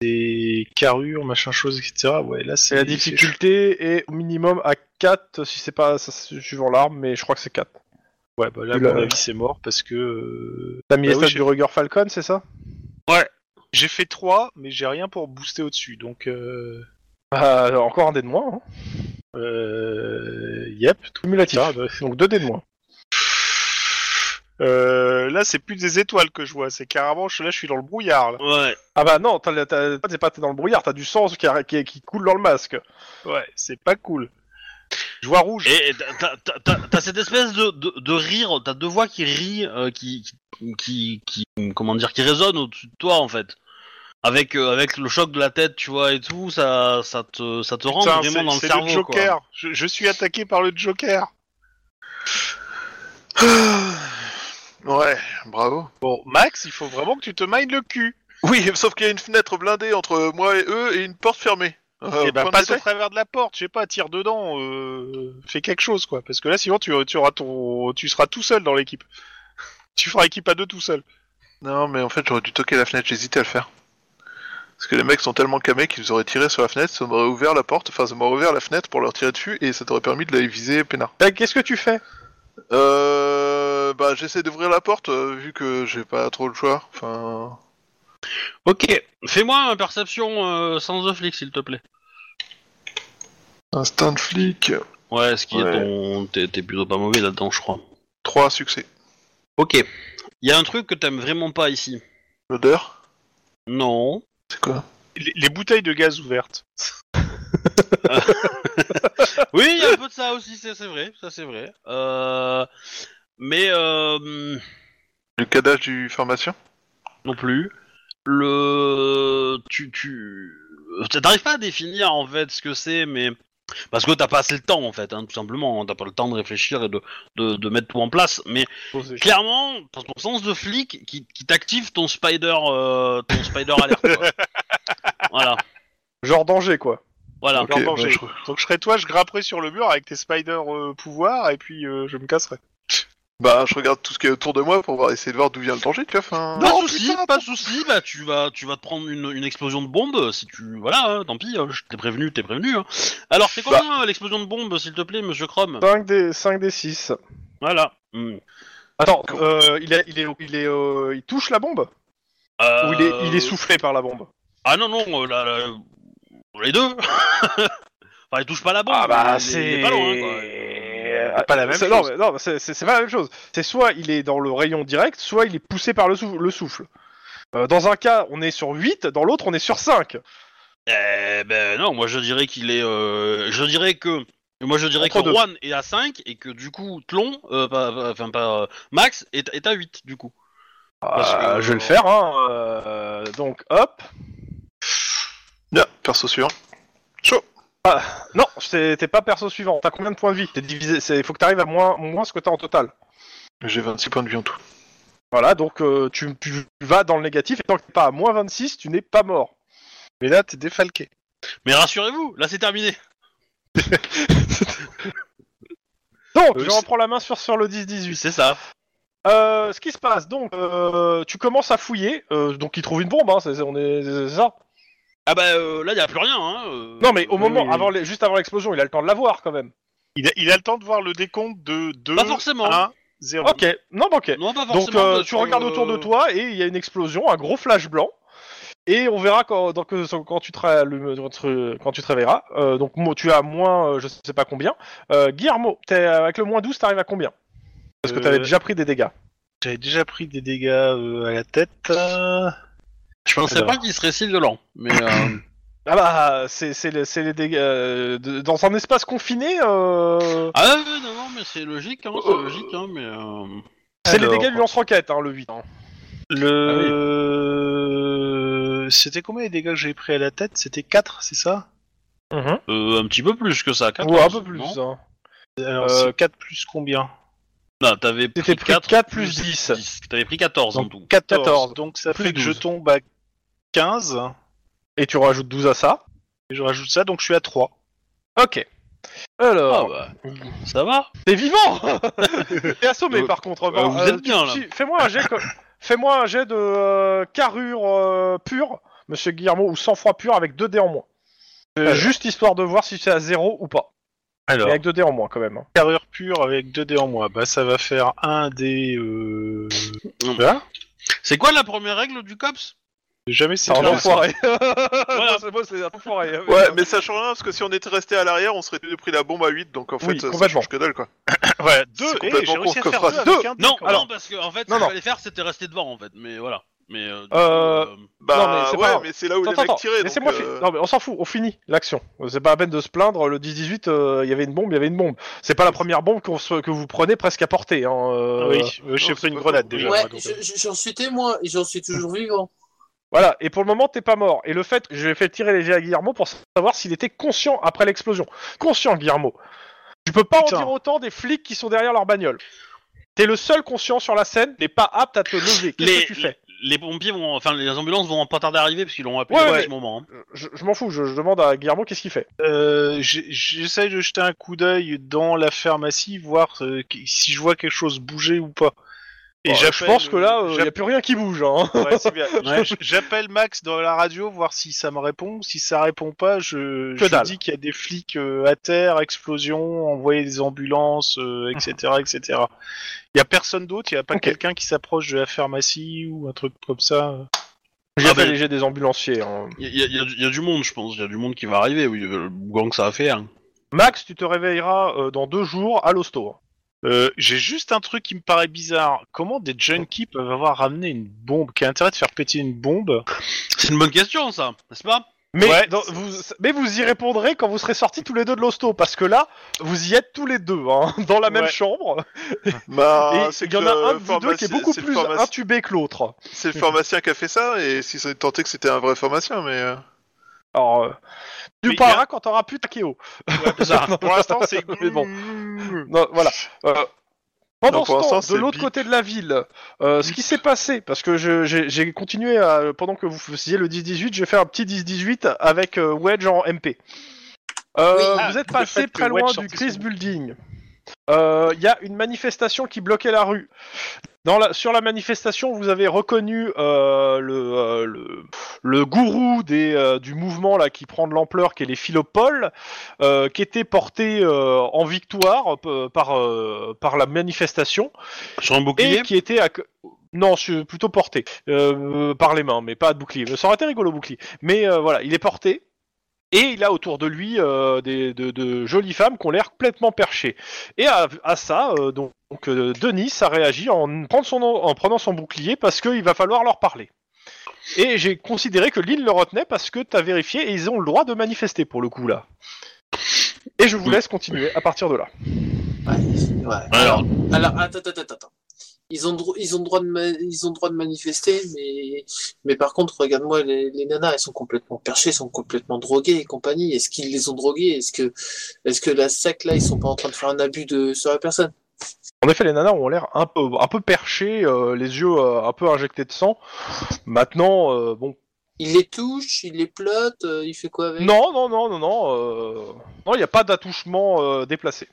C: des carrures, machin chose, etc. Ouais, là
B: Et
C: c'est.
B: la difficulté est au minimum à 4, si c'est pas ça, c'est suivant l'arme, mais je crois que c'est 4.
C: c'est- Ouais, bah là, à
B: Oula.
C: mon avis, c'est mort parce que. euh,
B: T'as mis
C: Bah
B: les
C: oui,
B: stats
C: j'ai-
B: du Ruger Falcon, c'est ça
C: J'ai fait 3, mais j'ai rien pour booster au-dessus, donc. Euh...
B: Ah, Encore un dé de moins. Hein.
C: euh, Yep, tout
B: Cumulatif.
C: ça. bah.
B: Donc 2 dés de moins.
C: Euh, là, c'est plus des étoiles que je vois, c'est carrément. je- Là, je suis dans le brouillard, là.
A: Ouais.
B: Ah bah non, t'as- t'as- t'es pas t'es dans le brouillard, t'as du sang qui, qui- qui coule dans le masque.
C: Ouais, c'est pas cool. Je vois rouge.
A: Et t'as- t'as- t'as- t'as- t'as cette espèce de, de, de rire, t'as deux voix qui rient, euh, qui, qui, qui, qui- comment dire, qui résonnent au-dessus de toi en fait. Avec, euh, avec le choc de la tête, tu vois, et tout, ça, ça te, ça te rend
C: Putain,
A: vraiment dans le
C: c'est- c'est
A: cerveau.
C: le Joker. Je, je suis attaqué par le Joker.
D: ouais, bravo.
C: Bon, Max, il faut vraiment que tu te mailles le cul.
D: Oui, sauf qu'il y a une fenêtre blindée entre moi et eux et une porte fermée. Euh,
C: Eh ben,
D: point de
C: passe au
D: détail
C: travers de la porte, je sais pas, tire dedans, euh, fais quelque chose quoi, parce que là sinon tu, tu auras ton, tu seras tout seul dans l'équipe. *laughs* Tu feras équipe à deux tout seul.
D: Non, mais en fait, j'aurais dû toquer la fenêtre, j'hésitais à le faire. Parce que les mecs sont tellement camés qu'ils auraient tiré sur la fenêtre, ça m'aurait ouvert la porte, enfin, ça m'aurait ouvert la fenêtre pour leur tirer dessus et ça t'aurait permis de les viser peinard.
B: Bah, Qu'est-ce que tu fais
D: Euh. Bah, j'essaie d'ouvrir la porte euh, vu que j'ai pas trop le choix. Enfin.
A: quoi. Ok, fais-moi un perception euh, sans de flic s'il te plaît.
D: Instinct de flic.
A: Ouais, ce qui
D: Ouais.
A: est ton. T'es t'es plutôt pas mauvais là-dedans, je crois.
D: 3 succès.
A: Ok. Il y a un truc que t'aimes vraiment pas ici.
D: L'odeur
A: Non.
D: C'est quoi
C: Les, les bouteilles de gaz ouvertes.
A: Oui, il y a un peu de ça aussi, c'est c'est vrai, ça c'est vrai. Euh, Mais euh,
D: Le cadavre du pharmacien
A: non plus. Le tu tu t'arrives pas à définir en fait ce que c'est, mais Parce que t'as pas assez le temps en fait, hein, tout simplement. T'as pas le temps de réfléchir et de, de, de mettre tout en place. Mais
B: Posez.
A: clairement, t'as ton sens de flic qui, qui t'active ton spider, euh, ton spider alert. quoi. voilà,
B: Genre danger, quoi.
A: voilà.
D: Ok,
C: Genre danger.
D: bah, je-
C: Donc je serais toi, je grimperais sur le mur avec tes spider euh, pouvoirs et puis euh, je me casserais.
D: Bah, je regarde tout ce qui est autour de moi pour voir, essayer de voir d'où vient le danger, tu vois. Enfin...
A: Pas de souci, pas de souci. Bah tu vas, tu vas te prendre une, une explosion de bombe si tu, voilà, hein, tant pis. hein, je t'ai prévenu, t'es prévenu. hein. Alors c'est
B: Bah.
A: combien hein, l'explosion de bombe, s'il te plaît, Monsieur Chrome
B: 5 des, 5 des 6.
A: Voilà. Hmm.
B: Attends, euh, il, est, il, est, il, est, euh, il touche la bombe Ou il est, il est
A: Euh,
B: soufflé par la bombe
A: Ah non non, euh, la- la- les deux. *laughs* enfin, il touche pas la bombe.
C: Bah,
A: mais Ah, bah,
B: bah,
A: il est- il est pas loin. Quoi.
B: Ah,
C: euh, pas la même
B: c'est-
C: chose.
B: Non, mais- non, mais c'est c'est- c'est pas la même chose. C'est soit il est dans le rayon direct, soit il est poussé par le, sou- le souffle. Euh, dans un cas, on est sur 8, dans l'autre, on est sur 5.
A: Eh ben non, moi je dirais qu'il est. euh, je dirais que. Moi je dirais
B: Entre
A: que
B: deux.
A: Juan est à 5 et que du coup Tlon, euh, pas- pas- enfin pas, euh, Max, est, est à 8 du coup. Parce que-
B: Euh, je vais le faire, hein. euh, donc hop.
D: Bien, perso suivant.
B: Non, c'est- t'es pas perso suivant. T'as combien de points de vie T'es divisé. Il faut que t'arrives à moins, moins ce que t'as en total.
D: J'ai 26 points de vie en tout.
B: Voilà, donc euh, tu, tu vas dans le négatif et tant que t'es pas à moins 26, tu n'es pas mort.
C: Mais là, t'es défalqué.
A: Mais rassurez-vous, là c'est terminé.
B: Donc,
C: Euh,
B: je
C: c'est-
B: reprends la main sur, sur le 10-18.
A: C'est ça.
B: Euh, ce qui se passe, donc, euh, tu commences à fouiller, euh, donc il trouve une bombe, hein, c'est, on est, c'est ça
A: Ah bah euh, là y a plus rien. Hein, euh.
B: Non, mais au moment,
C: oui.
B: Avant les- juste avant l'explosion, il a le temps de la voir quand même.
C: Il a, il a le temps de voir le décompte de 2,
A: Pas forcément.
C: 1, 0.
B: Ok, non, bah, ok.
A: Non pas forcément.
B: Hein. Donc, euh,
A: parce
B: tu
A: que-
B: regardes autour de toi et il y a une explosion, un gros flash blanc. Et on verra quand, dans- que- quand, tu, te, ra- le- notre- quand tu te réveilleras. Euh, donc, moi, tu as moins, euh, je sais pas combien. Euh, Guillermo, t'es- avec le moins 12, t'arrives à combien Parce que t'avais
C: Euh,
B: déjà pris des dégâts.
C: J'avais déjà pris des dégâts euh, à la tête. euh.
A: Je pensais
C: Alors.
A: pas qu'il serait si violent. Mais euh,
B: Ah bah, c'est c'est les, c'est les dégâts. euh, de- dans un espace confiné, euh,
A: ah ouais, ouais, non non mais c'est logique, hein, c'est logique, hein, mais. euh,
B: c'est les
C: Alors.
B: dégâts du lance-roquette, hein, le 8.
A: Ah
B: hein.
C: Le. C'était combien les dégâts que j'ai pris à la tête C'était 4, c'est ça
B: Mhm.
A: Euh, un petit peu plus que ça. 14,
B: Ou un peu plus.
A: Non,
B: hein.
C: Alors,
B: Euh,
C: c'est 4 plus combien
A: Non, t'avais pris,
B: T'étais pris
A: 4,
B: 4 plus 10.
A: 10. T'avais pris 14 en
C: Donc,
A: tout.
C: 14.
B: 14.
C: Donc ça
B: Plus
C: fait que je
B: 12.
C: tombe à 15.
B: Et tu rajoutes 12 à ça.
C: Et je rajoute ça, donc je suis à 3.
B: Ok.
A: Ah
B: Alors,
A: bah, ça va. *laughs*
B: t'es vivant T'es assommé
A: Euh,
B: par contre. hein.
A: euh, vous êtes bien, là.
B: si- Fais-moi un
A: *laughs*
B: jet, co- fais-moi un jet de euh, carrure euh, pure, monsieur Guillermo, ou sang-froid pur avec 2 dés en moins. Euh, Juste histoire de voir si c'est à 0 ou pas.
C: Alors,
B: Mais avec 2 dés en moins quand même. hein.
C: carrure pure avec 2 dés en moins. Bah, ça va faire 1 dé. Euh... Voilà.
A: C'est quoi la première règle du COPS
C: Jamais c'est
B: C'est un
C: clair.
B: enfoiré. *laughs* Non, c'est moi, c'est un enfoiré.
D: Ouais, mais ça change rien, parce que si on était resté à l'arrière, on serait pris la bombe à 8, donc en fait,
B: Oui,
D: ça, ça
B: complètement. eh,
D: change que
B: *coughs*
D: dalle, quoi.
C: Voilà, 2
D: C'est
C: et
D: complètement
C: j'ai réussi à
D: con
C: faire
D: comme
C: 2 avec un dé.
A: Non,
C: quand même.
A: non, parce que en fait,
B: Non,
A: ce
B: non.
A: qu'il fallait faire, c'était rester devant en fait. Mais voilà. Mais euh, du
B: Euh,
A: coup,
D: Bah,
B: mais c'est pas
D: ouais,
B: grave.
D: mais c'est là où
B: Attends,
D: les mecs
B: attends,
D: tiraient, donc...
B: laissez-moi
D: euh,
B: fi- Non, mais on s'en fout, on finit l'action. Euh, C'est pas la peine de se plaindre, le 10-18, euh, il y avait une bombe, il y avait une bombe. C'est pas la première bombe qu'on se- que vous prenez presque à portée. Hein, euh,
C: Oui, euh, j'ai
D: non,
C: pris
D: c'est
C: une
D: pas
C: grenade
D: con.
C: déjà.
D: Ouais,
C: moi, donc,
E: je- je- j'en suis témoin et j'en suis toujours vivant.
B: Voilà, et pour le moment, t'es pas mort. Et le fait, je vais faire tirer les jets à Guillermo pour savoir s'il était conscient après l'explosion. Conscient, Guillermo. Tu peux pas
C: Putain.
B: en dire autant des flics qui sont derrière leur bagnole. T'es le seul conscient sur la scène, t'es pas apte à te lever. Qu'est-ce
A: Les-
B: que tu fais
A: les pompiers vont, enfin, les ambulances vont pas tarder à arriver parce qu'ils l'ont appelé
B: Ouais,
A: à
B: ouais.
A: ce moment. hein.
B: Je, je m'en fous, je, je demande à Guillermo qu'est-ce qu'il fait.
C: Euh, j'ai- J'essaye de jeter un coup d'œil dans la pharmacie, voir euh, qui- si je vois quelque chose bouger ou pas.
B: Bah, je
C: j'appelle- Ah,
B: pense que là, il
C: j'appelle-
B: a plus rien qui bouge. Hein.
C: Ouais, c'est bien.
A: Ouais.
C: J- J'appelle Max dans la radio, voir si ça me répond. Si ça répond pas, je,
B: Que
C: je
B: dalle.
C: dis qu'il y a des flics euh, à terre, explosion, envoyer des ambulances, euh, etc., etc. Il y a personne d'autre, il y a pas
B: Ok.
C: quelqu'un qui s'approche de la pharmacie ou un truc comme ça.
B: J'ai
A: Ah,
B: fait
A: mais-
B: les jets des ambulanciers. hein.
A: Il y, a- il y a du- il y a du monde, je pense. Il y a du monde qui va arriver. Oui, le gang, ça va faire.
B: Max, tu te réveilleras euh, dans deux jours à l'hosto. hein.
C: Euh, J'ai juste un truc qui me paraît bizarre. Comment des junkies peuvent avoir ramené une bombe Quel intérêt de faire péter une bombe
A: C'est une bonne question, ça, n'est-ce pas
B: Mais,
C: Ouais.
B: dans- vous, mais vous y répondrez quand vous serez sortis tous les deux de l'hosto, parce que là, vous y êtes tous les deux, hein, *laughs* dans la même
C: Ouais.
B: chambre.
D: Bah,
B: et
D: c'est
B: il y
D: que
B: en a un
D: le
B: de vous deux qui est
D: pharmaci-
B: beaucoup
D: c'est le
B: plus
D: pharmaci-
B: intubé que l'autre.
D: C'est le pharmacien qui a fait ça, et s'ils ont tenté que c'était un vrai pharmacien, mais... euh,
B: Alors, euh, tu
C: Oui,
B: me parleras quand t'auras plus ta Keo. *laughs*
C: Pour l'instant, c'est.
B: Mais bon.
A: Mmh.
B: Non, voilà. Euh, pendant
D: Non, pour
B: ce temps,
D: l'instant,
B: de
D: c'est
B: l'autre
D: bip.
B: côté de la ville, euh, ce qui s'est passé, parce que je- j'ai j'ai continué à, pendant que vous faisiez le 10-18, j'ai fait un petit 10-18 avec euh, Wedge en MP. Euh,
E: Oui.
C: Ah,
B: vous êtes
C: le
B: passé
C: fait que
B: très loin
C: Wedge
B: du
C: sortisse
B: Chris
C: son-
B: Building. Euh, Il y a une manifestation qui bloquait la rue. Dans la- sur la manifestation, vous avez reconnu euh, le, euh, le, le gourou des, euh, du mouvement là qui prend de l'ampleur, qui est les Philopoles, euh, qui était porté euh, en victoire euh, par, euh, par la manifestation
A: Sur un
B: et
A: bouclier
B: qui était à... non je- plutôt porté euh, par les mains mais pas de bouclier ça aurait été rigolo bouclier mais euh, voilà il est porté et il a autour de lui euh, des, de, de jolies femmes qui ont l'air complètement perchées et à, à ça euh, donc, donc, euh, Denis a réagi en, prendre son, en prenant son bouclier parce qu'il va falloir leur parler et j'ai considéré que l'île le retenait parce que t'as vérifié et ils ont le droit de manifester pour le coup là et je vous laisse continuer à partir de là
E: Ouais.
A: Alors,
E: Alors, attends, attends, attends, attends. Ils ont, dro- ils, ont droit de ma- ils ont droit de manifester, mais, mais par contre, regarde-moi, les, les nanas, elles sont complètement perchées, elles sont complètement droguées et compagnie. Est-ce qu'ils les ont droguées Est-ce que, est que la SAC, là, ils sont pas en train de faire un abus de... sur la personne
B: En effet, les nanas ont l'air un peu, un peu perchées, euh, les yeux euh, un peu injectés de sang. Maintenant, euh, bon.
E: Il les touche, il les plotte, euh, il fait quoi avec
B: Non, non, non, non, non. euh, Non, il n'y a pas d'attouchement euh, déplacé.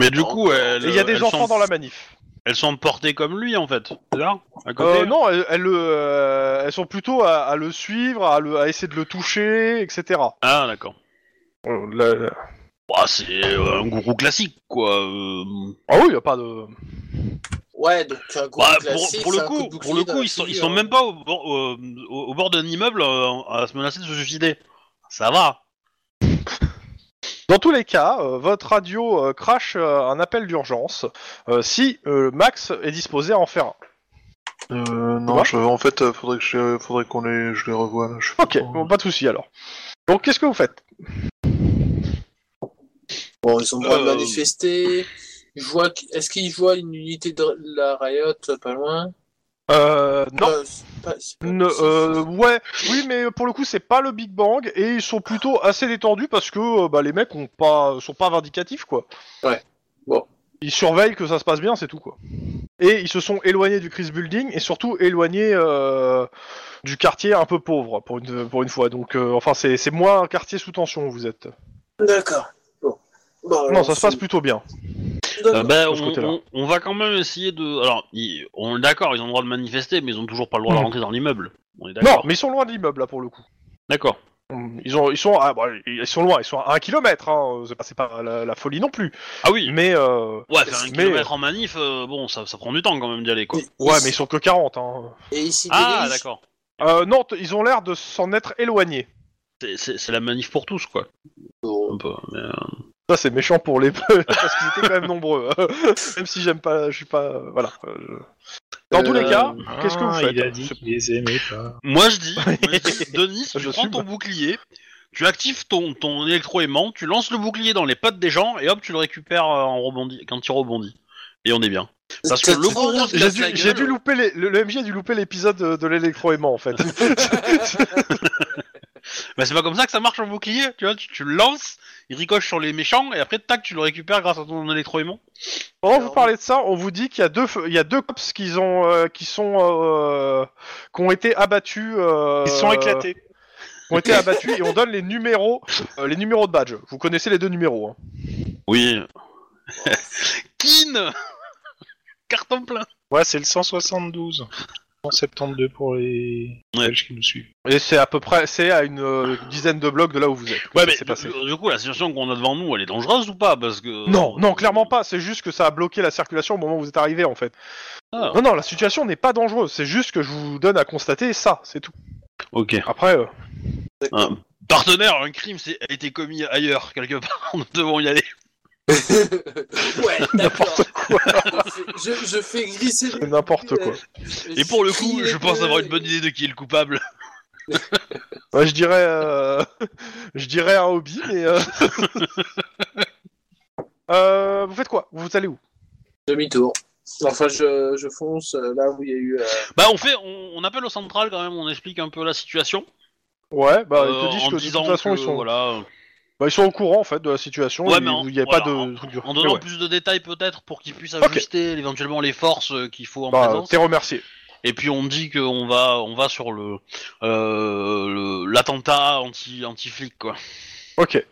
A: mais du coup, elles, euh,
B: Et il y a
A: elles
B: des enfants
A: sont,
B: dans la manif.
A: elles sont portées comme lui en fait. C'est ça À côté
B: Euh, non, elles, elles, euh, elles sont plutôt à, à le suivre, à, le- à essayer de le toucher, etc.
A: Ah, d'accord.
B: Euh, la- la-
A: Bah, c'est euh, un gourou classique quoi. euh.
B: Ah oui, il n'y a pas de.
E: Ouais, donc un gros
A: Bah, pour,
E: classique,
A: pour le
E: c'est un coup
A: coup,
E: de
A: pour le
E: bouclier hein. dans
A: coup,
E: la
A: ils sont, ils
E: figure.
B: hein.
A: sont même pas au bord, au- au- au bord d'un immeuble euh, à se menacer de se suicider. Ça va.
B: Dans tous les cas, euh, votre radio euh, crache euh, un appel d'urgence euh, si euh, Max est disposé à en faire un.
D: Euh,
B: Ouais.
D: non, je, en fait, euh, faudrait que je, faudrait qu'on les, je les revoie. Là. Je suis pas
B: Ok,
A: Oh.
D: trop-
B: bon, pas de souci alors. Donc, qu'est-ce que vous faites
E: Bon, ils ont le droit de
A: Euh.
E: manifester. Je vois qu'- Est-ce qu'ils voient une unité de la riot pas loin
B: euh, Non.
E: Pas- c'est pas- c'est pas-
B: Ne-
E: c'est-
B: euh, ouais, oui, mais pour le coup, c'est pas le Big Bang et ils sont plutôt assez détendus parce que euh, bah, les mecs ont pas, sont pas vindicatifs quoi.
E: Ouais, bon.
B: Ils surveillent que ça se passe bien, c'est tout quoi. Et ils se sont éloignés du Chris Building et surtout éloignés euh, du quartier un peu pauvre pour une, pour une fois. Donc, euh, enfin, c'est c'est moins un quartier sous tension où vous êtes.
A: Euh,
E: D'accord. Bon. Bon,
B: Non, ça se passe
E: c'est-
B: plutôt bien.
E: D'accord.
A: Euh, ben,
B: de ce
A: on,
B: côté-là.
A: on- on va quand même essayer de. Alors, ils- on est d'accord, ils ont le droit de manifester, mais ils ont toujours pas le droit de
B: Mhm.
A: rentrer dans l'immeuble. On est
B: Non,
A: d'accord.
B: mais ils sont loin de l'immeuble là pour le coup.
A: D'accord.
B: Ils, ont, ils, sont, ah, bah, ils sont loin, ils sont à un kilomètre, hein. c'est pas, c'est pas la, la folie non plus.
A: Ah oui.
B: Mais euh,
A: Ouais, faire un
B: mais-
A: kilomètre en manif, euh, bon, ça, ça prend du temps quand même d'y aller, quoi.
E: Et-
B: ouais,
E: et-
B: mais ils sont que 40. Hein.
E: Et ici,
A: Ah, d'accord.
B: Euh, non, t- ils ont l'air de s'en être éloignés.
A: C'est- C'est c'est la manif pour tous, quoi. Un peu. mais, euh,
B: Ça, c'est méchant pour les *laughs* peu, parce qu'ils étaient quand même nombreux. hein. *laughs* même si j'aime pas, je suis pas, euh, voilà. euh, je- Dans tous les cas, qu'est-ce que vous
F: Ah,
B: faites
F: Il a dit
B: C'est-
F: qu'il les aimait pas.
A: Moi, je dis, moi, je
B: *laughs*
A: dis, Denis, tu
B: Je
A: prends
B: suis
A: ton
B: pas.
A: bouclier, tu actives ton, ton électroaimant, tu lances le bouclier dans les pattes des gens, et hop, tu le récupères euh, en rebondi, quand il rebondit. Et on est bien. Parce que le gourou se
B: j'ai
A: casse
B: dû,
A: la
B: j'ai
A: gueule.
B: dû louper les- le, le MJ a dû louper l'épisode de, de l'électroaimant en fait.
A: Bah, c'est pas comme ça que ça marche un bouclier, tu vois, tu, tu le lances, il ricoche sur les méchants, et après, tac, tu le récupères grâce à ton électroaimant.
B: Pendant que
E: Alors-
B: vous parlez de ça, on vous dit qu'il y a deux, feux- il y a deux cops qui ont, euh, qui sont, euh, qui ont été abattus. euh,
C: Ils sont éclatés.
B: qui ont été abattus et on donne les numéros, euh, les numéros de badge. Vous connaissez les deux numéros. hein.
A: Oui. Kin *laughs* Carton plein
F: Ouais, c'est le 172. 172 pour les
A: Ouais.
F: Belges qui nous suivent.
B: Et c'est à peu près, c'est à une euh, dizaine de blocs de là où vous êtes. que
A: Ouais,
B: ça
A: mais
B: s'est passé.
A: du, du coup, la situation qu'on a devant nous, elle est dangereuse ou pas Parce que.
B: Non, non, clairement pas. C'est juste que ça a bloqué la circulation au moment où vous êtes arrivé, en fait.
A: Ah.
B: Non, non, la situation n'est pas dangereuse. C'est juste que je vous donne à constater ça, c'est tout.
A: Ok.
B: Après, euh,
A: Un partenaire, un crime c'est- a été commis ailleurs, quelque part, *laughs* nous devons y aller.
E: *laughs*
B: *laughs*
E: ouais, d'accord.
B: n'importe quoi,
E: Je fais- *laughs* je, je fais glisser le.
B: n'importe
E: *laughs*
B: quoi.
A: Et pour le coup, je
E: euh,
A: pense avoir une bonne idée de qui est le coupable.
B: Ouais, je dirais, euh, *laughs* je dirais un hobby, mais. euh, *laughs* euh, vous faites quoi Vous allez où
E: Demi-tour. Enfin, je, je fonce euh, là où il y a eu. euh,
A: *laughs* Bah, on fait, on, on appelle au central quand même, on explique un peu la situation.
B: Ouais, bah,
A: euh,
B: ils te disent
A: en
B: que de
A: disant
B: toute façon,
A: que,
B: ils, sont...
A: voilà,
B: bah, ils sont au courant en fait de la situation.
A: Ouais,
B: il
A: mais en-
B: n'y a
A: voilà,
B: pas de truc dur.
A: en donnant
B: Ouais.
A: plus de détails peut-être pour qu'ils puissent
B: Ok.
A: ajuster éventuellement les forces euh, qu'il faut en
B: Bah,
A: présence.
B: t'es remercié.
A: Et puis on dit qu'on va on va sur le euh, le- l'attentat anti anti flic quoi.
B: Ok. Euh,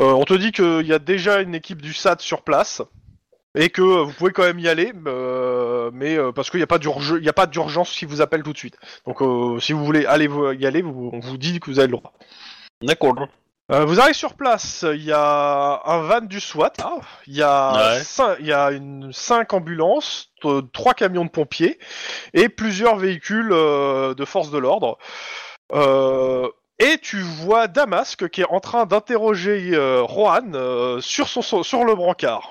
B: on te dit qu'il y a déjà une équipe du SAT sur place et que euh, vous pouvez quand même y aller, euh, mais euh, parce qu'il n'y a pas d'urge- il y a pas d'urgence si vous appelle tout de suite. Donc euh, si vous voulez aller vous- y aller, vous- on vous dit que vous avez le droit.
A: D'accord.
B: Euh, vous arrivez sur place, il y a un van du SWAT, ah, il y a,
A: Ouais.
B: cin- il y a une, cinq ambulances, t- trois camions de pompiers et plusieurs véhicules euh, de force de l'ordre. Euh, et tu vois Damasque qui est en train d'interroger euh, Rohan euh, sur, son, son- sur le brancard.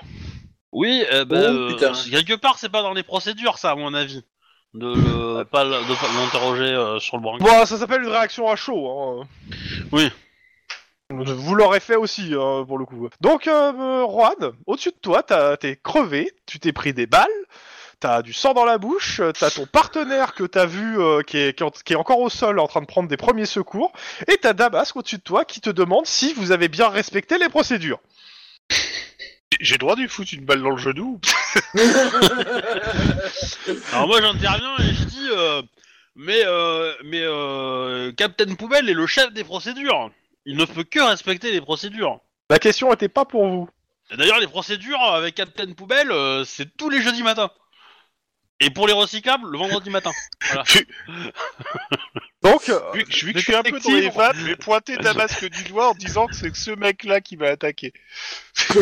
A: Oui, euh, bah,
E: Oh,
A: euh,
E: putain.
A: quelque part c'est pas dans les procédures ça à mon avis de le- pas le- de pas l'interroger euh, sur le brancard.
B: Bon, ça s'appelle une réaction à chaud. Hein.
A: Oui.
B: Vous l'aurez fait aussi, hein, pour le coup. Donc, euh, euh, Juan, au-dessus de toi, t'as- t'es crevé, tu t'es pris des balles, t'as du sang dans la bouche, euh, t'as ton partenaire que t'as vu euh, qui, est, qui, est en- qui est encore au sol en train de prendre des premiers secours, et t'as Damasque au-dessus de toi qui te demande si vous avez bien respecté les procédures.
C: J'ai le droit de lui foutre une balle dans le genou
A: Alors moi j'interviens et je dis euh, mais euh, mais euh, Captain Poubelle est le chef des procédures. Il ne peut que respecter les procédures.
B: La question était pas pour vous.
A: Et D'ailleurs, les procédures avec Captain Poubelle, euh, c'est tous les jeudis matin. Et pour les recyclables, le vendredi matin. *laughs*
B: Donc, euh,
C: Vu que, vu que
B: le
C: je suis un peu dans les
B: détective-
C: vannes, je vais pointer Damasque du doigt en disant que c'est ce mec-là qui m'a attaqué.
B: *laughs*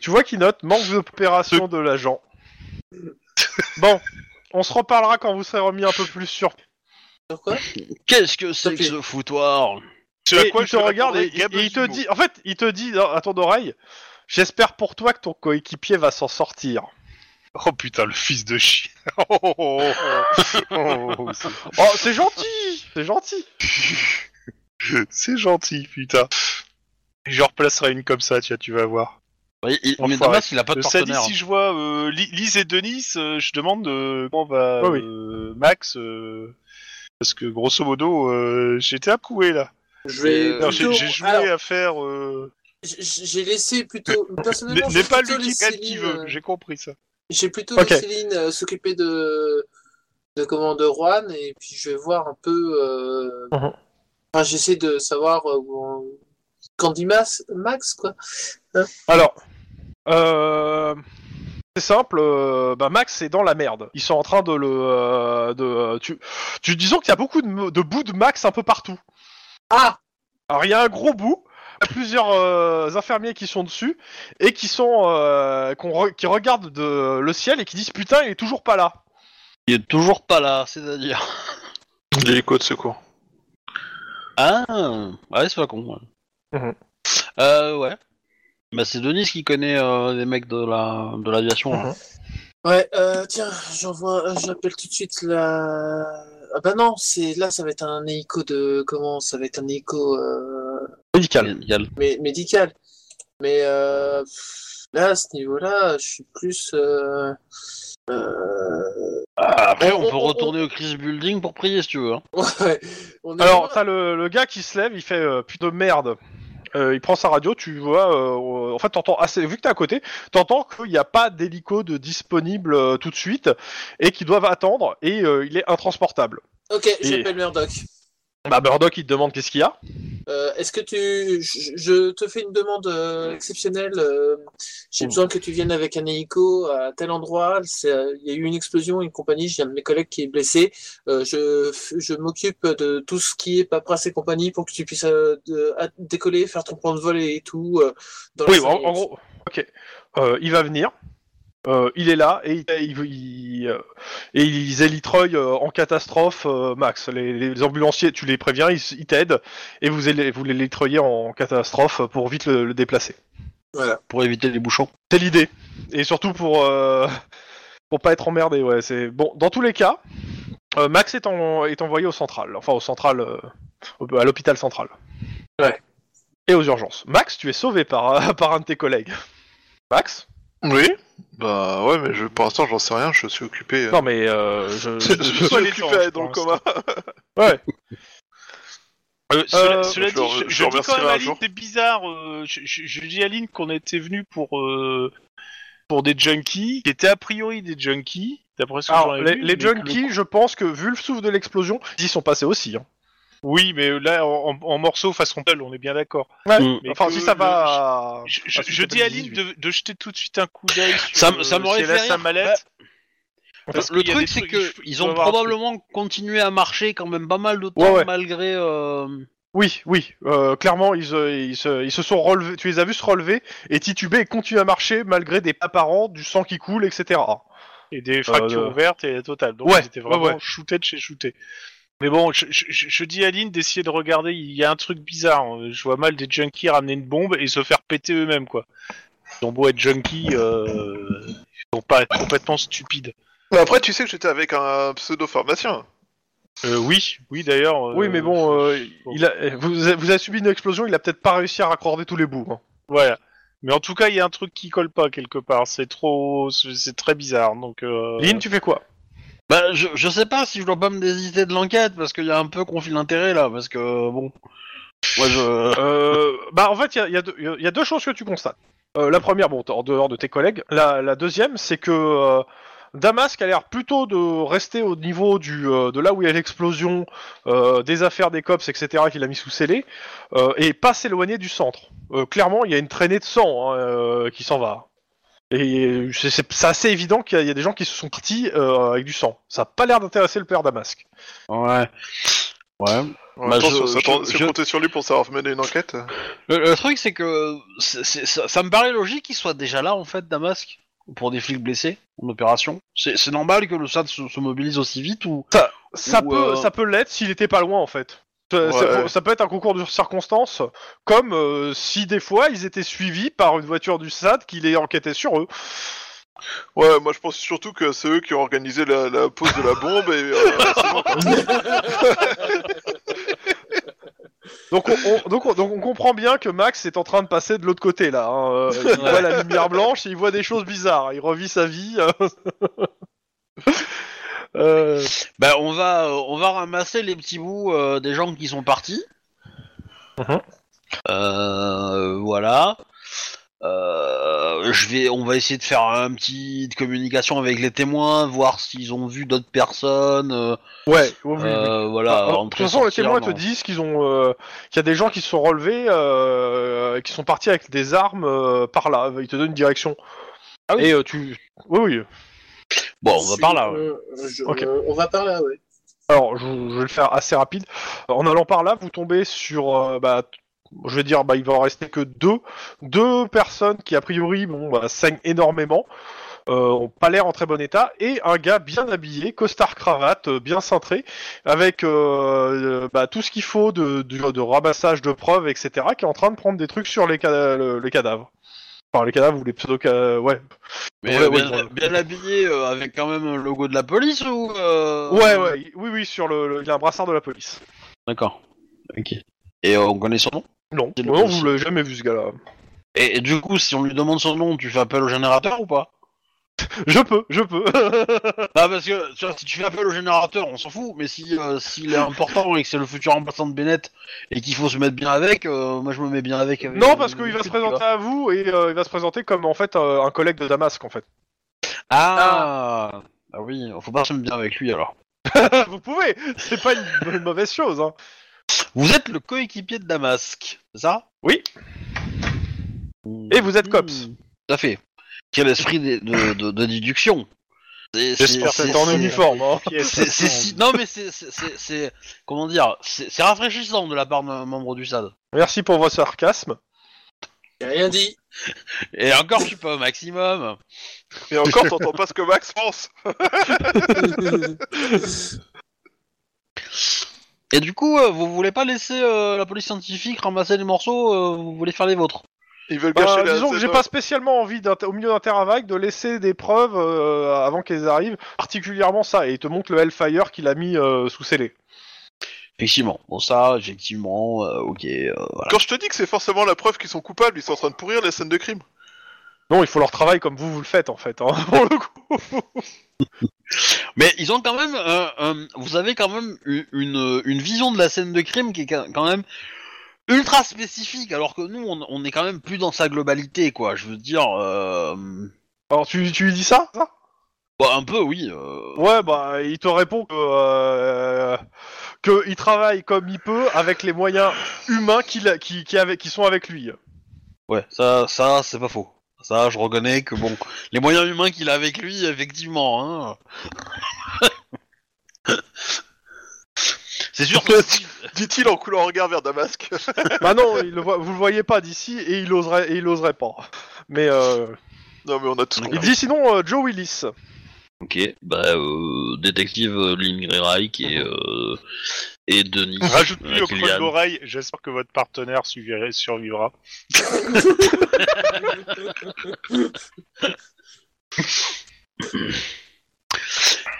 B: tu vois qu'il note manque d'opération de l'agent. Bon, on se reparlera quand vous serez remis un peu plus sur
E: Sur quoi
A: Qu'est-ce que c'est
E: Ok.
A: que ce foutoir
C: Ce
B: Et il te regarde et, et il te dit, en fait, il te dit dans- à ton oreille, j'espère pour toi que ton coéquipier va s'en sortir.
C: Oh putain, le fils de chien *laughs* Oh, oh, oh, oh. Oh, c'est-
B: Oh, c'est gentil, c'est gentil.
C: C'est gentil, putain. Je replacerai une comme ça, tiens, tu vas voir.
A: Oui, il-
C: Enfoiré.
A: Mais Damas, il a pas de
C: Euh, ça dit,
A: partenaire. hein.
C: si je vois euh, Li- Lise et Denis, euh, je demande euh, comment va
B: Oh, oui.
C: euh, Max, euh, parce que grosso modo, euh, j'étais secoué là.
E: Je vais.
A: Euh,
C: Non, J'ai
E: plutôt-
C: j'ai joué
E: alors,
C: à faire... euh,
E: j- J'ai laissé plutôt.
A: *laughs*
C: N'est
E: Personnellement,
C: n'est
E: j'ai
C: pas
E: plutôt
C: lui qui
E: laissé
C: prête qui
E: Lynn,
C: veut,
E: euh,
C: j'ai compris ça.
E: J'ai plutôt
B: Ok.
E: laissé Lynn euh, s'occuper de. de comment de Juan, et puis je vais voir un peu. euh,
B: Mhm.
E: Enfin, j'essaie de savoir euh, où on- Quand dit Mas- Max, quoi.
B: Alors, euh, c'est simple, euh, bah, Max est dans la merde. Ils sont en train de le, euh, de, euh, tu, tu disons qu'il y a beaucoup de, de bouts de Max un peu partout.
E: Ah
B: Alors il y a un gros bout, il y a plusieurs euh, infirmiers qui sont dessus et qui sont, euh, qu'on re- qui regardent de- le ciel et qui disent putain, il est toujours pas là.
A: Il est toujours pas là, c'est-à-dire.
D: L'hélico de secours.
A: Ah Ouais, c'est pas con. Ouais.
B: Mhm.
A: Euh, ouais. Bah, c'est Denis qui connaît euh, les mecs de la de l'aviation. hein.
C: Mhm.
A: là.
E: Ouais, euh, tiens, j'envoie. euh, J'appelle tout de suite la. Ah bah non, c'est là, ça va être un hélico de. Comment Ça va être un hélico. euh,
B: Médical.
A: Il y a le-
E: mé- médical. Mais euh, pff, là, à ce niveau-là, je suis plus. euh, euh,
A: Ah, Après, on
E: on-
A: peut
E: on-
A: retourner au Chris Building pour prier si tu veux. hein.
E: ouais, on est
B: Alors,
E: loin.
B: t'as le, le gars qui se lève, il fait euh, putain de merde. Euh, il prend sa radio, tu vois. euh, en fait, t'entends assez. Vu que t'es à côté, t'entends qu'il n'y a pas d'hélico de disponible euh, tout de suite et qu'ils doivent attendre et euh, il est intransportable.
E: Ok, j'appelle Murdoch.
B: Bah, Murdoch, il te demande qu'est-ce qu'il y a.
E: Euh, Est-ce que tu. Je, je te fais une demande euh, exceptionnelle. euh, J'ai besoin que tu viennes avec un hélico à tel endroit. c'est, euh, Il y a eu une explosion, une compagnie. J'ai un de mes collègues qui est blessé. Euh, je f- je m'occupe de tout ce qui est paperasse et compagnie pour que tu puisses euh, de- à- décoller, faire ton plan de vol et tout. euh, dans les
B: Oui,
E: cinq
B: en, en
E: minutes.
B: gros. Ok. Euh, il va venir. Euh, il est là et il, il- il- euh, et ils élitreuillent euh, en catastrophe euh, Max. Les, les ambulanciers, tu les préviens, ils, s- ils t'aident et vous, éli- vous les élitreuillez en catastrophe pour vite le- le déplacer.
E: Voilà.
A: Pour éviter les bouchons.
B: C'est l'idée. Et surtout pour euh, *laughs* pour pas être emmerdé, ouais. C'est bon. Dans tous les cas, euh, Max est, en- est envoyé au central, enfin au central, euh, au- à l'hôpital central.
E: Ouais.
B: euh, *laughs* Et aux urgences. Max, tu es sauvé par par un de tes collègues. Max,
D: Oui Bah ouais, mais je, pour l'instant, j'en sais rien, je suis occupé. euh.
B: Non, mais euh, *laughs* je-
D: *laughs* je suis
C: Soit les
D: occupé à être dans le
C: pour
B: euh,
D: coma.
B: Ouais.
C: Euh, cela
B: Euh,
C: cela
D: je
C: dit,
D: le-
C: je, je
D: je le
C: dis quand même
D: remercierai un
C: à Aline,
D: jour.
C: c'est bizarre. euh, je, je- je dis à Aline qu'on était venu pour euh, pour des junkies, qui étaient a priori des junkies. D'après ce que
B: Alors,
C: j'en ai
B: les,
C: vu,
B: les
C: mais que le-
B: junkies, je pense que vu le souffle de l'explosion, ils y sont passés aussi. hein.
C: Oui, mais là en, en- en morceaux façon telle, on est bien d'accord.
A: Mm.
C: Mais
B: Enfin,
C: que
B: si ça
C: le-
B: va.
C: Je, je-
B: Ah, c'est
C: je dis à Aline
B: 18.
C: de, de jeter tout de suite un coup d'œil. sur,
A: Ça m- ça
C: euh,
A: m'aurait
C: si elle a
A: fait
C: sa
A: rire.
C: mallette. Parce
A: Le
C: qu'il y a
A: truc,
C: des
A: c'est
C: trucs-
A: que
C: il
A: ils
C: faut
A: ont
C: avoir un truc.
A: probablement continué à marcher quand même pas mal de temps
B: Ouais, ouais.
A: malgré. euh,
B: Oui, oui. euh, clairement, ils, euh, ils, se, ils se sont relevés. Tu les as vus se relever et tituber et continuer à marcher malgré des apparents, du sang qui coule, etc.
C: Et des fractures
B: euh,
C: ouvertes et la totale. Donc
B: ouais,
C: ils étaient vraiment
B: ouais, ouais.
C: shootés de chez shootés. Mais bon, je, je- je- je dis à Lynn d'essayer de regarder. Il y a un truc bizarre. hein. Je vois mal des junkies ramener une bombe et se faire péter eux-mêmes, quoi. Ils ont beau être junkies, euh, ils sont pas complètement stupides.
D: Mais après, tu sais que j'étais avec un pseudo-pharmacien.
C: Euh, oui, oui d'ailleurs. euh,
B: oui, mais bon, euh,
C: bon.
B: il a, vous, avez- vous avez subi une explosion, il a peut-être pas réussi à raccorder tous les bouts. hein.
C: Voilà. Mais en tout cas, il y a un truc qui colle pas quelque part. C'est trop, c'est c'est très bizarre. Donc. euh,
B: Lynn, tu fais quoi
A: Bah, je, je sais pas si je dois pas me désiter de l'enquête parce qu'il y a un peu conflit d'intérêt là parce que bon. Moi je.
B: Euh, bah en fait, il y a, il y a deux- il y a deux choses que tu constates. Euh, la première, bon, t'es en dehors de tes collègues. La, la deuxième, c'est que euh, Damask a l'air plutôt de rester au niveau du, euh, de là où il y a l'explosion, euh, des affaires des cops, etc., qu'il a mis sous scellé, euh, et pas s'éloigner du centre. Euh, clairement, il y a une traînée de sang hein, euh, qui s'en va. Et c'est- c'est c'est assez évident qu'il y, a- il y a des gens qui se sont partis euh, avec du sang. Ça n'a pas l'air d'intéresser le père Damask.
A: Ouais. Ouais. Bah,
D: En même temps,
A: je-
D: si on s'attend-
A: je-
D: si on
A: je-
D: comptait sur lui pour savoir mener une enquête. euh,
A: Le, le truc c'est que c'est- c'est- ça, ça me paraît logique qu'il soit déjà là en fait Damasque pour des flics blessés en opération. C'est c'est normal que le SAD se, se mobilise aussi vite ou.
B: Ça
A: Ou,
B: peut,
A: euh,
B: ça peut l'être s'il était pas loin en fait. Ça,
D: Ouais.
B: ça- ça peut être un concours de circonstances, comme euh, si des fois ils étaient suivis par une voiture du SAD qui les enquêtait sur eux.
D: Ouais, moi je pense surtout que c'est eux qui ont organisé la, la pose de la bombe et.
A: *laughs*
D: euh, c'est bon, quoi.
B: Donc on, on- donc on- donc on comprend bien que Max est en train de passer de l'autre côté là. hein. Euh, Il voit la lumière blanche, et il voit des choses bizarres, il revit sa vie. hein. *laughs* Euh,
A: Bah on va euh, on va ramasser les petits bouts euh, des gens qui sont partis.
B: Mhm.
A: Euh, voilà. Euh, je vais, on va essayer de faire un petit de communication avec les témoins, voir s'ils ont vu d'autres personnes. euh,
B: ouais, oui, oui, oui.
A: euh, voilà.
B: Bah, de toute
A: entrer,
B: façon, les
A: sortir,
B: témoins te
A: non.
B: disent qu'ils ont, euh, qu'il y a des gens qui se sont relevés, euh, qui sont partis avec des armes euh, par là. Ils te donnent une direction.
A: Ah oui
B: Et euh, tu, oui, oui.
A: Bon, on va
E: C'est-
A: par là. ouais.
E: euh, je-
B: Ok.
E: euh, on va par là, ouais.
B: Alors, je, je vais le faire assez rapide. En allant par là, vous tombez sur, euh, bah, t- je vais dire, bah, il va en rester que deux, deux personnes qui a priori, bon, bah, saignent énormément, euh, ont pas l'air en très bon état, et un gars bien habillé, costard cravate, euh, bien cintré, avec euh, euh, bah, tout ce qu'il faut de, de, de ramassage de preuves, etc., qui est en train de prendre des trucs sur les, cada- le- les cadavres. Enfin, les cadavres ou les pseudo, euh, ouais.
A: Mais
B: Ouais,
A: euh,
B: ouais,
A: bien,
B: ouais.
A: bien habillé euh, avec quand même un logo de la police ou euh,
B: Ouais, ouais, oui, oui, sur le, le- il a un brassard de la police.
A: D'accord. Ok. Et euh, on connaît son nom.
B: Non,
A: C'est le
B: non,
A: policier.
B: vous l'avez jamais vu ce gars-là.
A: Et, et du coup, si on lui demande son nom, tu fais appel au générateur ou pas
B: Je peux, je peux. *laughs*
A: Bah parce que tu vois, si tu fais appel au générateur, on s'en fout. Mais si euh, s'il est important et que c'est le futur remplaçant de Bennett et qu'il faut se mettre bien avec, euh, moi je me mets bien avec. euh,
B: Non, parce qu'il
A: euh,
B: va se
A: tu vois.
B: présenter à vous et euh, il va se présenter comme en fait euh, un collègue de Damasque en fait.
A: Ah. ah. oui, faut pas se mettre bien avec lui alors.
B: vous pouvez, c'est pas une, *laughs* une mauvaise chose. Hein.
A: Vous êtes le coéquipier de Damasque, c'est ça
B: Oui. Et vous êtes cops.
A: Mmh, Tout à fait. Quel esprit de, de- de- de déduction. C'est- c'est-
C: J'espère
A: c'est-
B: C'est en
A: c'est-
B: uniforme. Hein.
A: c'est- c'est si- Non mais c'est- c'est c'est- c'est- comment dire, c'est c'est rafraîchissant de la part d'un membre du SAD.
B: Merci pour votre sarcasme.
E: J'ai
A: *laughs*
E: rien dit.
A: Et encore, je suis pas au maximum.
D: Et encore, t'entends pas ce que Max pense.
A: Et du coup, euh, vous voulez pas laisser euh, la police scientifique ramasser les morceaux euh, Vous voulez faire les vôtres
D: Ils veulent
B: Bah,
D: gâcher la.
B: disons que
D: scène,
B: j'ai
D: euh,
B: pas spécialement envie d'inter- au milieu d'un terrain vague de laisser des preuves euh, avant qu'elles arrivent, particulièrement ça. Et il te montre le Hellfire qu'il a mis euh, sous scellé.
A: Effectivement. Bon, ça, effectivement, euh, ok, euh, voilà.
D: Quand je te dis que c'est forcément la preuve qu'ils sont coupables, ils sont en train de pourrir les scènes de crime.
B: Non, il faut leur travail comme vous vous le faites en fait. hein, *laughs* pour le coup.
A: Mais ils ont quand même, euh, euh, vous avez quand même u- une, une vision de la scène de crime qui est ca- quand même ultra spécifique, alors que nous, on, on est quand même plus dans sa globalité, quoi. Je veux dire, euh,
B: Alors tu, tu lui dis ça, ça
A: bah, un peu, oui. euh.
B: Ouais, bah il te répond que euh, que il travaille comme il peut avec les moyens humains qu'il a- qui qui, avec, qui sont avec lui.
A: Ouais, ça, ça, c'est pas faux. Ça, je reconnais que bon, les moyens humains qu'il a avec lui, effectivement. Hein. *laughs* c'est sûr que si-
D: Dit-il en coulant un regard vers Damasque. *laughs*
B: bah non, il le voit- vous le voyez pas d'ici et il oserait et il oserait pas. Mais euh,
D: non, mais on a tous
A: Il
B: il
D: compris.
B: dit sinon euh, Joe Willis.
A: *laughs* Ok, bah, euh, détective euh, Lynn Greyreich et, euh, et Denis.
F: Rajoute-lui
A: euh,
F: au creux de
A: Killian.
F: l'oreille, j'espère que votre partenaire suivra- survivra.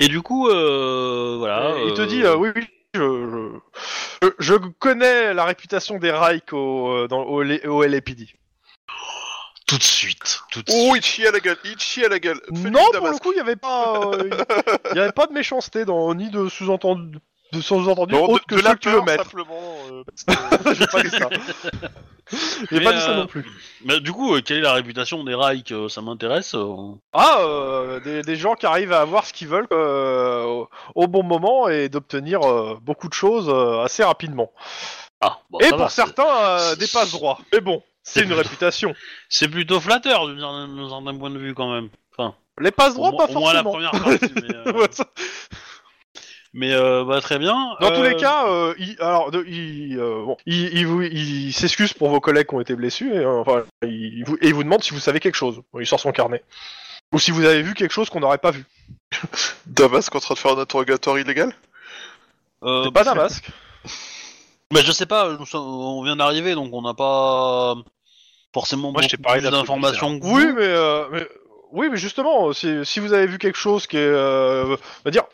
A: Et du coup, euh, voilà.
B: il te
A: euh,
B: dit euh, oui, oui, je, je, je connais la réputation des Reich au, euh, dans, au, L- au LAPD.
A: Tout de suite. Tout de
D: Oh, il chie à la gueule, il chie à la gueule. Fais-lui
B: non, pour le
D: Damasque.
B: coup, il n'y avait pas, euh, il y avait pas de méchanceté dans ni de sous-entendu, de sous-entendu
D: Non,
B: autre que
D: de, de
B: ceux
D: la
B: que tu veux
D: peur,
B: mettre.
D: simplement. euh, parce que-
B: J'ai pas dit ça. J'ai
A: Mais,
B: pas dit ça
A: euh,
B: non plus.
A: Mais du coup, euh, quelle est la réputation des Reich euh, Ça m'intéresse. euh.
B: Ah, euh, des, des gens qui arrivent à avoir ce qu'ils veulent euh, au- au bon moment et d'obtenir euh, beaucoup de choses euh, assez rapidement.
A: Ah, bon,
B: et
A: ça
B: pour
A: va, c'est-
B: certains, euh, des passe droits. Mais bon, c'est
A: C'est
B: une
A: plutôt-
B: réputation.
A: C'est plutôt flatteur d'une certaine- d'un certain point de vue quand même. Enfin,
B: Les passe droits,
A: au, moins-
B: pas
A: au moins la
B: forcément.
A: première
B: *laughs*
A: partie. Mais, euh,
B: Ouais, ça-
A: mais, euh, bah, très bien.
B: Dans
A: euh,
B: tous les cas, euh, il, alors de- il, euh, bon, il, il vous- il s'excuse pour vos collègues qui ont été blessés. Et, euh, enfin, il, vous, et il vous demande si vous savez quelque chose. Bon, Il sort son carnet. Ou si vous avez vu quelque chose qu'on n'aurait pas vu.
D: Damasque en train de faire un interrogatoire illégal
A: euh,
B: C'est pas Damasque.
A: bah, je sais pas. nous sommes- on vient d'arriver, donc on n'a pas forcément
F: Moi, je t'ai
A: beaucoup
F: parlé
A: plus
F: d'un truc
A: d'informations. que vous.
B: Oui, mais, euh, mais- oui, mais justement, si, si vous avez vu quelque chose qui est, euh, on va dire,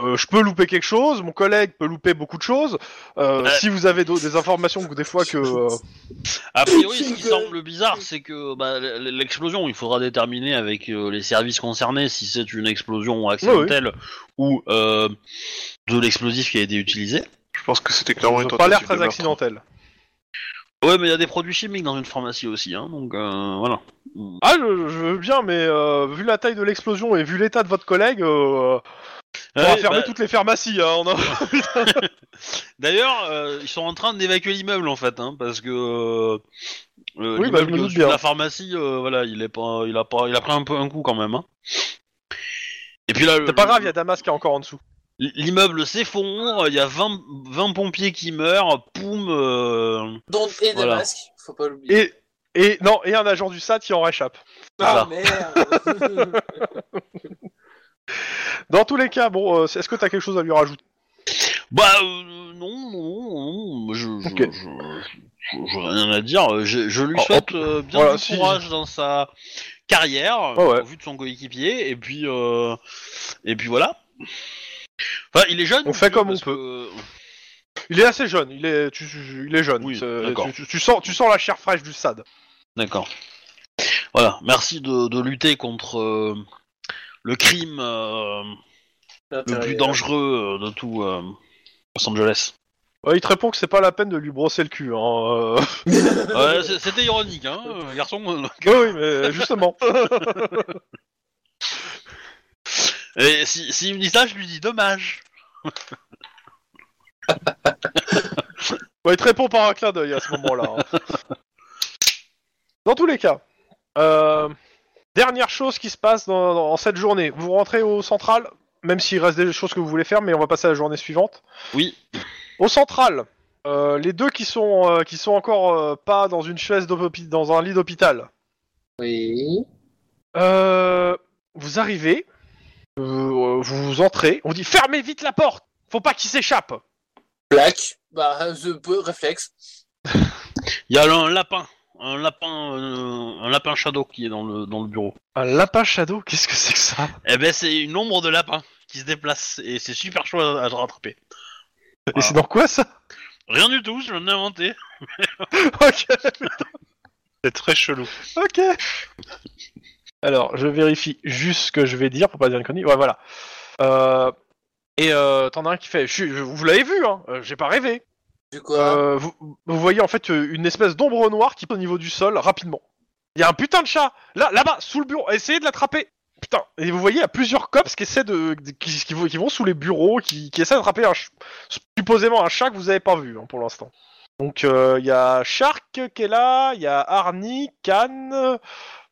B: euh, je peux louper quelque chose, mon collègue peut louper beaucoup de choses. euh,
A: Ouais.
B: Si vous avez d'autres- des informations que des fois que euh,
A: A priori, ce qui semble bizarre, c'est que bah, l- l- l'explosion, il faudra déterminer avec euh, les services concernés si c'est une explosion accidentelle ou euh, de l'explosif qui a été utilisé.
D: Je pense que c'était
B: ça
D: clairement une
B: n'a pas l'air
D: tentative de
B: très
D: meurtre.
B: accidentel.
A: Ouais, mais il y a des produits chimiques dans une pharmacie aussi, hein, donc euh, voilà.
B: Ah, je, je veux bien, mais euh, vu la taille de l'explosion et vu l'état de votre collègue, euh, on va
A: Ouais,
B: fermer
A: bah, Euh,
B: toutes les pharmacies. Hein, on a-
A: D'ailleurs, euh, ils sont en train d'évacuer l'immeuble en fait, hein, parce que euh, euh,
B: Oui,
A: l'immeuble
B: bah, je me
A: qui est
B: doute
A: au-dessus
B: bien.
A: de la pharmacie, euh, voilà, il est pas, il a pas, il a pris un peu un coup quand même. hein. Et puis là, le-
B: C'est pas
A: le-
B: grave, il y a Damas qui est encore en dessous.
A: L'immeuble s'effondre, il y a 20, 20 pompiers qui meurent, poum. euh,
E: Donc, et
A: Voilà.
E: Damasque, faut pas l'oublier.
B: Et, et non, et un agent du SAT qui en réchappe.
E: Ah
A: voilà.
E: merde
B: Dans tous les cas, bon, euh, est-ce que t'as quelque chose à lui rajouter
A: Bah euh, non, non, non, je, je, je,
B: Ok.
A: je- j'ai rien à dire. Je, je lui
B: Oh,
A: souhaite euh, bien
B: Voilà,
A: du
B: si. Oh,
A: courage dans sa carrière,
B: Ouais, ouais.
A: au vu de son coéquipier, et puis euh, et puis voilà. Enfin, il est jeune.
B: On fait
A: vieux,
B: comme on
A: parce que-
B: Il est assez jeune, il est, tu- tu- il est jeune.
A: Oui,
B: C'est-
A: d'accord.
B: tu, tu- tu sens, tu sens la chair fraîche du SAD.
A: D'accord. Voilà, merci de, de lutter contre euh, le crime euh, *laughs* le plus dangereux euh, de tout euh, Los Angeles.
B: Ouais, il te répond que c'est pas la peine de lui brosser le cul. Hein, *laughs* euh.
A: Ouais, c'est- C'était ironique, hein, euh, garçon.
B: oui, oui, mais justement.
A: Et si, si il me dit ça, je lui dis dommage.
B: Ouais, il te répond par un clin d'œil à ce moment-là. hein. Dans tous les cas, euh, dernière chose qui se passe dans, dans- en cette journée. Vous rentrez au central, même s'il reste des choses que vous voulez faire, mais on va passer à la journée suivante.
A: Oui.
B: Au central, euh, les deux qui sont euh, qui sont encore euh, pas dans une chaise d'hôpi- dans un lit d'hôpital.
E: Oui.
B: Euh, vous arrivez, euh, vous entrez, on dit fermez vite la porte, faut pas qu'il s'échappe.
E: Black. Bah, je peux, réflexe.
A: Il y a un lapin, un lapin, euh, un lapin shadow qui est dans le dans le bureau.
B: Un lapin shadow, qu'est-ce que c'est que ça
A: Eh ben, c'est une ombre de lapin qui se déplace et c'est super chaud à, à rattraper.
B: Et *laughs* c'est dans quoi ça
A: Rien du tout, je viens de l'inventer.
B: Ok.
F: C'est très chelou.
B: Ok. Alors, je vérifie juste ce que je vais dire pour pas dire une connerie. Ouais, voilà. Euh, et euh, t'en as un qui fait, je, je- vous l'avez vu, hein, euh, j'ai pas rêvé.
E: Du quoi
B: Euh, vous, vous voyez en fait euh, une espèce d'ombre noire qui passe au niveau du sol rapidement. Il y a un putain de chat là, là-bas, sous le bureau. Essayez de l'attraper. Putain. Et vous voyez, il y a plusieurs cops qui essaient de, de- qui, qui vont- qui vont sous les bureaux, qui, qui essaient d'attraper un, ch- supposément un chat que vous avez pas vu hein, pour l'instant. Donc euh, il y a Shark qui est là, il y a Arnie, Khan,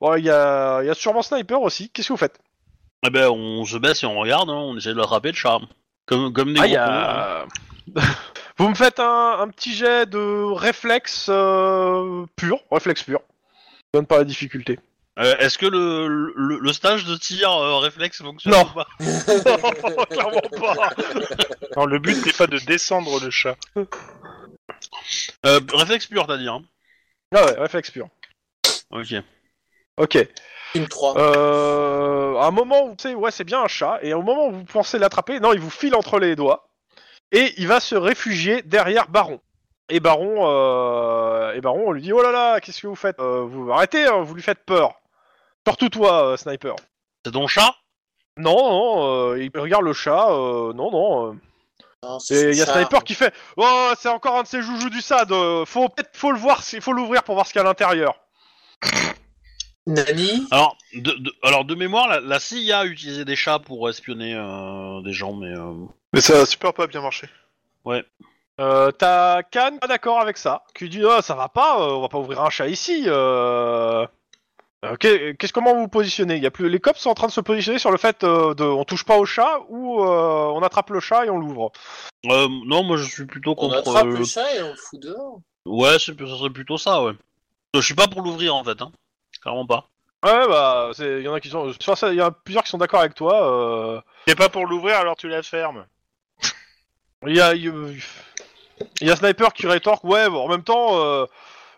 B: bon, il y, a, il y a sûrement Sniper aussi. Qu'est-ce que vous faites
A: Eh ben, on se baisse et on regarde, hein, on essaie de l'attraper le chat. Comme, comme des
B: Ah, il
A: gros
B: y
A: cons, hein.
B: a... *laughs* Vous me faites un, un petit jet de réflexe euh, pur, réflexe pur. Je Donne pas
F: *laughs*
B: la difficulté.
A: Euh, Est-ce que le, le, le stage de tir euh, réflexe fonctionne
B: Non.
A: ou pas
B: Clairement pas.
F: Alors, le but n'est pas de descendre le chat.
A: Euh, Réflexe pur, t'as dit. Hein.
B: Ah ouais, réflexe pur.
A: Ok.
B: Ok.
E: Une 3.
B: Euh, à un moment où vous savez, ouais, c'est bien un chat, et au moment où vous pensez l'attraper, non, il vous file entre les doigts, et il va se réfugier derrière Baron. Et Baron, euh, et Baron, on lui dit, oh là là, qu'est-ce que vous faites Euh, Vous arrêtez, hein, vous lui faites peur. Surtout toi, euh, Sniper.
A: C'est ton chat
B: Non, non, euh, il regarde le chat, euh, non, non. euh.
E: Non,
B: Et
E: c'est
B: il y a
E: ça.
B: Sniper qui fait Oh, c'est encore un de ces joujoux du SAD, euh, faut peut-être faut le voir, c'est- faut l'ouvrir pour voir ce qu'il y a à l'intérieur.
E: Nani
A: alors de, de- alors, de mémoire, la, la CIA utilisait des chats pour espionner euh, des gens, mais. euh,
D: Mais ça a super pas bien marché.
B: Euh, T'as Khan pas d'accord avec ça, qui dit Oh, ça va pas, euh, on va pas ouvrir un chat ici. Euh... euh, qu'est- qu'est-ce- comment vous vous positionnez Il y a plus... Les cops sont en train de se positionner sur le fait euh, de on touche pas au chat ou euh, on attrape le chat et on l'ouvre.
A: euh, non, moi je suis plutôt
E: On
A: contre.
E: attrape
A: euh,
E: le chat et on le fout dehors.
A: Ouais, c'est- ça serait plutôt ça, ouais. Je suis pas pour l'ouvrir en fait, hein. Clairement pas.
B: Ouais, bah, il y en a qui sont. sur ça, Il y en a plusieurs qui sont d'accord avec toi. euh,
F: T'es pas pour l'ouvrir, alors tu la fermes.
B: Il y a, il y a- il y a Sniper qui rétorque, ouais, bon, en même temps, euh,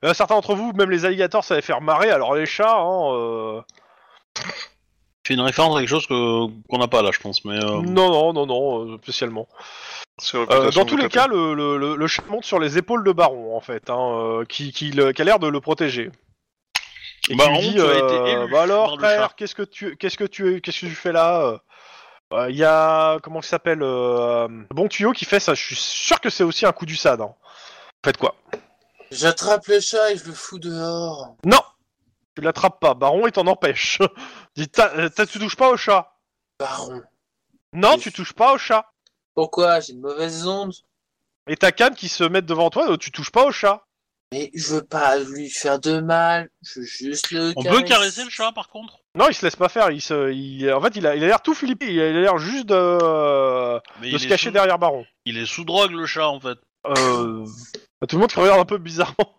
B: euh, certains d'entre vous, même les alligators, ça va faire marrer, alors les chats, hein, euh,
A: Je fais une référence à quelque chose que qu'on n'a pas là, je pense, mais. euh,
B: non, non, non, non, euh, spécialement.
D: C'est
B: Euh,
D: réputation
B: dans tous
D: de
B: les
D: taper.
B: cas, le, le, le- le chat monte sur les épaules de Baron, en fait, hein, euh, qui, qui, le- qui a l'air de le protéger. Et qui
A: Baron,
B: lui dit,
A: bah, tu as été
B: euh,
A: élu
B: bah alors,
A: par le chat.
B: frère, qu'est-ce que tu, qu'est-ce que tu, qu'est-ce que tu fais là euh Euh, Il y a, comment ça s'appelle, euh, Bon Tuyau qui fait ça, je suis sûr que c'est aussi un coup du SAD. hein. Faites quoi
E: J'attrape le chat et je le fous dehors.
B: Non Tu l'attrapes pas, Baron, il t'en empêche. *laughs* Dis, ta- euh, ta- tu touches pas au chat.
E: Baron.
B: Non, tu touches pas au chat.
E: Pourquoi J'ai une mauvaise onde.
B: Et ta canne qui se met devant toi, euh, tu touches pas au chat.
E: Mais je veux pas lui faire de mal. Je veux juste le
A: On peut caresser le chat par contre
B: Non, il se laisse pas faire. Il se, il- en fait, il a il a l'air tout flippé. Il a l'air juste de, euh,
A: mais
B: de
A: il
B: se
A: est
B: cacher
A: sous-
B: derrière Baron.
A: Il est sous drogue le chat en fait. *laughs*
B: Euh, à tout le monde qui regarde un peu bizarrement.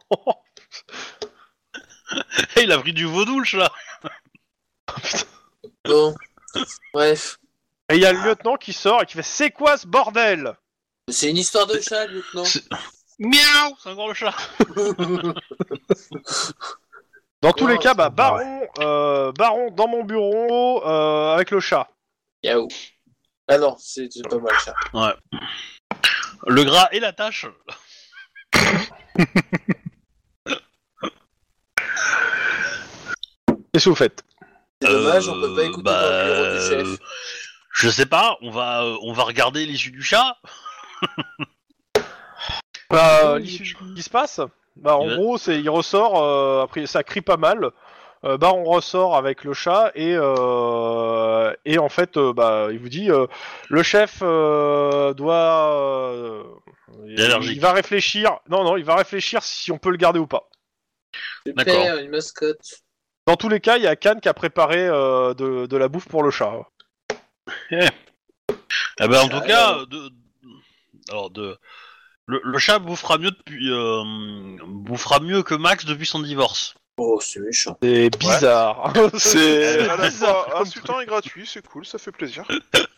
A: il a pris du vaudou le chat
E: Bon. Bref.
B: Et il y a le lieutenant qui sort et qui fait C'est quoi ce bordel
E: C'est une histoire de chat, lieutenant.
A: C'est- Miaou C'est encore le chat
B: Dans tous
E: Ouais,
B: les cas, bah,
E: c'est pas
B: Baron, euh, Baron dans mon bureau euh, avec le chat.
E: Yahoo. Ah non, c'est c'est pas moi le chat.
A: Le gras et la tâche
B: Qu'est-ce que vous faites
E: C'est dommage, on peut
A: Euh,
E: pas écouter dans le bureau du chef.
A: bah, Je sais pas, on va, euh, on va regarder l'issue du chat.
B: Bah, euh, l'issue ce qui se passe Bah, en
A: Il va-
B: gros, c'est il ressort, euh, après ça crie pas mal. Euh, bah, on ressort avec le chat et euh, et en fait, euh, bah, il vous dit, euh, le chef euh, doit, euh,
A: est allergique.
B: il va réfléchir. Non, non, il va réfléchir si on peut le garder ou pas.
A: D'accord.
E: Super, une mascotte.
B: Dans tous les cas, il y a Khan qui a préparé euh, de, de la bouffe pour le chat.
A: Eh ben en tout
E: Ah,
A: cas,
E: ouais.
A: euh, de... alors de, le, le chat bouffera mieux depuis, euh, bouffera mieux que Max depuis son divorce.
E: Oh, c'est méchant.
B: C'est *laughs* bizarre.
D: C'est
B: *laughs*
D: à la
B: bizarre comme
D: fois Eh, insultant et gratuit, c'est cool, ça fait plaisir.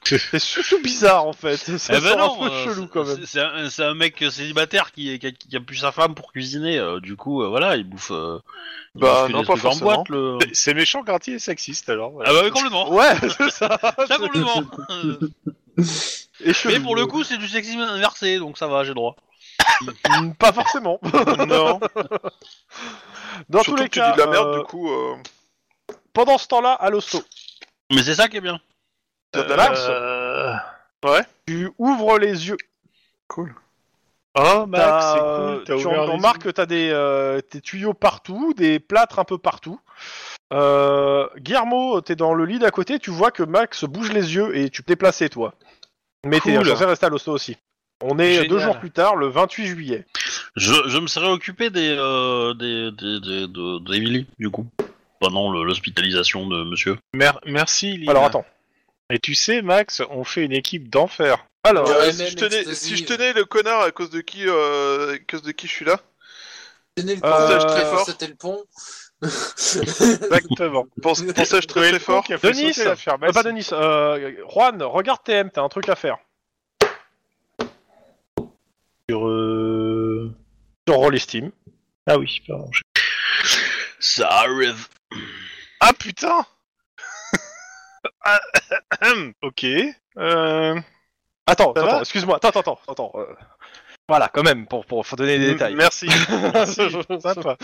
B: c'est surtout bizarre en fait. Ça
A: Eh ben
B: sort
A: non,
B: un peu
A: euh,
B: chelou
A: c'est-
B: quand même.
A: c'est- C'est un, c'est un mec célibataire qui, qui, a, qui a plus sa femme pour cuisiner. euh, du coup, euh, voilà, il bouffe. euh, il
D: Bah,
A: bouffe que
D: non,
A: des
D: pas
A: trucs en
D: forcément.
A: boîte, le-
F: C'est- C'est méchant, gratuit et sexiste, alors. voilà.
A: Ah bah oui, complètement. *laughs*
B: *laughs* Ouais, c'est ça.
A: Ça, complètement. Euh,
B: Et
A: Mais
B: chelou.
A: pour le coup, c'est du sexisme inversé, donc ça va, j'ai droit.
B: *laughs* Mm, pas forcément.
F: non.
B: Dans
D: Surtout
B: tous les
D: que tu
B: cas,
D: dis de la merde,
B: euh,
D: du coup. euh,
B: pendant ce temps-là, à l'hosto,
A: Mais c'est ça qui est bien.
D: t'as de la merde, ça.
C: Euh,
B: tu ouvres les yeux.
C: Oh, Max,
B: bah,
C: c'est
B: T'as-
C: cool, t'as
B: tu
C: ouvert les
B: remarques que t'as des, euh, des tuyaux partout, des plâtres un peu partout. Euh, Guillermo, t'es dans le lit d'à côté, tu vois que Max bouge les yeux et tu peux déplacer toi. Mais t'es
C: Cool.
B: censé rester à l'hosto aussi. On est
C: Génial.
B: deux jours plus tard, le 28 juillet.
A: Je, je me serais occupé des, euh, des, des, des, de- d'Emily, du coup. Pendant le- l'hospitalisation de monsieur.
C: Mer- merci, Lina.
B: Alors attends.
C: Et tu sais, Max, on fait une équipe d'enfer.
B: Alors,
E: Ouais,
D: Euh,
E: même
D: si, je tenais,
E: explosive.
D: si je tenais le connard à cause de qui, euh, à cause de qui je suis là
E: Tenez le
B: Euh,
E: portage très
D: très
E: fort,
D: fort.
E: c'était le pont.
C: Exactement.
E: *laughs*
D: Pense- Pensais-je très très fort
C: Qui a fait
B: Denis,
C: sauter la ferme.
B: euh, pas Denis, euh, Juan, regarde TM, t'as un truc à faire.
F: Sur, euh,
B: Sur Roll Steam.
F: Ah oui, pardon. je-
A: Ça arrive.
C: Ah putain Ah, *coughs* Ok. Euh,
B: Attends,
C: Ça
B: attends,
C: va
B: excuse-moi, attends, attends, attends. attends, euh, Voilà, quand même, pour, pour faut donner des
C: m-
B: détails.
C: *laughs* Merci. Merci, sympa.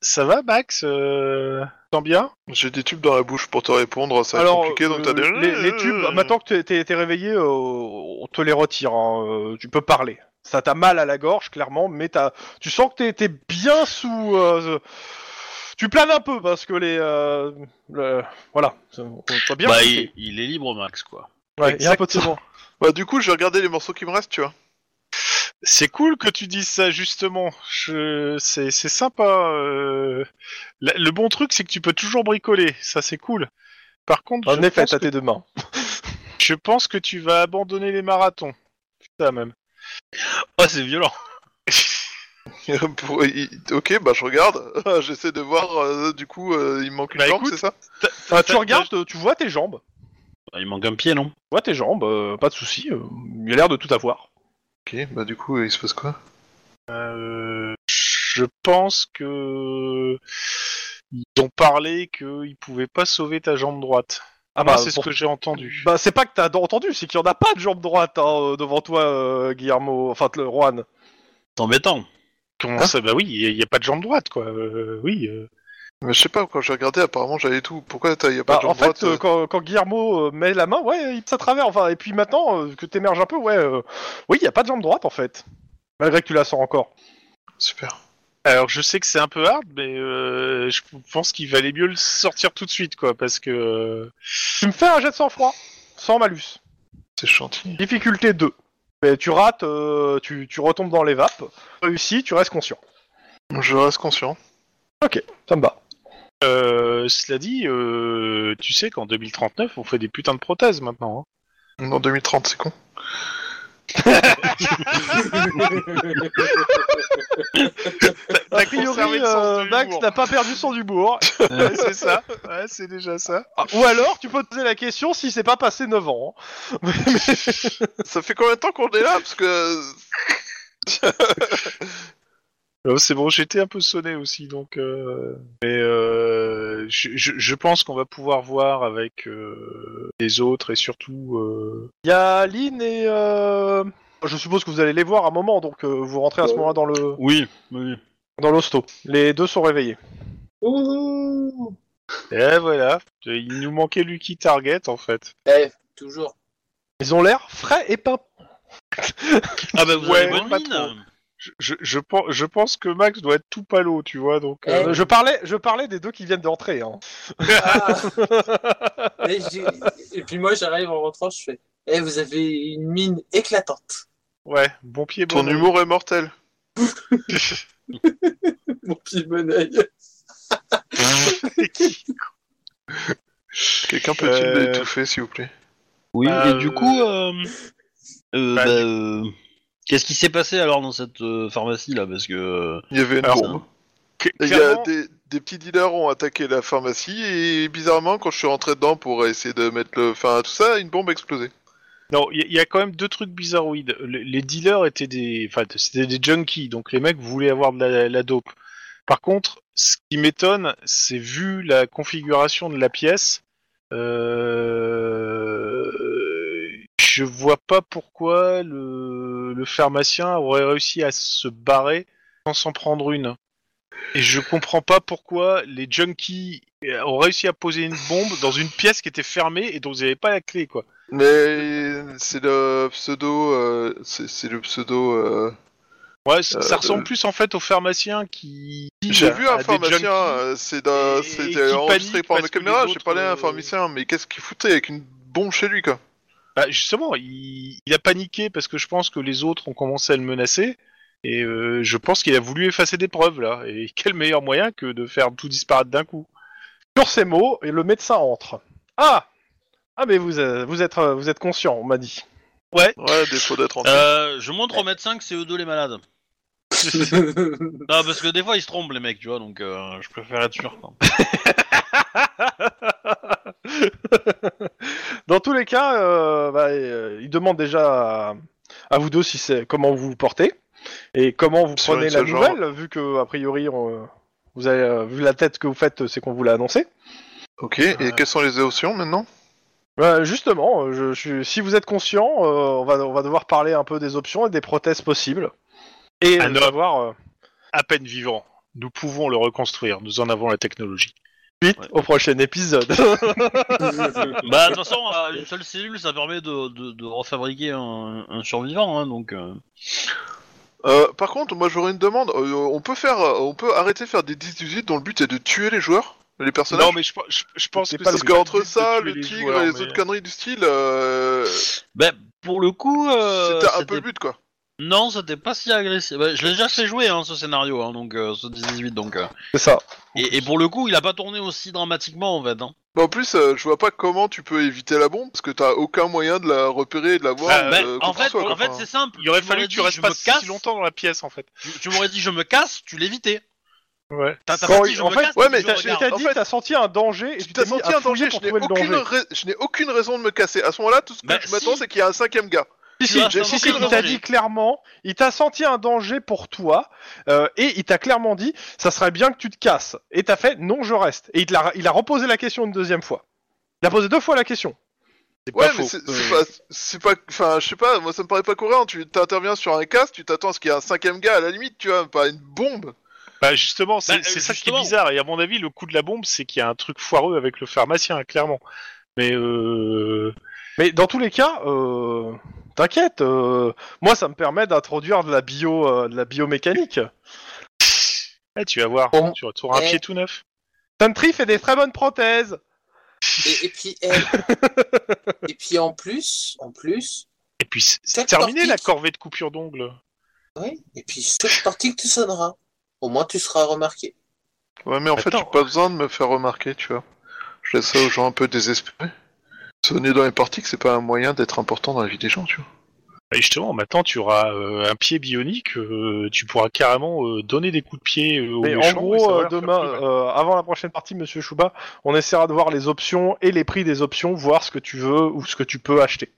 C: Ça va, Max Euh, Tant bien
D: J'ai des tubes dans la bouche pour te répondre, ça va être
B: Alors,
D: compliqué, donc t'as
B: euh,
D: des...
B: les, les tubes, maintenant que t'es- t'es t'es réveillé, euh, on te les retire. hein, euh, tu peux parler. Ça t'a mal à la gorge, clairement, mais t'as- tu sens que t'es- t'es bien sous. euh, euh, tu planes un peu parce que les. euh, le- voilà. Ça- On t'a bien.
A: Bah, il,
B: écouté.
A: il est libre, Max, quoi.
B: Ouais, il y a un peu de ça.
D: Bah du coup, je vais regarder les morceaux qui me restent, tu vois. *laughs*
C: C'est cool que tu dises ça, justement. Je... C'est c'est sympa. euh, la- Le bon truc, c'est que tu peux toujours bricoler. Ça, c'est cool. Par contre,
B: En
C: je
B: effet,
C: pense
B: t'as
C: que-
B: tes deux mains.
C: je pense que tu vas abandonner les marathons. Putain, même. Ah,
A: Oh, c'est violent.
D: Pour- il- Ok, bah je regarde. *laughs* J'essaie de voir, euh, du coup, euh, il me manque une
C: Bah,
D: jambe,
C: écoute,
D: c'est ça
B: Enfin, tu regardes, tu vois tes jambes.
A: Bah, Il manque un pied, non
B: Tu vois tes jambes, euh, pas de souci. euh, il a l'air de tout avoir.
D: Ok, bah du coup, il se passe quoi
C: Euh, je pense que ils ont parlé qu'ils pouvaient pas sauver ta jambe droite.
B: Ah
C: Moi, bah, c'est
B: pour-
C: ce que j'ai entendu.
B: Bah, c'est pas que t'as entendu, c'est qu'il y en a pas de jambe droite hein, euh, devant toi, euh, Guillermo. Enfin, le Juan.
A: C'est embêtant.
C: Comment
B: Hein
C: ça Bah oui, il n'y a, pas de jambe droite, quoi. Euh, oui. euh.
D: Mais je sais pas, quand j'ai regardé, apparemment j'avais tout. Pourquoi t'as- y a pas
B: Bah,
D: de jambe
B: en fait,
D: droite
B: euh,
D: euh,
B: quand, quand Guillermo euh, met la main, ouais, il passe à travers. Enfin, et puis maintenant euh, que t'émerges un peu, ouais, euh, oui, il y a pas de jambe droite en fait. Malgré que tu la sens encore.
D: euh, Super.
C: Alors, je sais que c'est un peu hard, mais euh, je pense qu'il valait mieux le sortir tout de suite, quoi, parce que. euh,
B: Tu me fais un jet de sang-froid, sans malus.
D: C'est chantier.
B: Difficulté 2. Mais tu rates, euh, tu, tu retombes dans les vapes. Réussi, tu restes conscient.
D: Je reste conscient.
B: Ça me va.
C: euh, cela dit, euh, tu sais qu'en 2039, on fait des putains de prothèses maintenant.
D: En 2030, c'est con.
C: Hein. T'as
B: A priori, euh, Max n'a pas perdu son humour.
C: *laughs* Ouais, c'est ça. Ouais, c'est déjà ça.
B: Ah, Ou alors, tu peux te poser la question si c'est pas passé 9 ans. hein. Mais-
D: ça fait combien de temps qu'on est là Parce que.
C: Euh, C'est bon, j'étais un peu sonné aussi, donc. euh, Mais euh, je, je- je pense qu'on va pouvoir voir avec euh, les autres et surtout. euh,
B: Il y a Lynn et... euh, Je suppose que vous allez les voir à un moment, donc euh, vous rentrez à ce moment-là dans le
A: Oui, oui.
B: dans l'hosto. Les deux sont réveillés.
E: Ouh.
C: Et eh, voilà, il nous manquait Lucky Target en fait.
E: Eh, *laughs* toujours.
B: Ils ont l'air frais et pas...
A: Ah, bah, vous
C: Ouais,
A: avez bonne
C: pas
A: mine.
C: trop. Je, je, je pense, je pense que Max doit être tout palo, tu vois, donc.
E: Eh,
B: Euh, je parlais je parlais des deux qui viennent d'entrer. Hein.
E: Ah. Et, Eh, j'ai- et puis moi, j'arrive en rentrant, je fais. Eh, vous avez une mine éclatante.
C: Ouais, bon pied, bon.
D: Ton
C: oeil.
D: humour est mortel.
E: *laughs* Mon petit bon oeil.
D: Quelqu'un peut-il
C: Euh,
D: l'étouffer, s'il vous plaît
A: Oui,
C: Bah,
A: et du coup, euh, euh,
C: bah,
A: bah, euh, qu'est-ce qui s'est passé alors dans cette pharmacie là Parce que euh,
D: Il y avait une
C: Alors,
D: bombe.
C: Cl-
D: Il y a
C: clairement,
D: des, des petits dealers ont attaqué la pharmacie et bizarrement, quand je suis rentré dedans pour essayer de mettre le fin à tout ça, une bombe a explosé.
C: Non, il y, a- il y a quand même deux trucs bizarroïdes. Le- les dealers étaient des, enfin, c'était des junkies, donc les mecs voulaient avoir de la, la dope. Par contre, ce qui m'étonne, c'est vu la configuration de la pièce, euh, je vois pas pourquoi le, le pharmacien aurait réussi à se barrer sans s'en prendre une. Et je comprends pas pourquoi les junkies euh, ont réussi à poser une bombe dans une pièce qui était fermée et dont ils n'avaient pas la clé, quoi.
D: Mais c'est le pseudo. euh, c'est c'est le pseudo. euh,
C: Ouais, c-
D: Euh,
C: ça ressemble
D: euh,
C: plus en fait aux pharmaciens qui.
D: J'ai vu un
C: à des
D: pharmacien,
C: junkies.
D: euh, c'est d'un-
C: et- et
D: c'était
C: qui
D: enregistré
C: panique
D: par
C: parce
D: mes
C: que les
D: caméras, j'ai
C: autres,
D: parlé à un
C: euh,
D: pharmacien, mais qu'est-ce qu'il foutait avec une bombe chez lui, quoi
C: Bah, justement, il... il a paniqué parce que je pense que les autres ont commencé à le menacer. Et euh, je pense qu'il a voulu effacer des preuves là.
B: *laughs*
C: Et quel meilleur moyen que de faire tout disparaître d'un coup
B: Sur ces mots, et le médecin entre. Ah Ah, mais vous, euh, vous, êtes, euh, vous êtes conscient, on m'a dit. *laughs*
D: Ouais, défaut d'être en
A: Euh, je montre au médecin que c'est eux deux les malades.
C: *laughs*
A: Non, parce que des fois ils se trompent les mecs, tu vois, donc euh, je préfère être sûr. quoi.
B: Dans tous les cas, euh, bah, euh, il demande déjà à, à vous deux si c'est comment vous vous portez et comment vous
D: Sur
B: prenez
D: une
B: la
D: seule jambe.
B: nouvelle, vu que a priori, on- vous avez euh, vu la tête que vous faites, c'est qu'on vous l'a annoncé.
D: Ok, et quelles sont les options maintenant
B: Bah, justement, euh, je, je- si vous êtes conscient, euh, on, va, on va devoir parler un peu des options et des prothèses possibles. Et
C: Un
B: euh,
C: homme.
B: savoir euh,
C: À peine vivant, nous pouvons le reconstruire. Nous en avons la technologie.
B: suite
A: Ouais.
B: au prochain épisode. *laughs*
A: bah, de toute façon, euh, une seule cellule ça permet de, de- de refabriquer un, un survivant, hein, donc. euh.
D: Euh, Par contre, moi j'aurais une demande, Euh, on peut faire, euh, on peut arrêter de faire des 18 dont le but est de tuer les joueurs les personnages
C: Non, mais je, je- je pense
B: C'est
C: que
B: pas
D: Parce
C: c'est but
D: qu'entre
C: de
D: ça,
C: tuer
D: le
C: les
D: tigre
C: joueurs,
D: et les
C: mais-
D: autres conneries du style, euh,
A: Bah, pour le coup. euh,
D: c'était un peu
A: c'était-
D: le but quoi.
A: Non, c'était pas si agressif. Bah, je l'ai déjà fait jouer hein, ce scénario, hein, donc euh, ce 18, donc. euh.
B: c'est ça.
A: Et, et pour le coup, il a pas tourné aussi dramatiquement en fait. hein.
D: Mais en plus, euh, je vois pas comment tu peux éviter la bombe parce que t'as aucun moyen de la repérer et de la voir.
C: Bah,
A: Bah,
D: euh, quoi
A: en
D: que
A: fait,
D: ce soit, quoi.
A: en fait,
D: Enfin,
A: c'est simple.
C: Il aurait
A: Tu
C: fallu
A: m'aurais
C: que
A: dit,
C: tu restes
A: je
C: pas
A: me
C: si
A: casse,
C: longtemps dans la pièce en fait.
A: Tu, tu m'aurais dit je me casse, tu l'évitais.
C: Ouais.
A: T'as t'as
B: Quand
A: pas dit
B: il-
A: je
B: en
A: me
B: fait-
A: casse.
D: ouais,
A: t'as dit,
D: mais
A: je
B: T'as-
D: t'as-
A: regarde.
B: t'as
D: en
B: dit,
D: fait-
B: t'as senti un danger. Et
D: Tu t'as
B: mis
D: senti
B: à
D: un
B: fouiller
D: danger, je
B: pour
D: n'ai
B: trouver le
D: aucune,
B: danger.
D: rais- je n'ai aucune raison de me casser. À ce moment-là, tout ce que
A: Bah,
D: je m'attends,
A: si.
D: c'est qu'il y a un cinquième gars.
B: Si,
A: Tu
B: si,
A: as
B: si,
A: senti
B: si,
A: le
B: il t'a
A: danger.
B: dit clairement, il t'a senti un danger pour toi, euh, et il t'a clairement dit, ça serait bien que tu te casses. Et t'as fait, non, je reste. Et il, te l'a- il a reposé la question une deuxième fois. Il a posé deux fois la question.
D: Ouais,
C: pas
D: mais
C: faux.
D: c'est c'est pas, c'est pas, enfin, je sais pas, moi ça me paraît pas courant. Tu t'interviens sur un casse, tu t'attends à ce qu'il y ait un cinquième gars à la limite, tu vois, pas une bombe.
C: Bah justement, c'est
A: Bah, euh,
C: c'est ça qui
A: justement.
C: est bizarre. Et à mon avis, le coup de la bombe, c'est qu'il y a un truc foireux avec le pharmacien, clairement. Mais euh...
B: Mais dans tous les cas, euh, t'inquiète, euh, moi ça me permet d'introduire de la bio, euh, de la biomécanique.
C: ah, tu vas voir,
E: Bon.
C: tu retrouveras un
E: Eh.
C: pied tout neuf.
B: Sentry fait des très bonnes prothèses.
E: *laughs* et, et puis, *laughs* eh, et puis en plus, en plus,
C: Et puis c'est- c'est
E: Cette
C: terminé
E: tortique.
C: la corvée de coupure d'ongles.
E: oui, et puis chaque partie que tu sonneras, au moins tu seras remarqué.
D: Ouais, mais en fait,
C: Attends.
D: j'ai pas besoin de me faire remarquer, tu vois. Je laisse ça aux gens un peu désespérés. Sonner dans les parties, que c'est pas un moyen d'être important dans la vie des gens, tu vois.
C: Et justement, maintenant tu auras euh, un pied bionique, euh, tu pourras carrément euh, donner des coups de pied euh, aux
B: Mais en
C: méchants, et ça
B: gros,
C: va
B: euh,
C: leur faire
B: demain,
C: plus mal.
B: euh, avant la prochaine partie, Monsieur Chouba, on essaiera de voir les options et les prix des options, voir ce que tu veux ou ce que tu peux acheter.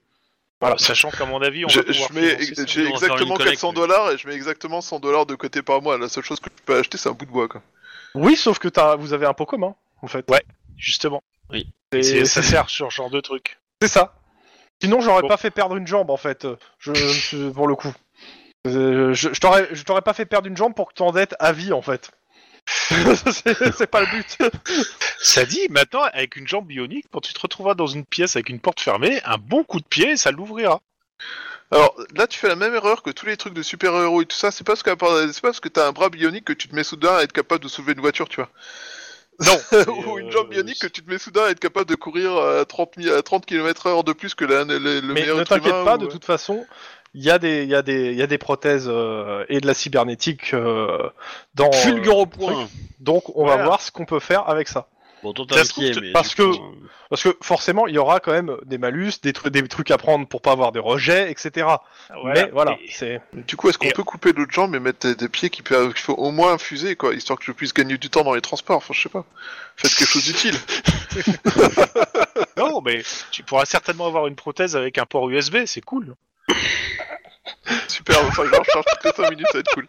C: Voilà, *laughs* sachant qu'à mon avis, on
D: Je,
C: va pouvoir
D: je mets
C: financer ça.
A: on
D: j'ai
A: va faire
D: exactement
A: une collecte,
D: 400
A: oui.
D: dollars et je mets exactement 100 dollars de côté par mois. La seule chose que je peux acheter, c'est un bout de bois, quoi.
B: Oui, sauf que t'as- vous avez un pot commun, en fait.
C: justement.
B: C'est- *laughs*
C: C'est-
B: c'est
C: ça sert sur ce genre de truc.
B: c'est ça. Sinon, j'aurais
C: Bon.
B: pas fait perdre une jambe, en fait, euh, je, je me suis- pour le coup. Euh, je je t'aurais je t'aurais pas fait perdre une jambe pour que t'endettes à vie, en fait. *laughs* c'est c'est pas le but.
C: Ça dit, maintenant, avec une jambe bionique, quand tu te retrouveras dans une pièce avec une porte fermée, un bon coup de pied, ça l'ouvrira.
D: Alors là, tu fais la même erreur que tous les trucs de super-héros et tout ça. C'est pas parce que c'est pas parce que t'as un bras bionique que tu te mets soudain à être capable de soulever une voiture, tu vois. *laughs*
C: Non.
D: Ou
C: Mais,
D: une jambe
C: euh,
D: bionique que tu te mets soudain à être capable de courir à 30, mi- à 30 km/h de plus que la- le, le
B: Mais
D: meilleur
B: ne
D: être
B: t'inquiète
D: humain
B: pas,
D: ou-
B: de
D: euh.
B: toute façon, il y, a des- il y, a des- il y a des prothèses euh, et de la cybernétique euh, dans.
A: Fulgure au point.
B: Donc on
C: Voilà.
B: va voir ce qu'on peut faire avec ça.
A: Bon, toi,
C: Ça
A: t'as le
C: se trouve,
A: pied,
C: t-
A: mais.
B: parce
A: du coup, euh,
B: Parce que forcément, il y aura quand même des malus, des, tru- des trucs à prendre pour pas avoir de rejets, etc. Mais voilà,
C: Et-
B: c'est
D: Du coup, est-ce qu'on
C: Et-
D: peut couper l'autre jambe et mettre des, des pieds qui peut- qu'il faut au moins infuser, quoi, histoire que je puisse gagner du temps dans les transports Enfin, je sais pas. Faites quelque
B: *laughs*
D: chose d'utile.
C: Non, mais tu pourras certainement avoir une prothèse avec un port USB, c'est cool.
D: Super, enfin, genre, je charge toutes les 5 minutes, ça va être cool.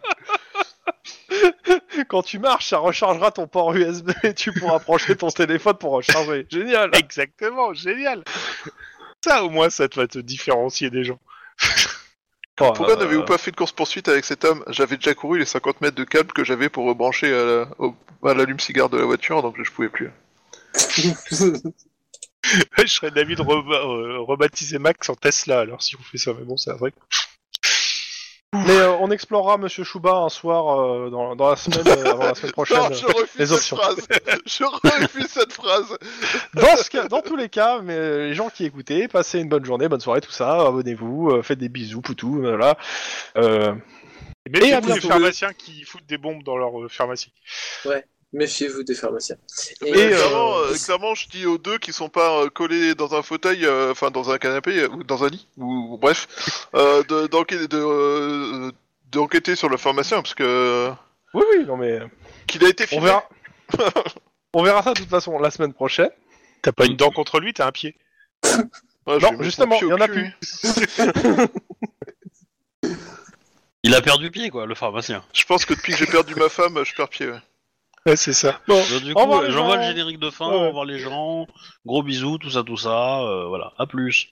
B: quand tu marches, ça rechargera ton port USB et tu pourras brancher ton téléphone pour recharger. Génial.
C: Exactement, génial. Ça, au moins, ça te va te différencier des gens.
B: Enfin,
D: Pourquoi
B: euh,
D: n'avez-vous pas fait de course-poursuite avec cet homme J'avais déjà couru les 50 mètres de câble que j'avais pour rebrancher à la- au- à l'allume-cigare de la voiture, donc je pouvais plus.
C: Je serais d'avis de reba- euh, rebaptiser Max en Tesla, alors si on fait ça, mais bon, c'est vrai.
B: Mais euh, on explorera Monsieur Chouba un soir euh, dans, dans la semaine, euh, avant
C: *laughs*
B: la semaine prochaine.
D: Non, je refuse
B: les
D: cette
B: options.
D: phrase *laughs* Je refuse cette phrase
B: dans, ce cas- dans tous les cas, mais euh, les gens qui écoutaient, passez une bonne journée, bonne soirée, tout ça. Abonnez-vous, euh, faites des bisous, poutou, voilà. Euh,
C: Mais
B: Et à
C: les
B: bientôt.
C: pharmaciens qui foutent des bombes dans leur euh, pharmacie.
E: *laughs* Méfiez-vous des pharmaciens.
D: Mais
B: euh,
D: clairement, euh, clairement, je dis aux deux qui sont pas euh, collés dans un fauteuil, euh, enfin dans un canapé euh, ou dans un lit, ou, ou bref, euh, de- d'enquêter de, euh, d'enquêter sur le pharmacien parce que euh,
B: oui, oui, non mais euh,
D: qu'il a été
B: on
C: *laughs*
D: filmé.
B: verra. on verra ça de toute façon la semaine prochaine.
C: T'as pas une dent contre lui, t'as un pied.
D: Ouais, je
B: Non,
D: vais mettre
B: justement,
D: mon pied au
B: il y en a
D: cul,
B: plus.
D: hein.
A: Il a perdu pied, quoi, le pharmacien.
D: Je pense que depuis que j'ai perdu ma femme, je perds pied. ouais.
C: Ouais, c'est ça.
A: Donc, du
B: Au
A: coup, euh,
B: revoir, les
A: j'envoie
B: gens.
A: le générique de fin,
B: Ouais.
A: au revoir les gens, gros bisous, tout ça, tout ça, euh, voilà, à plus.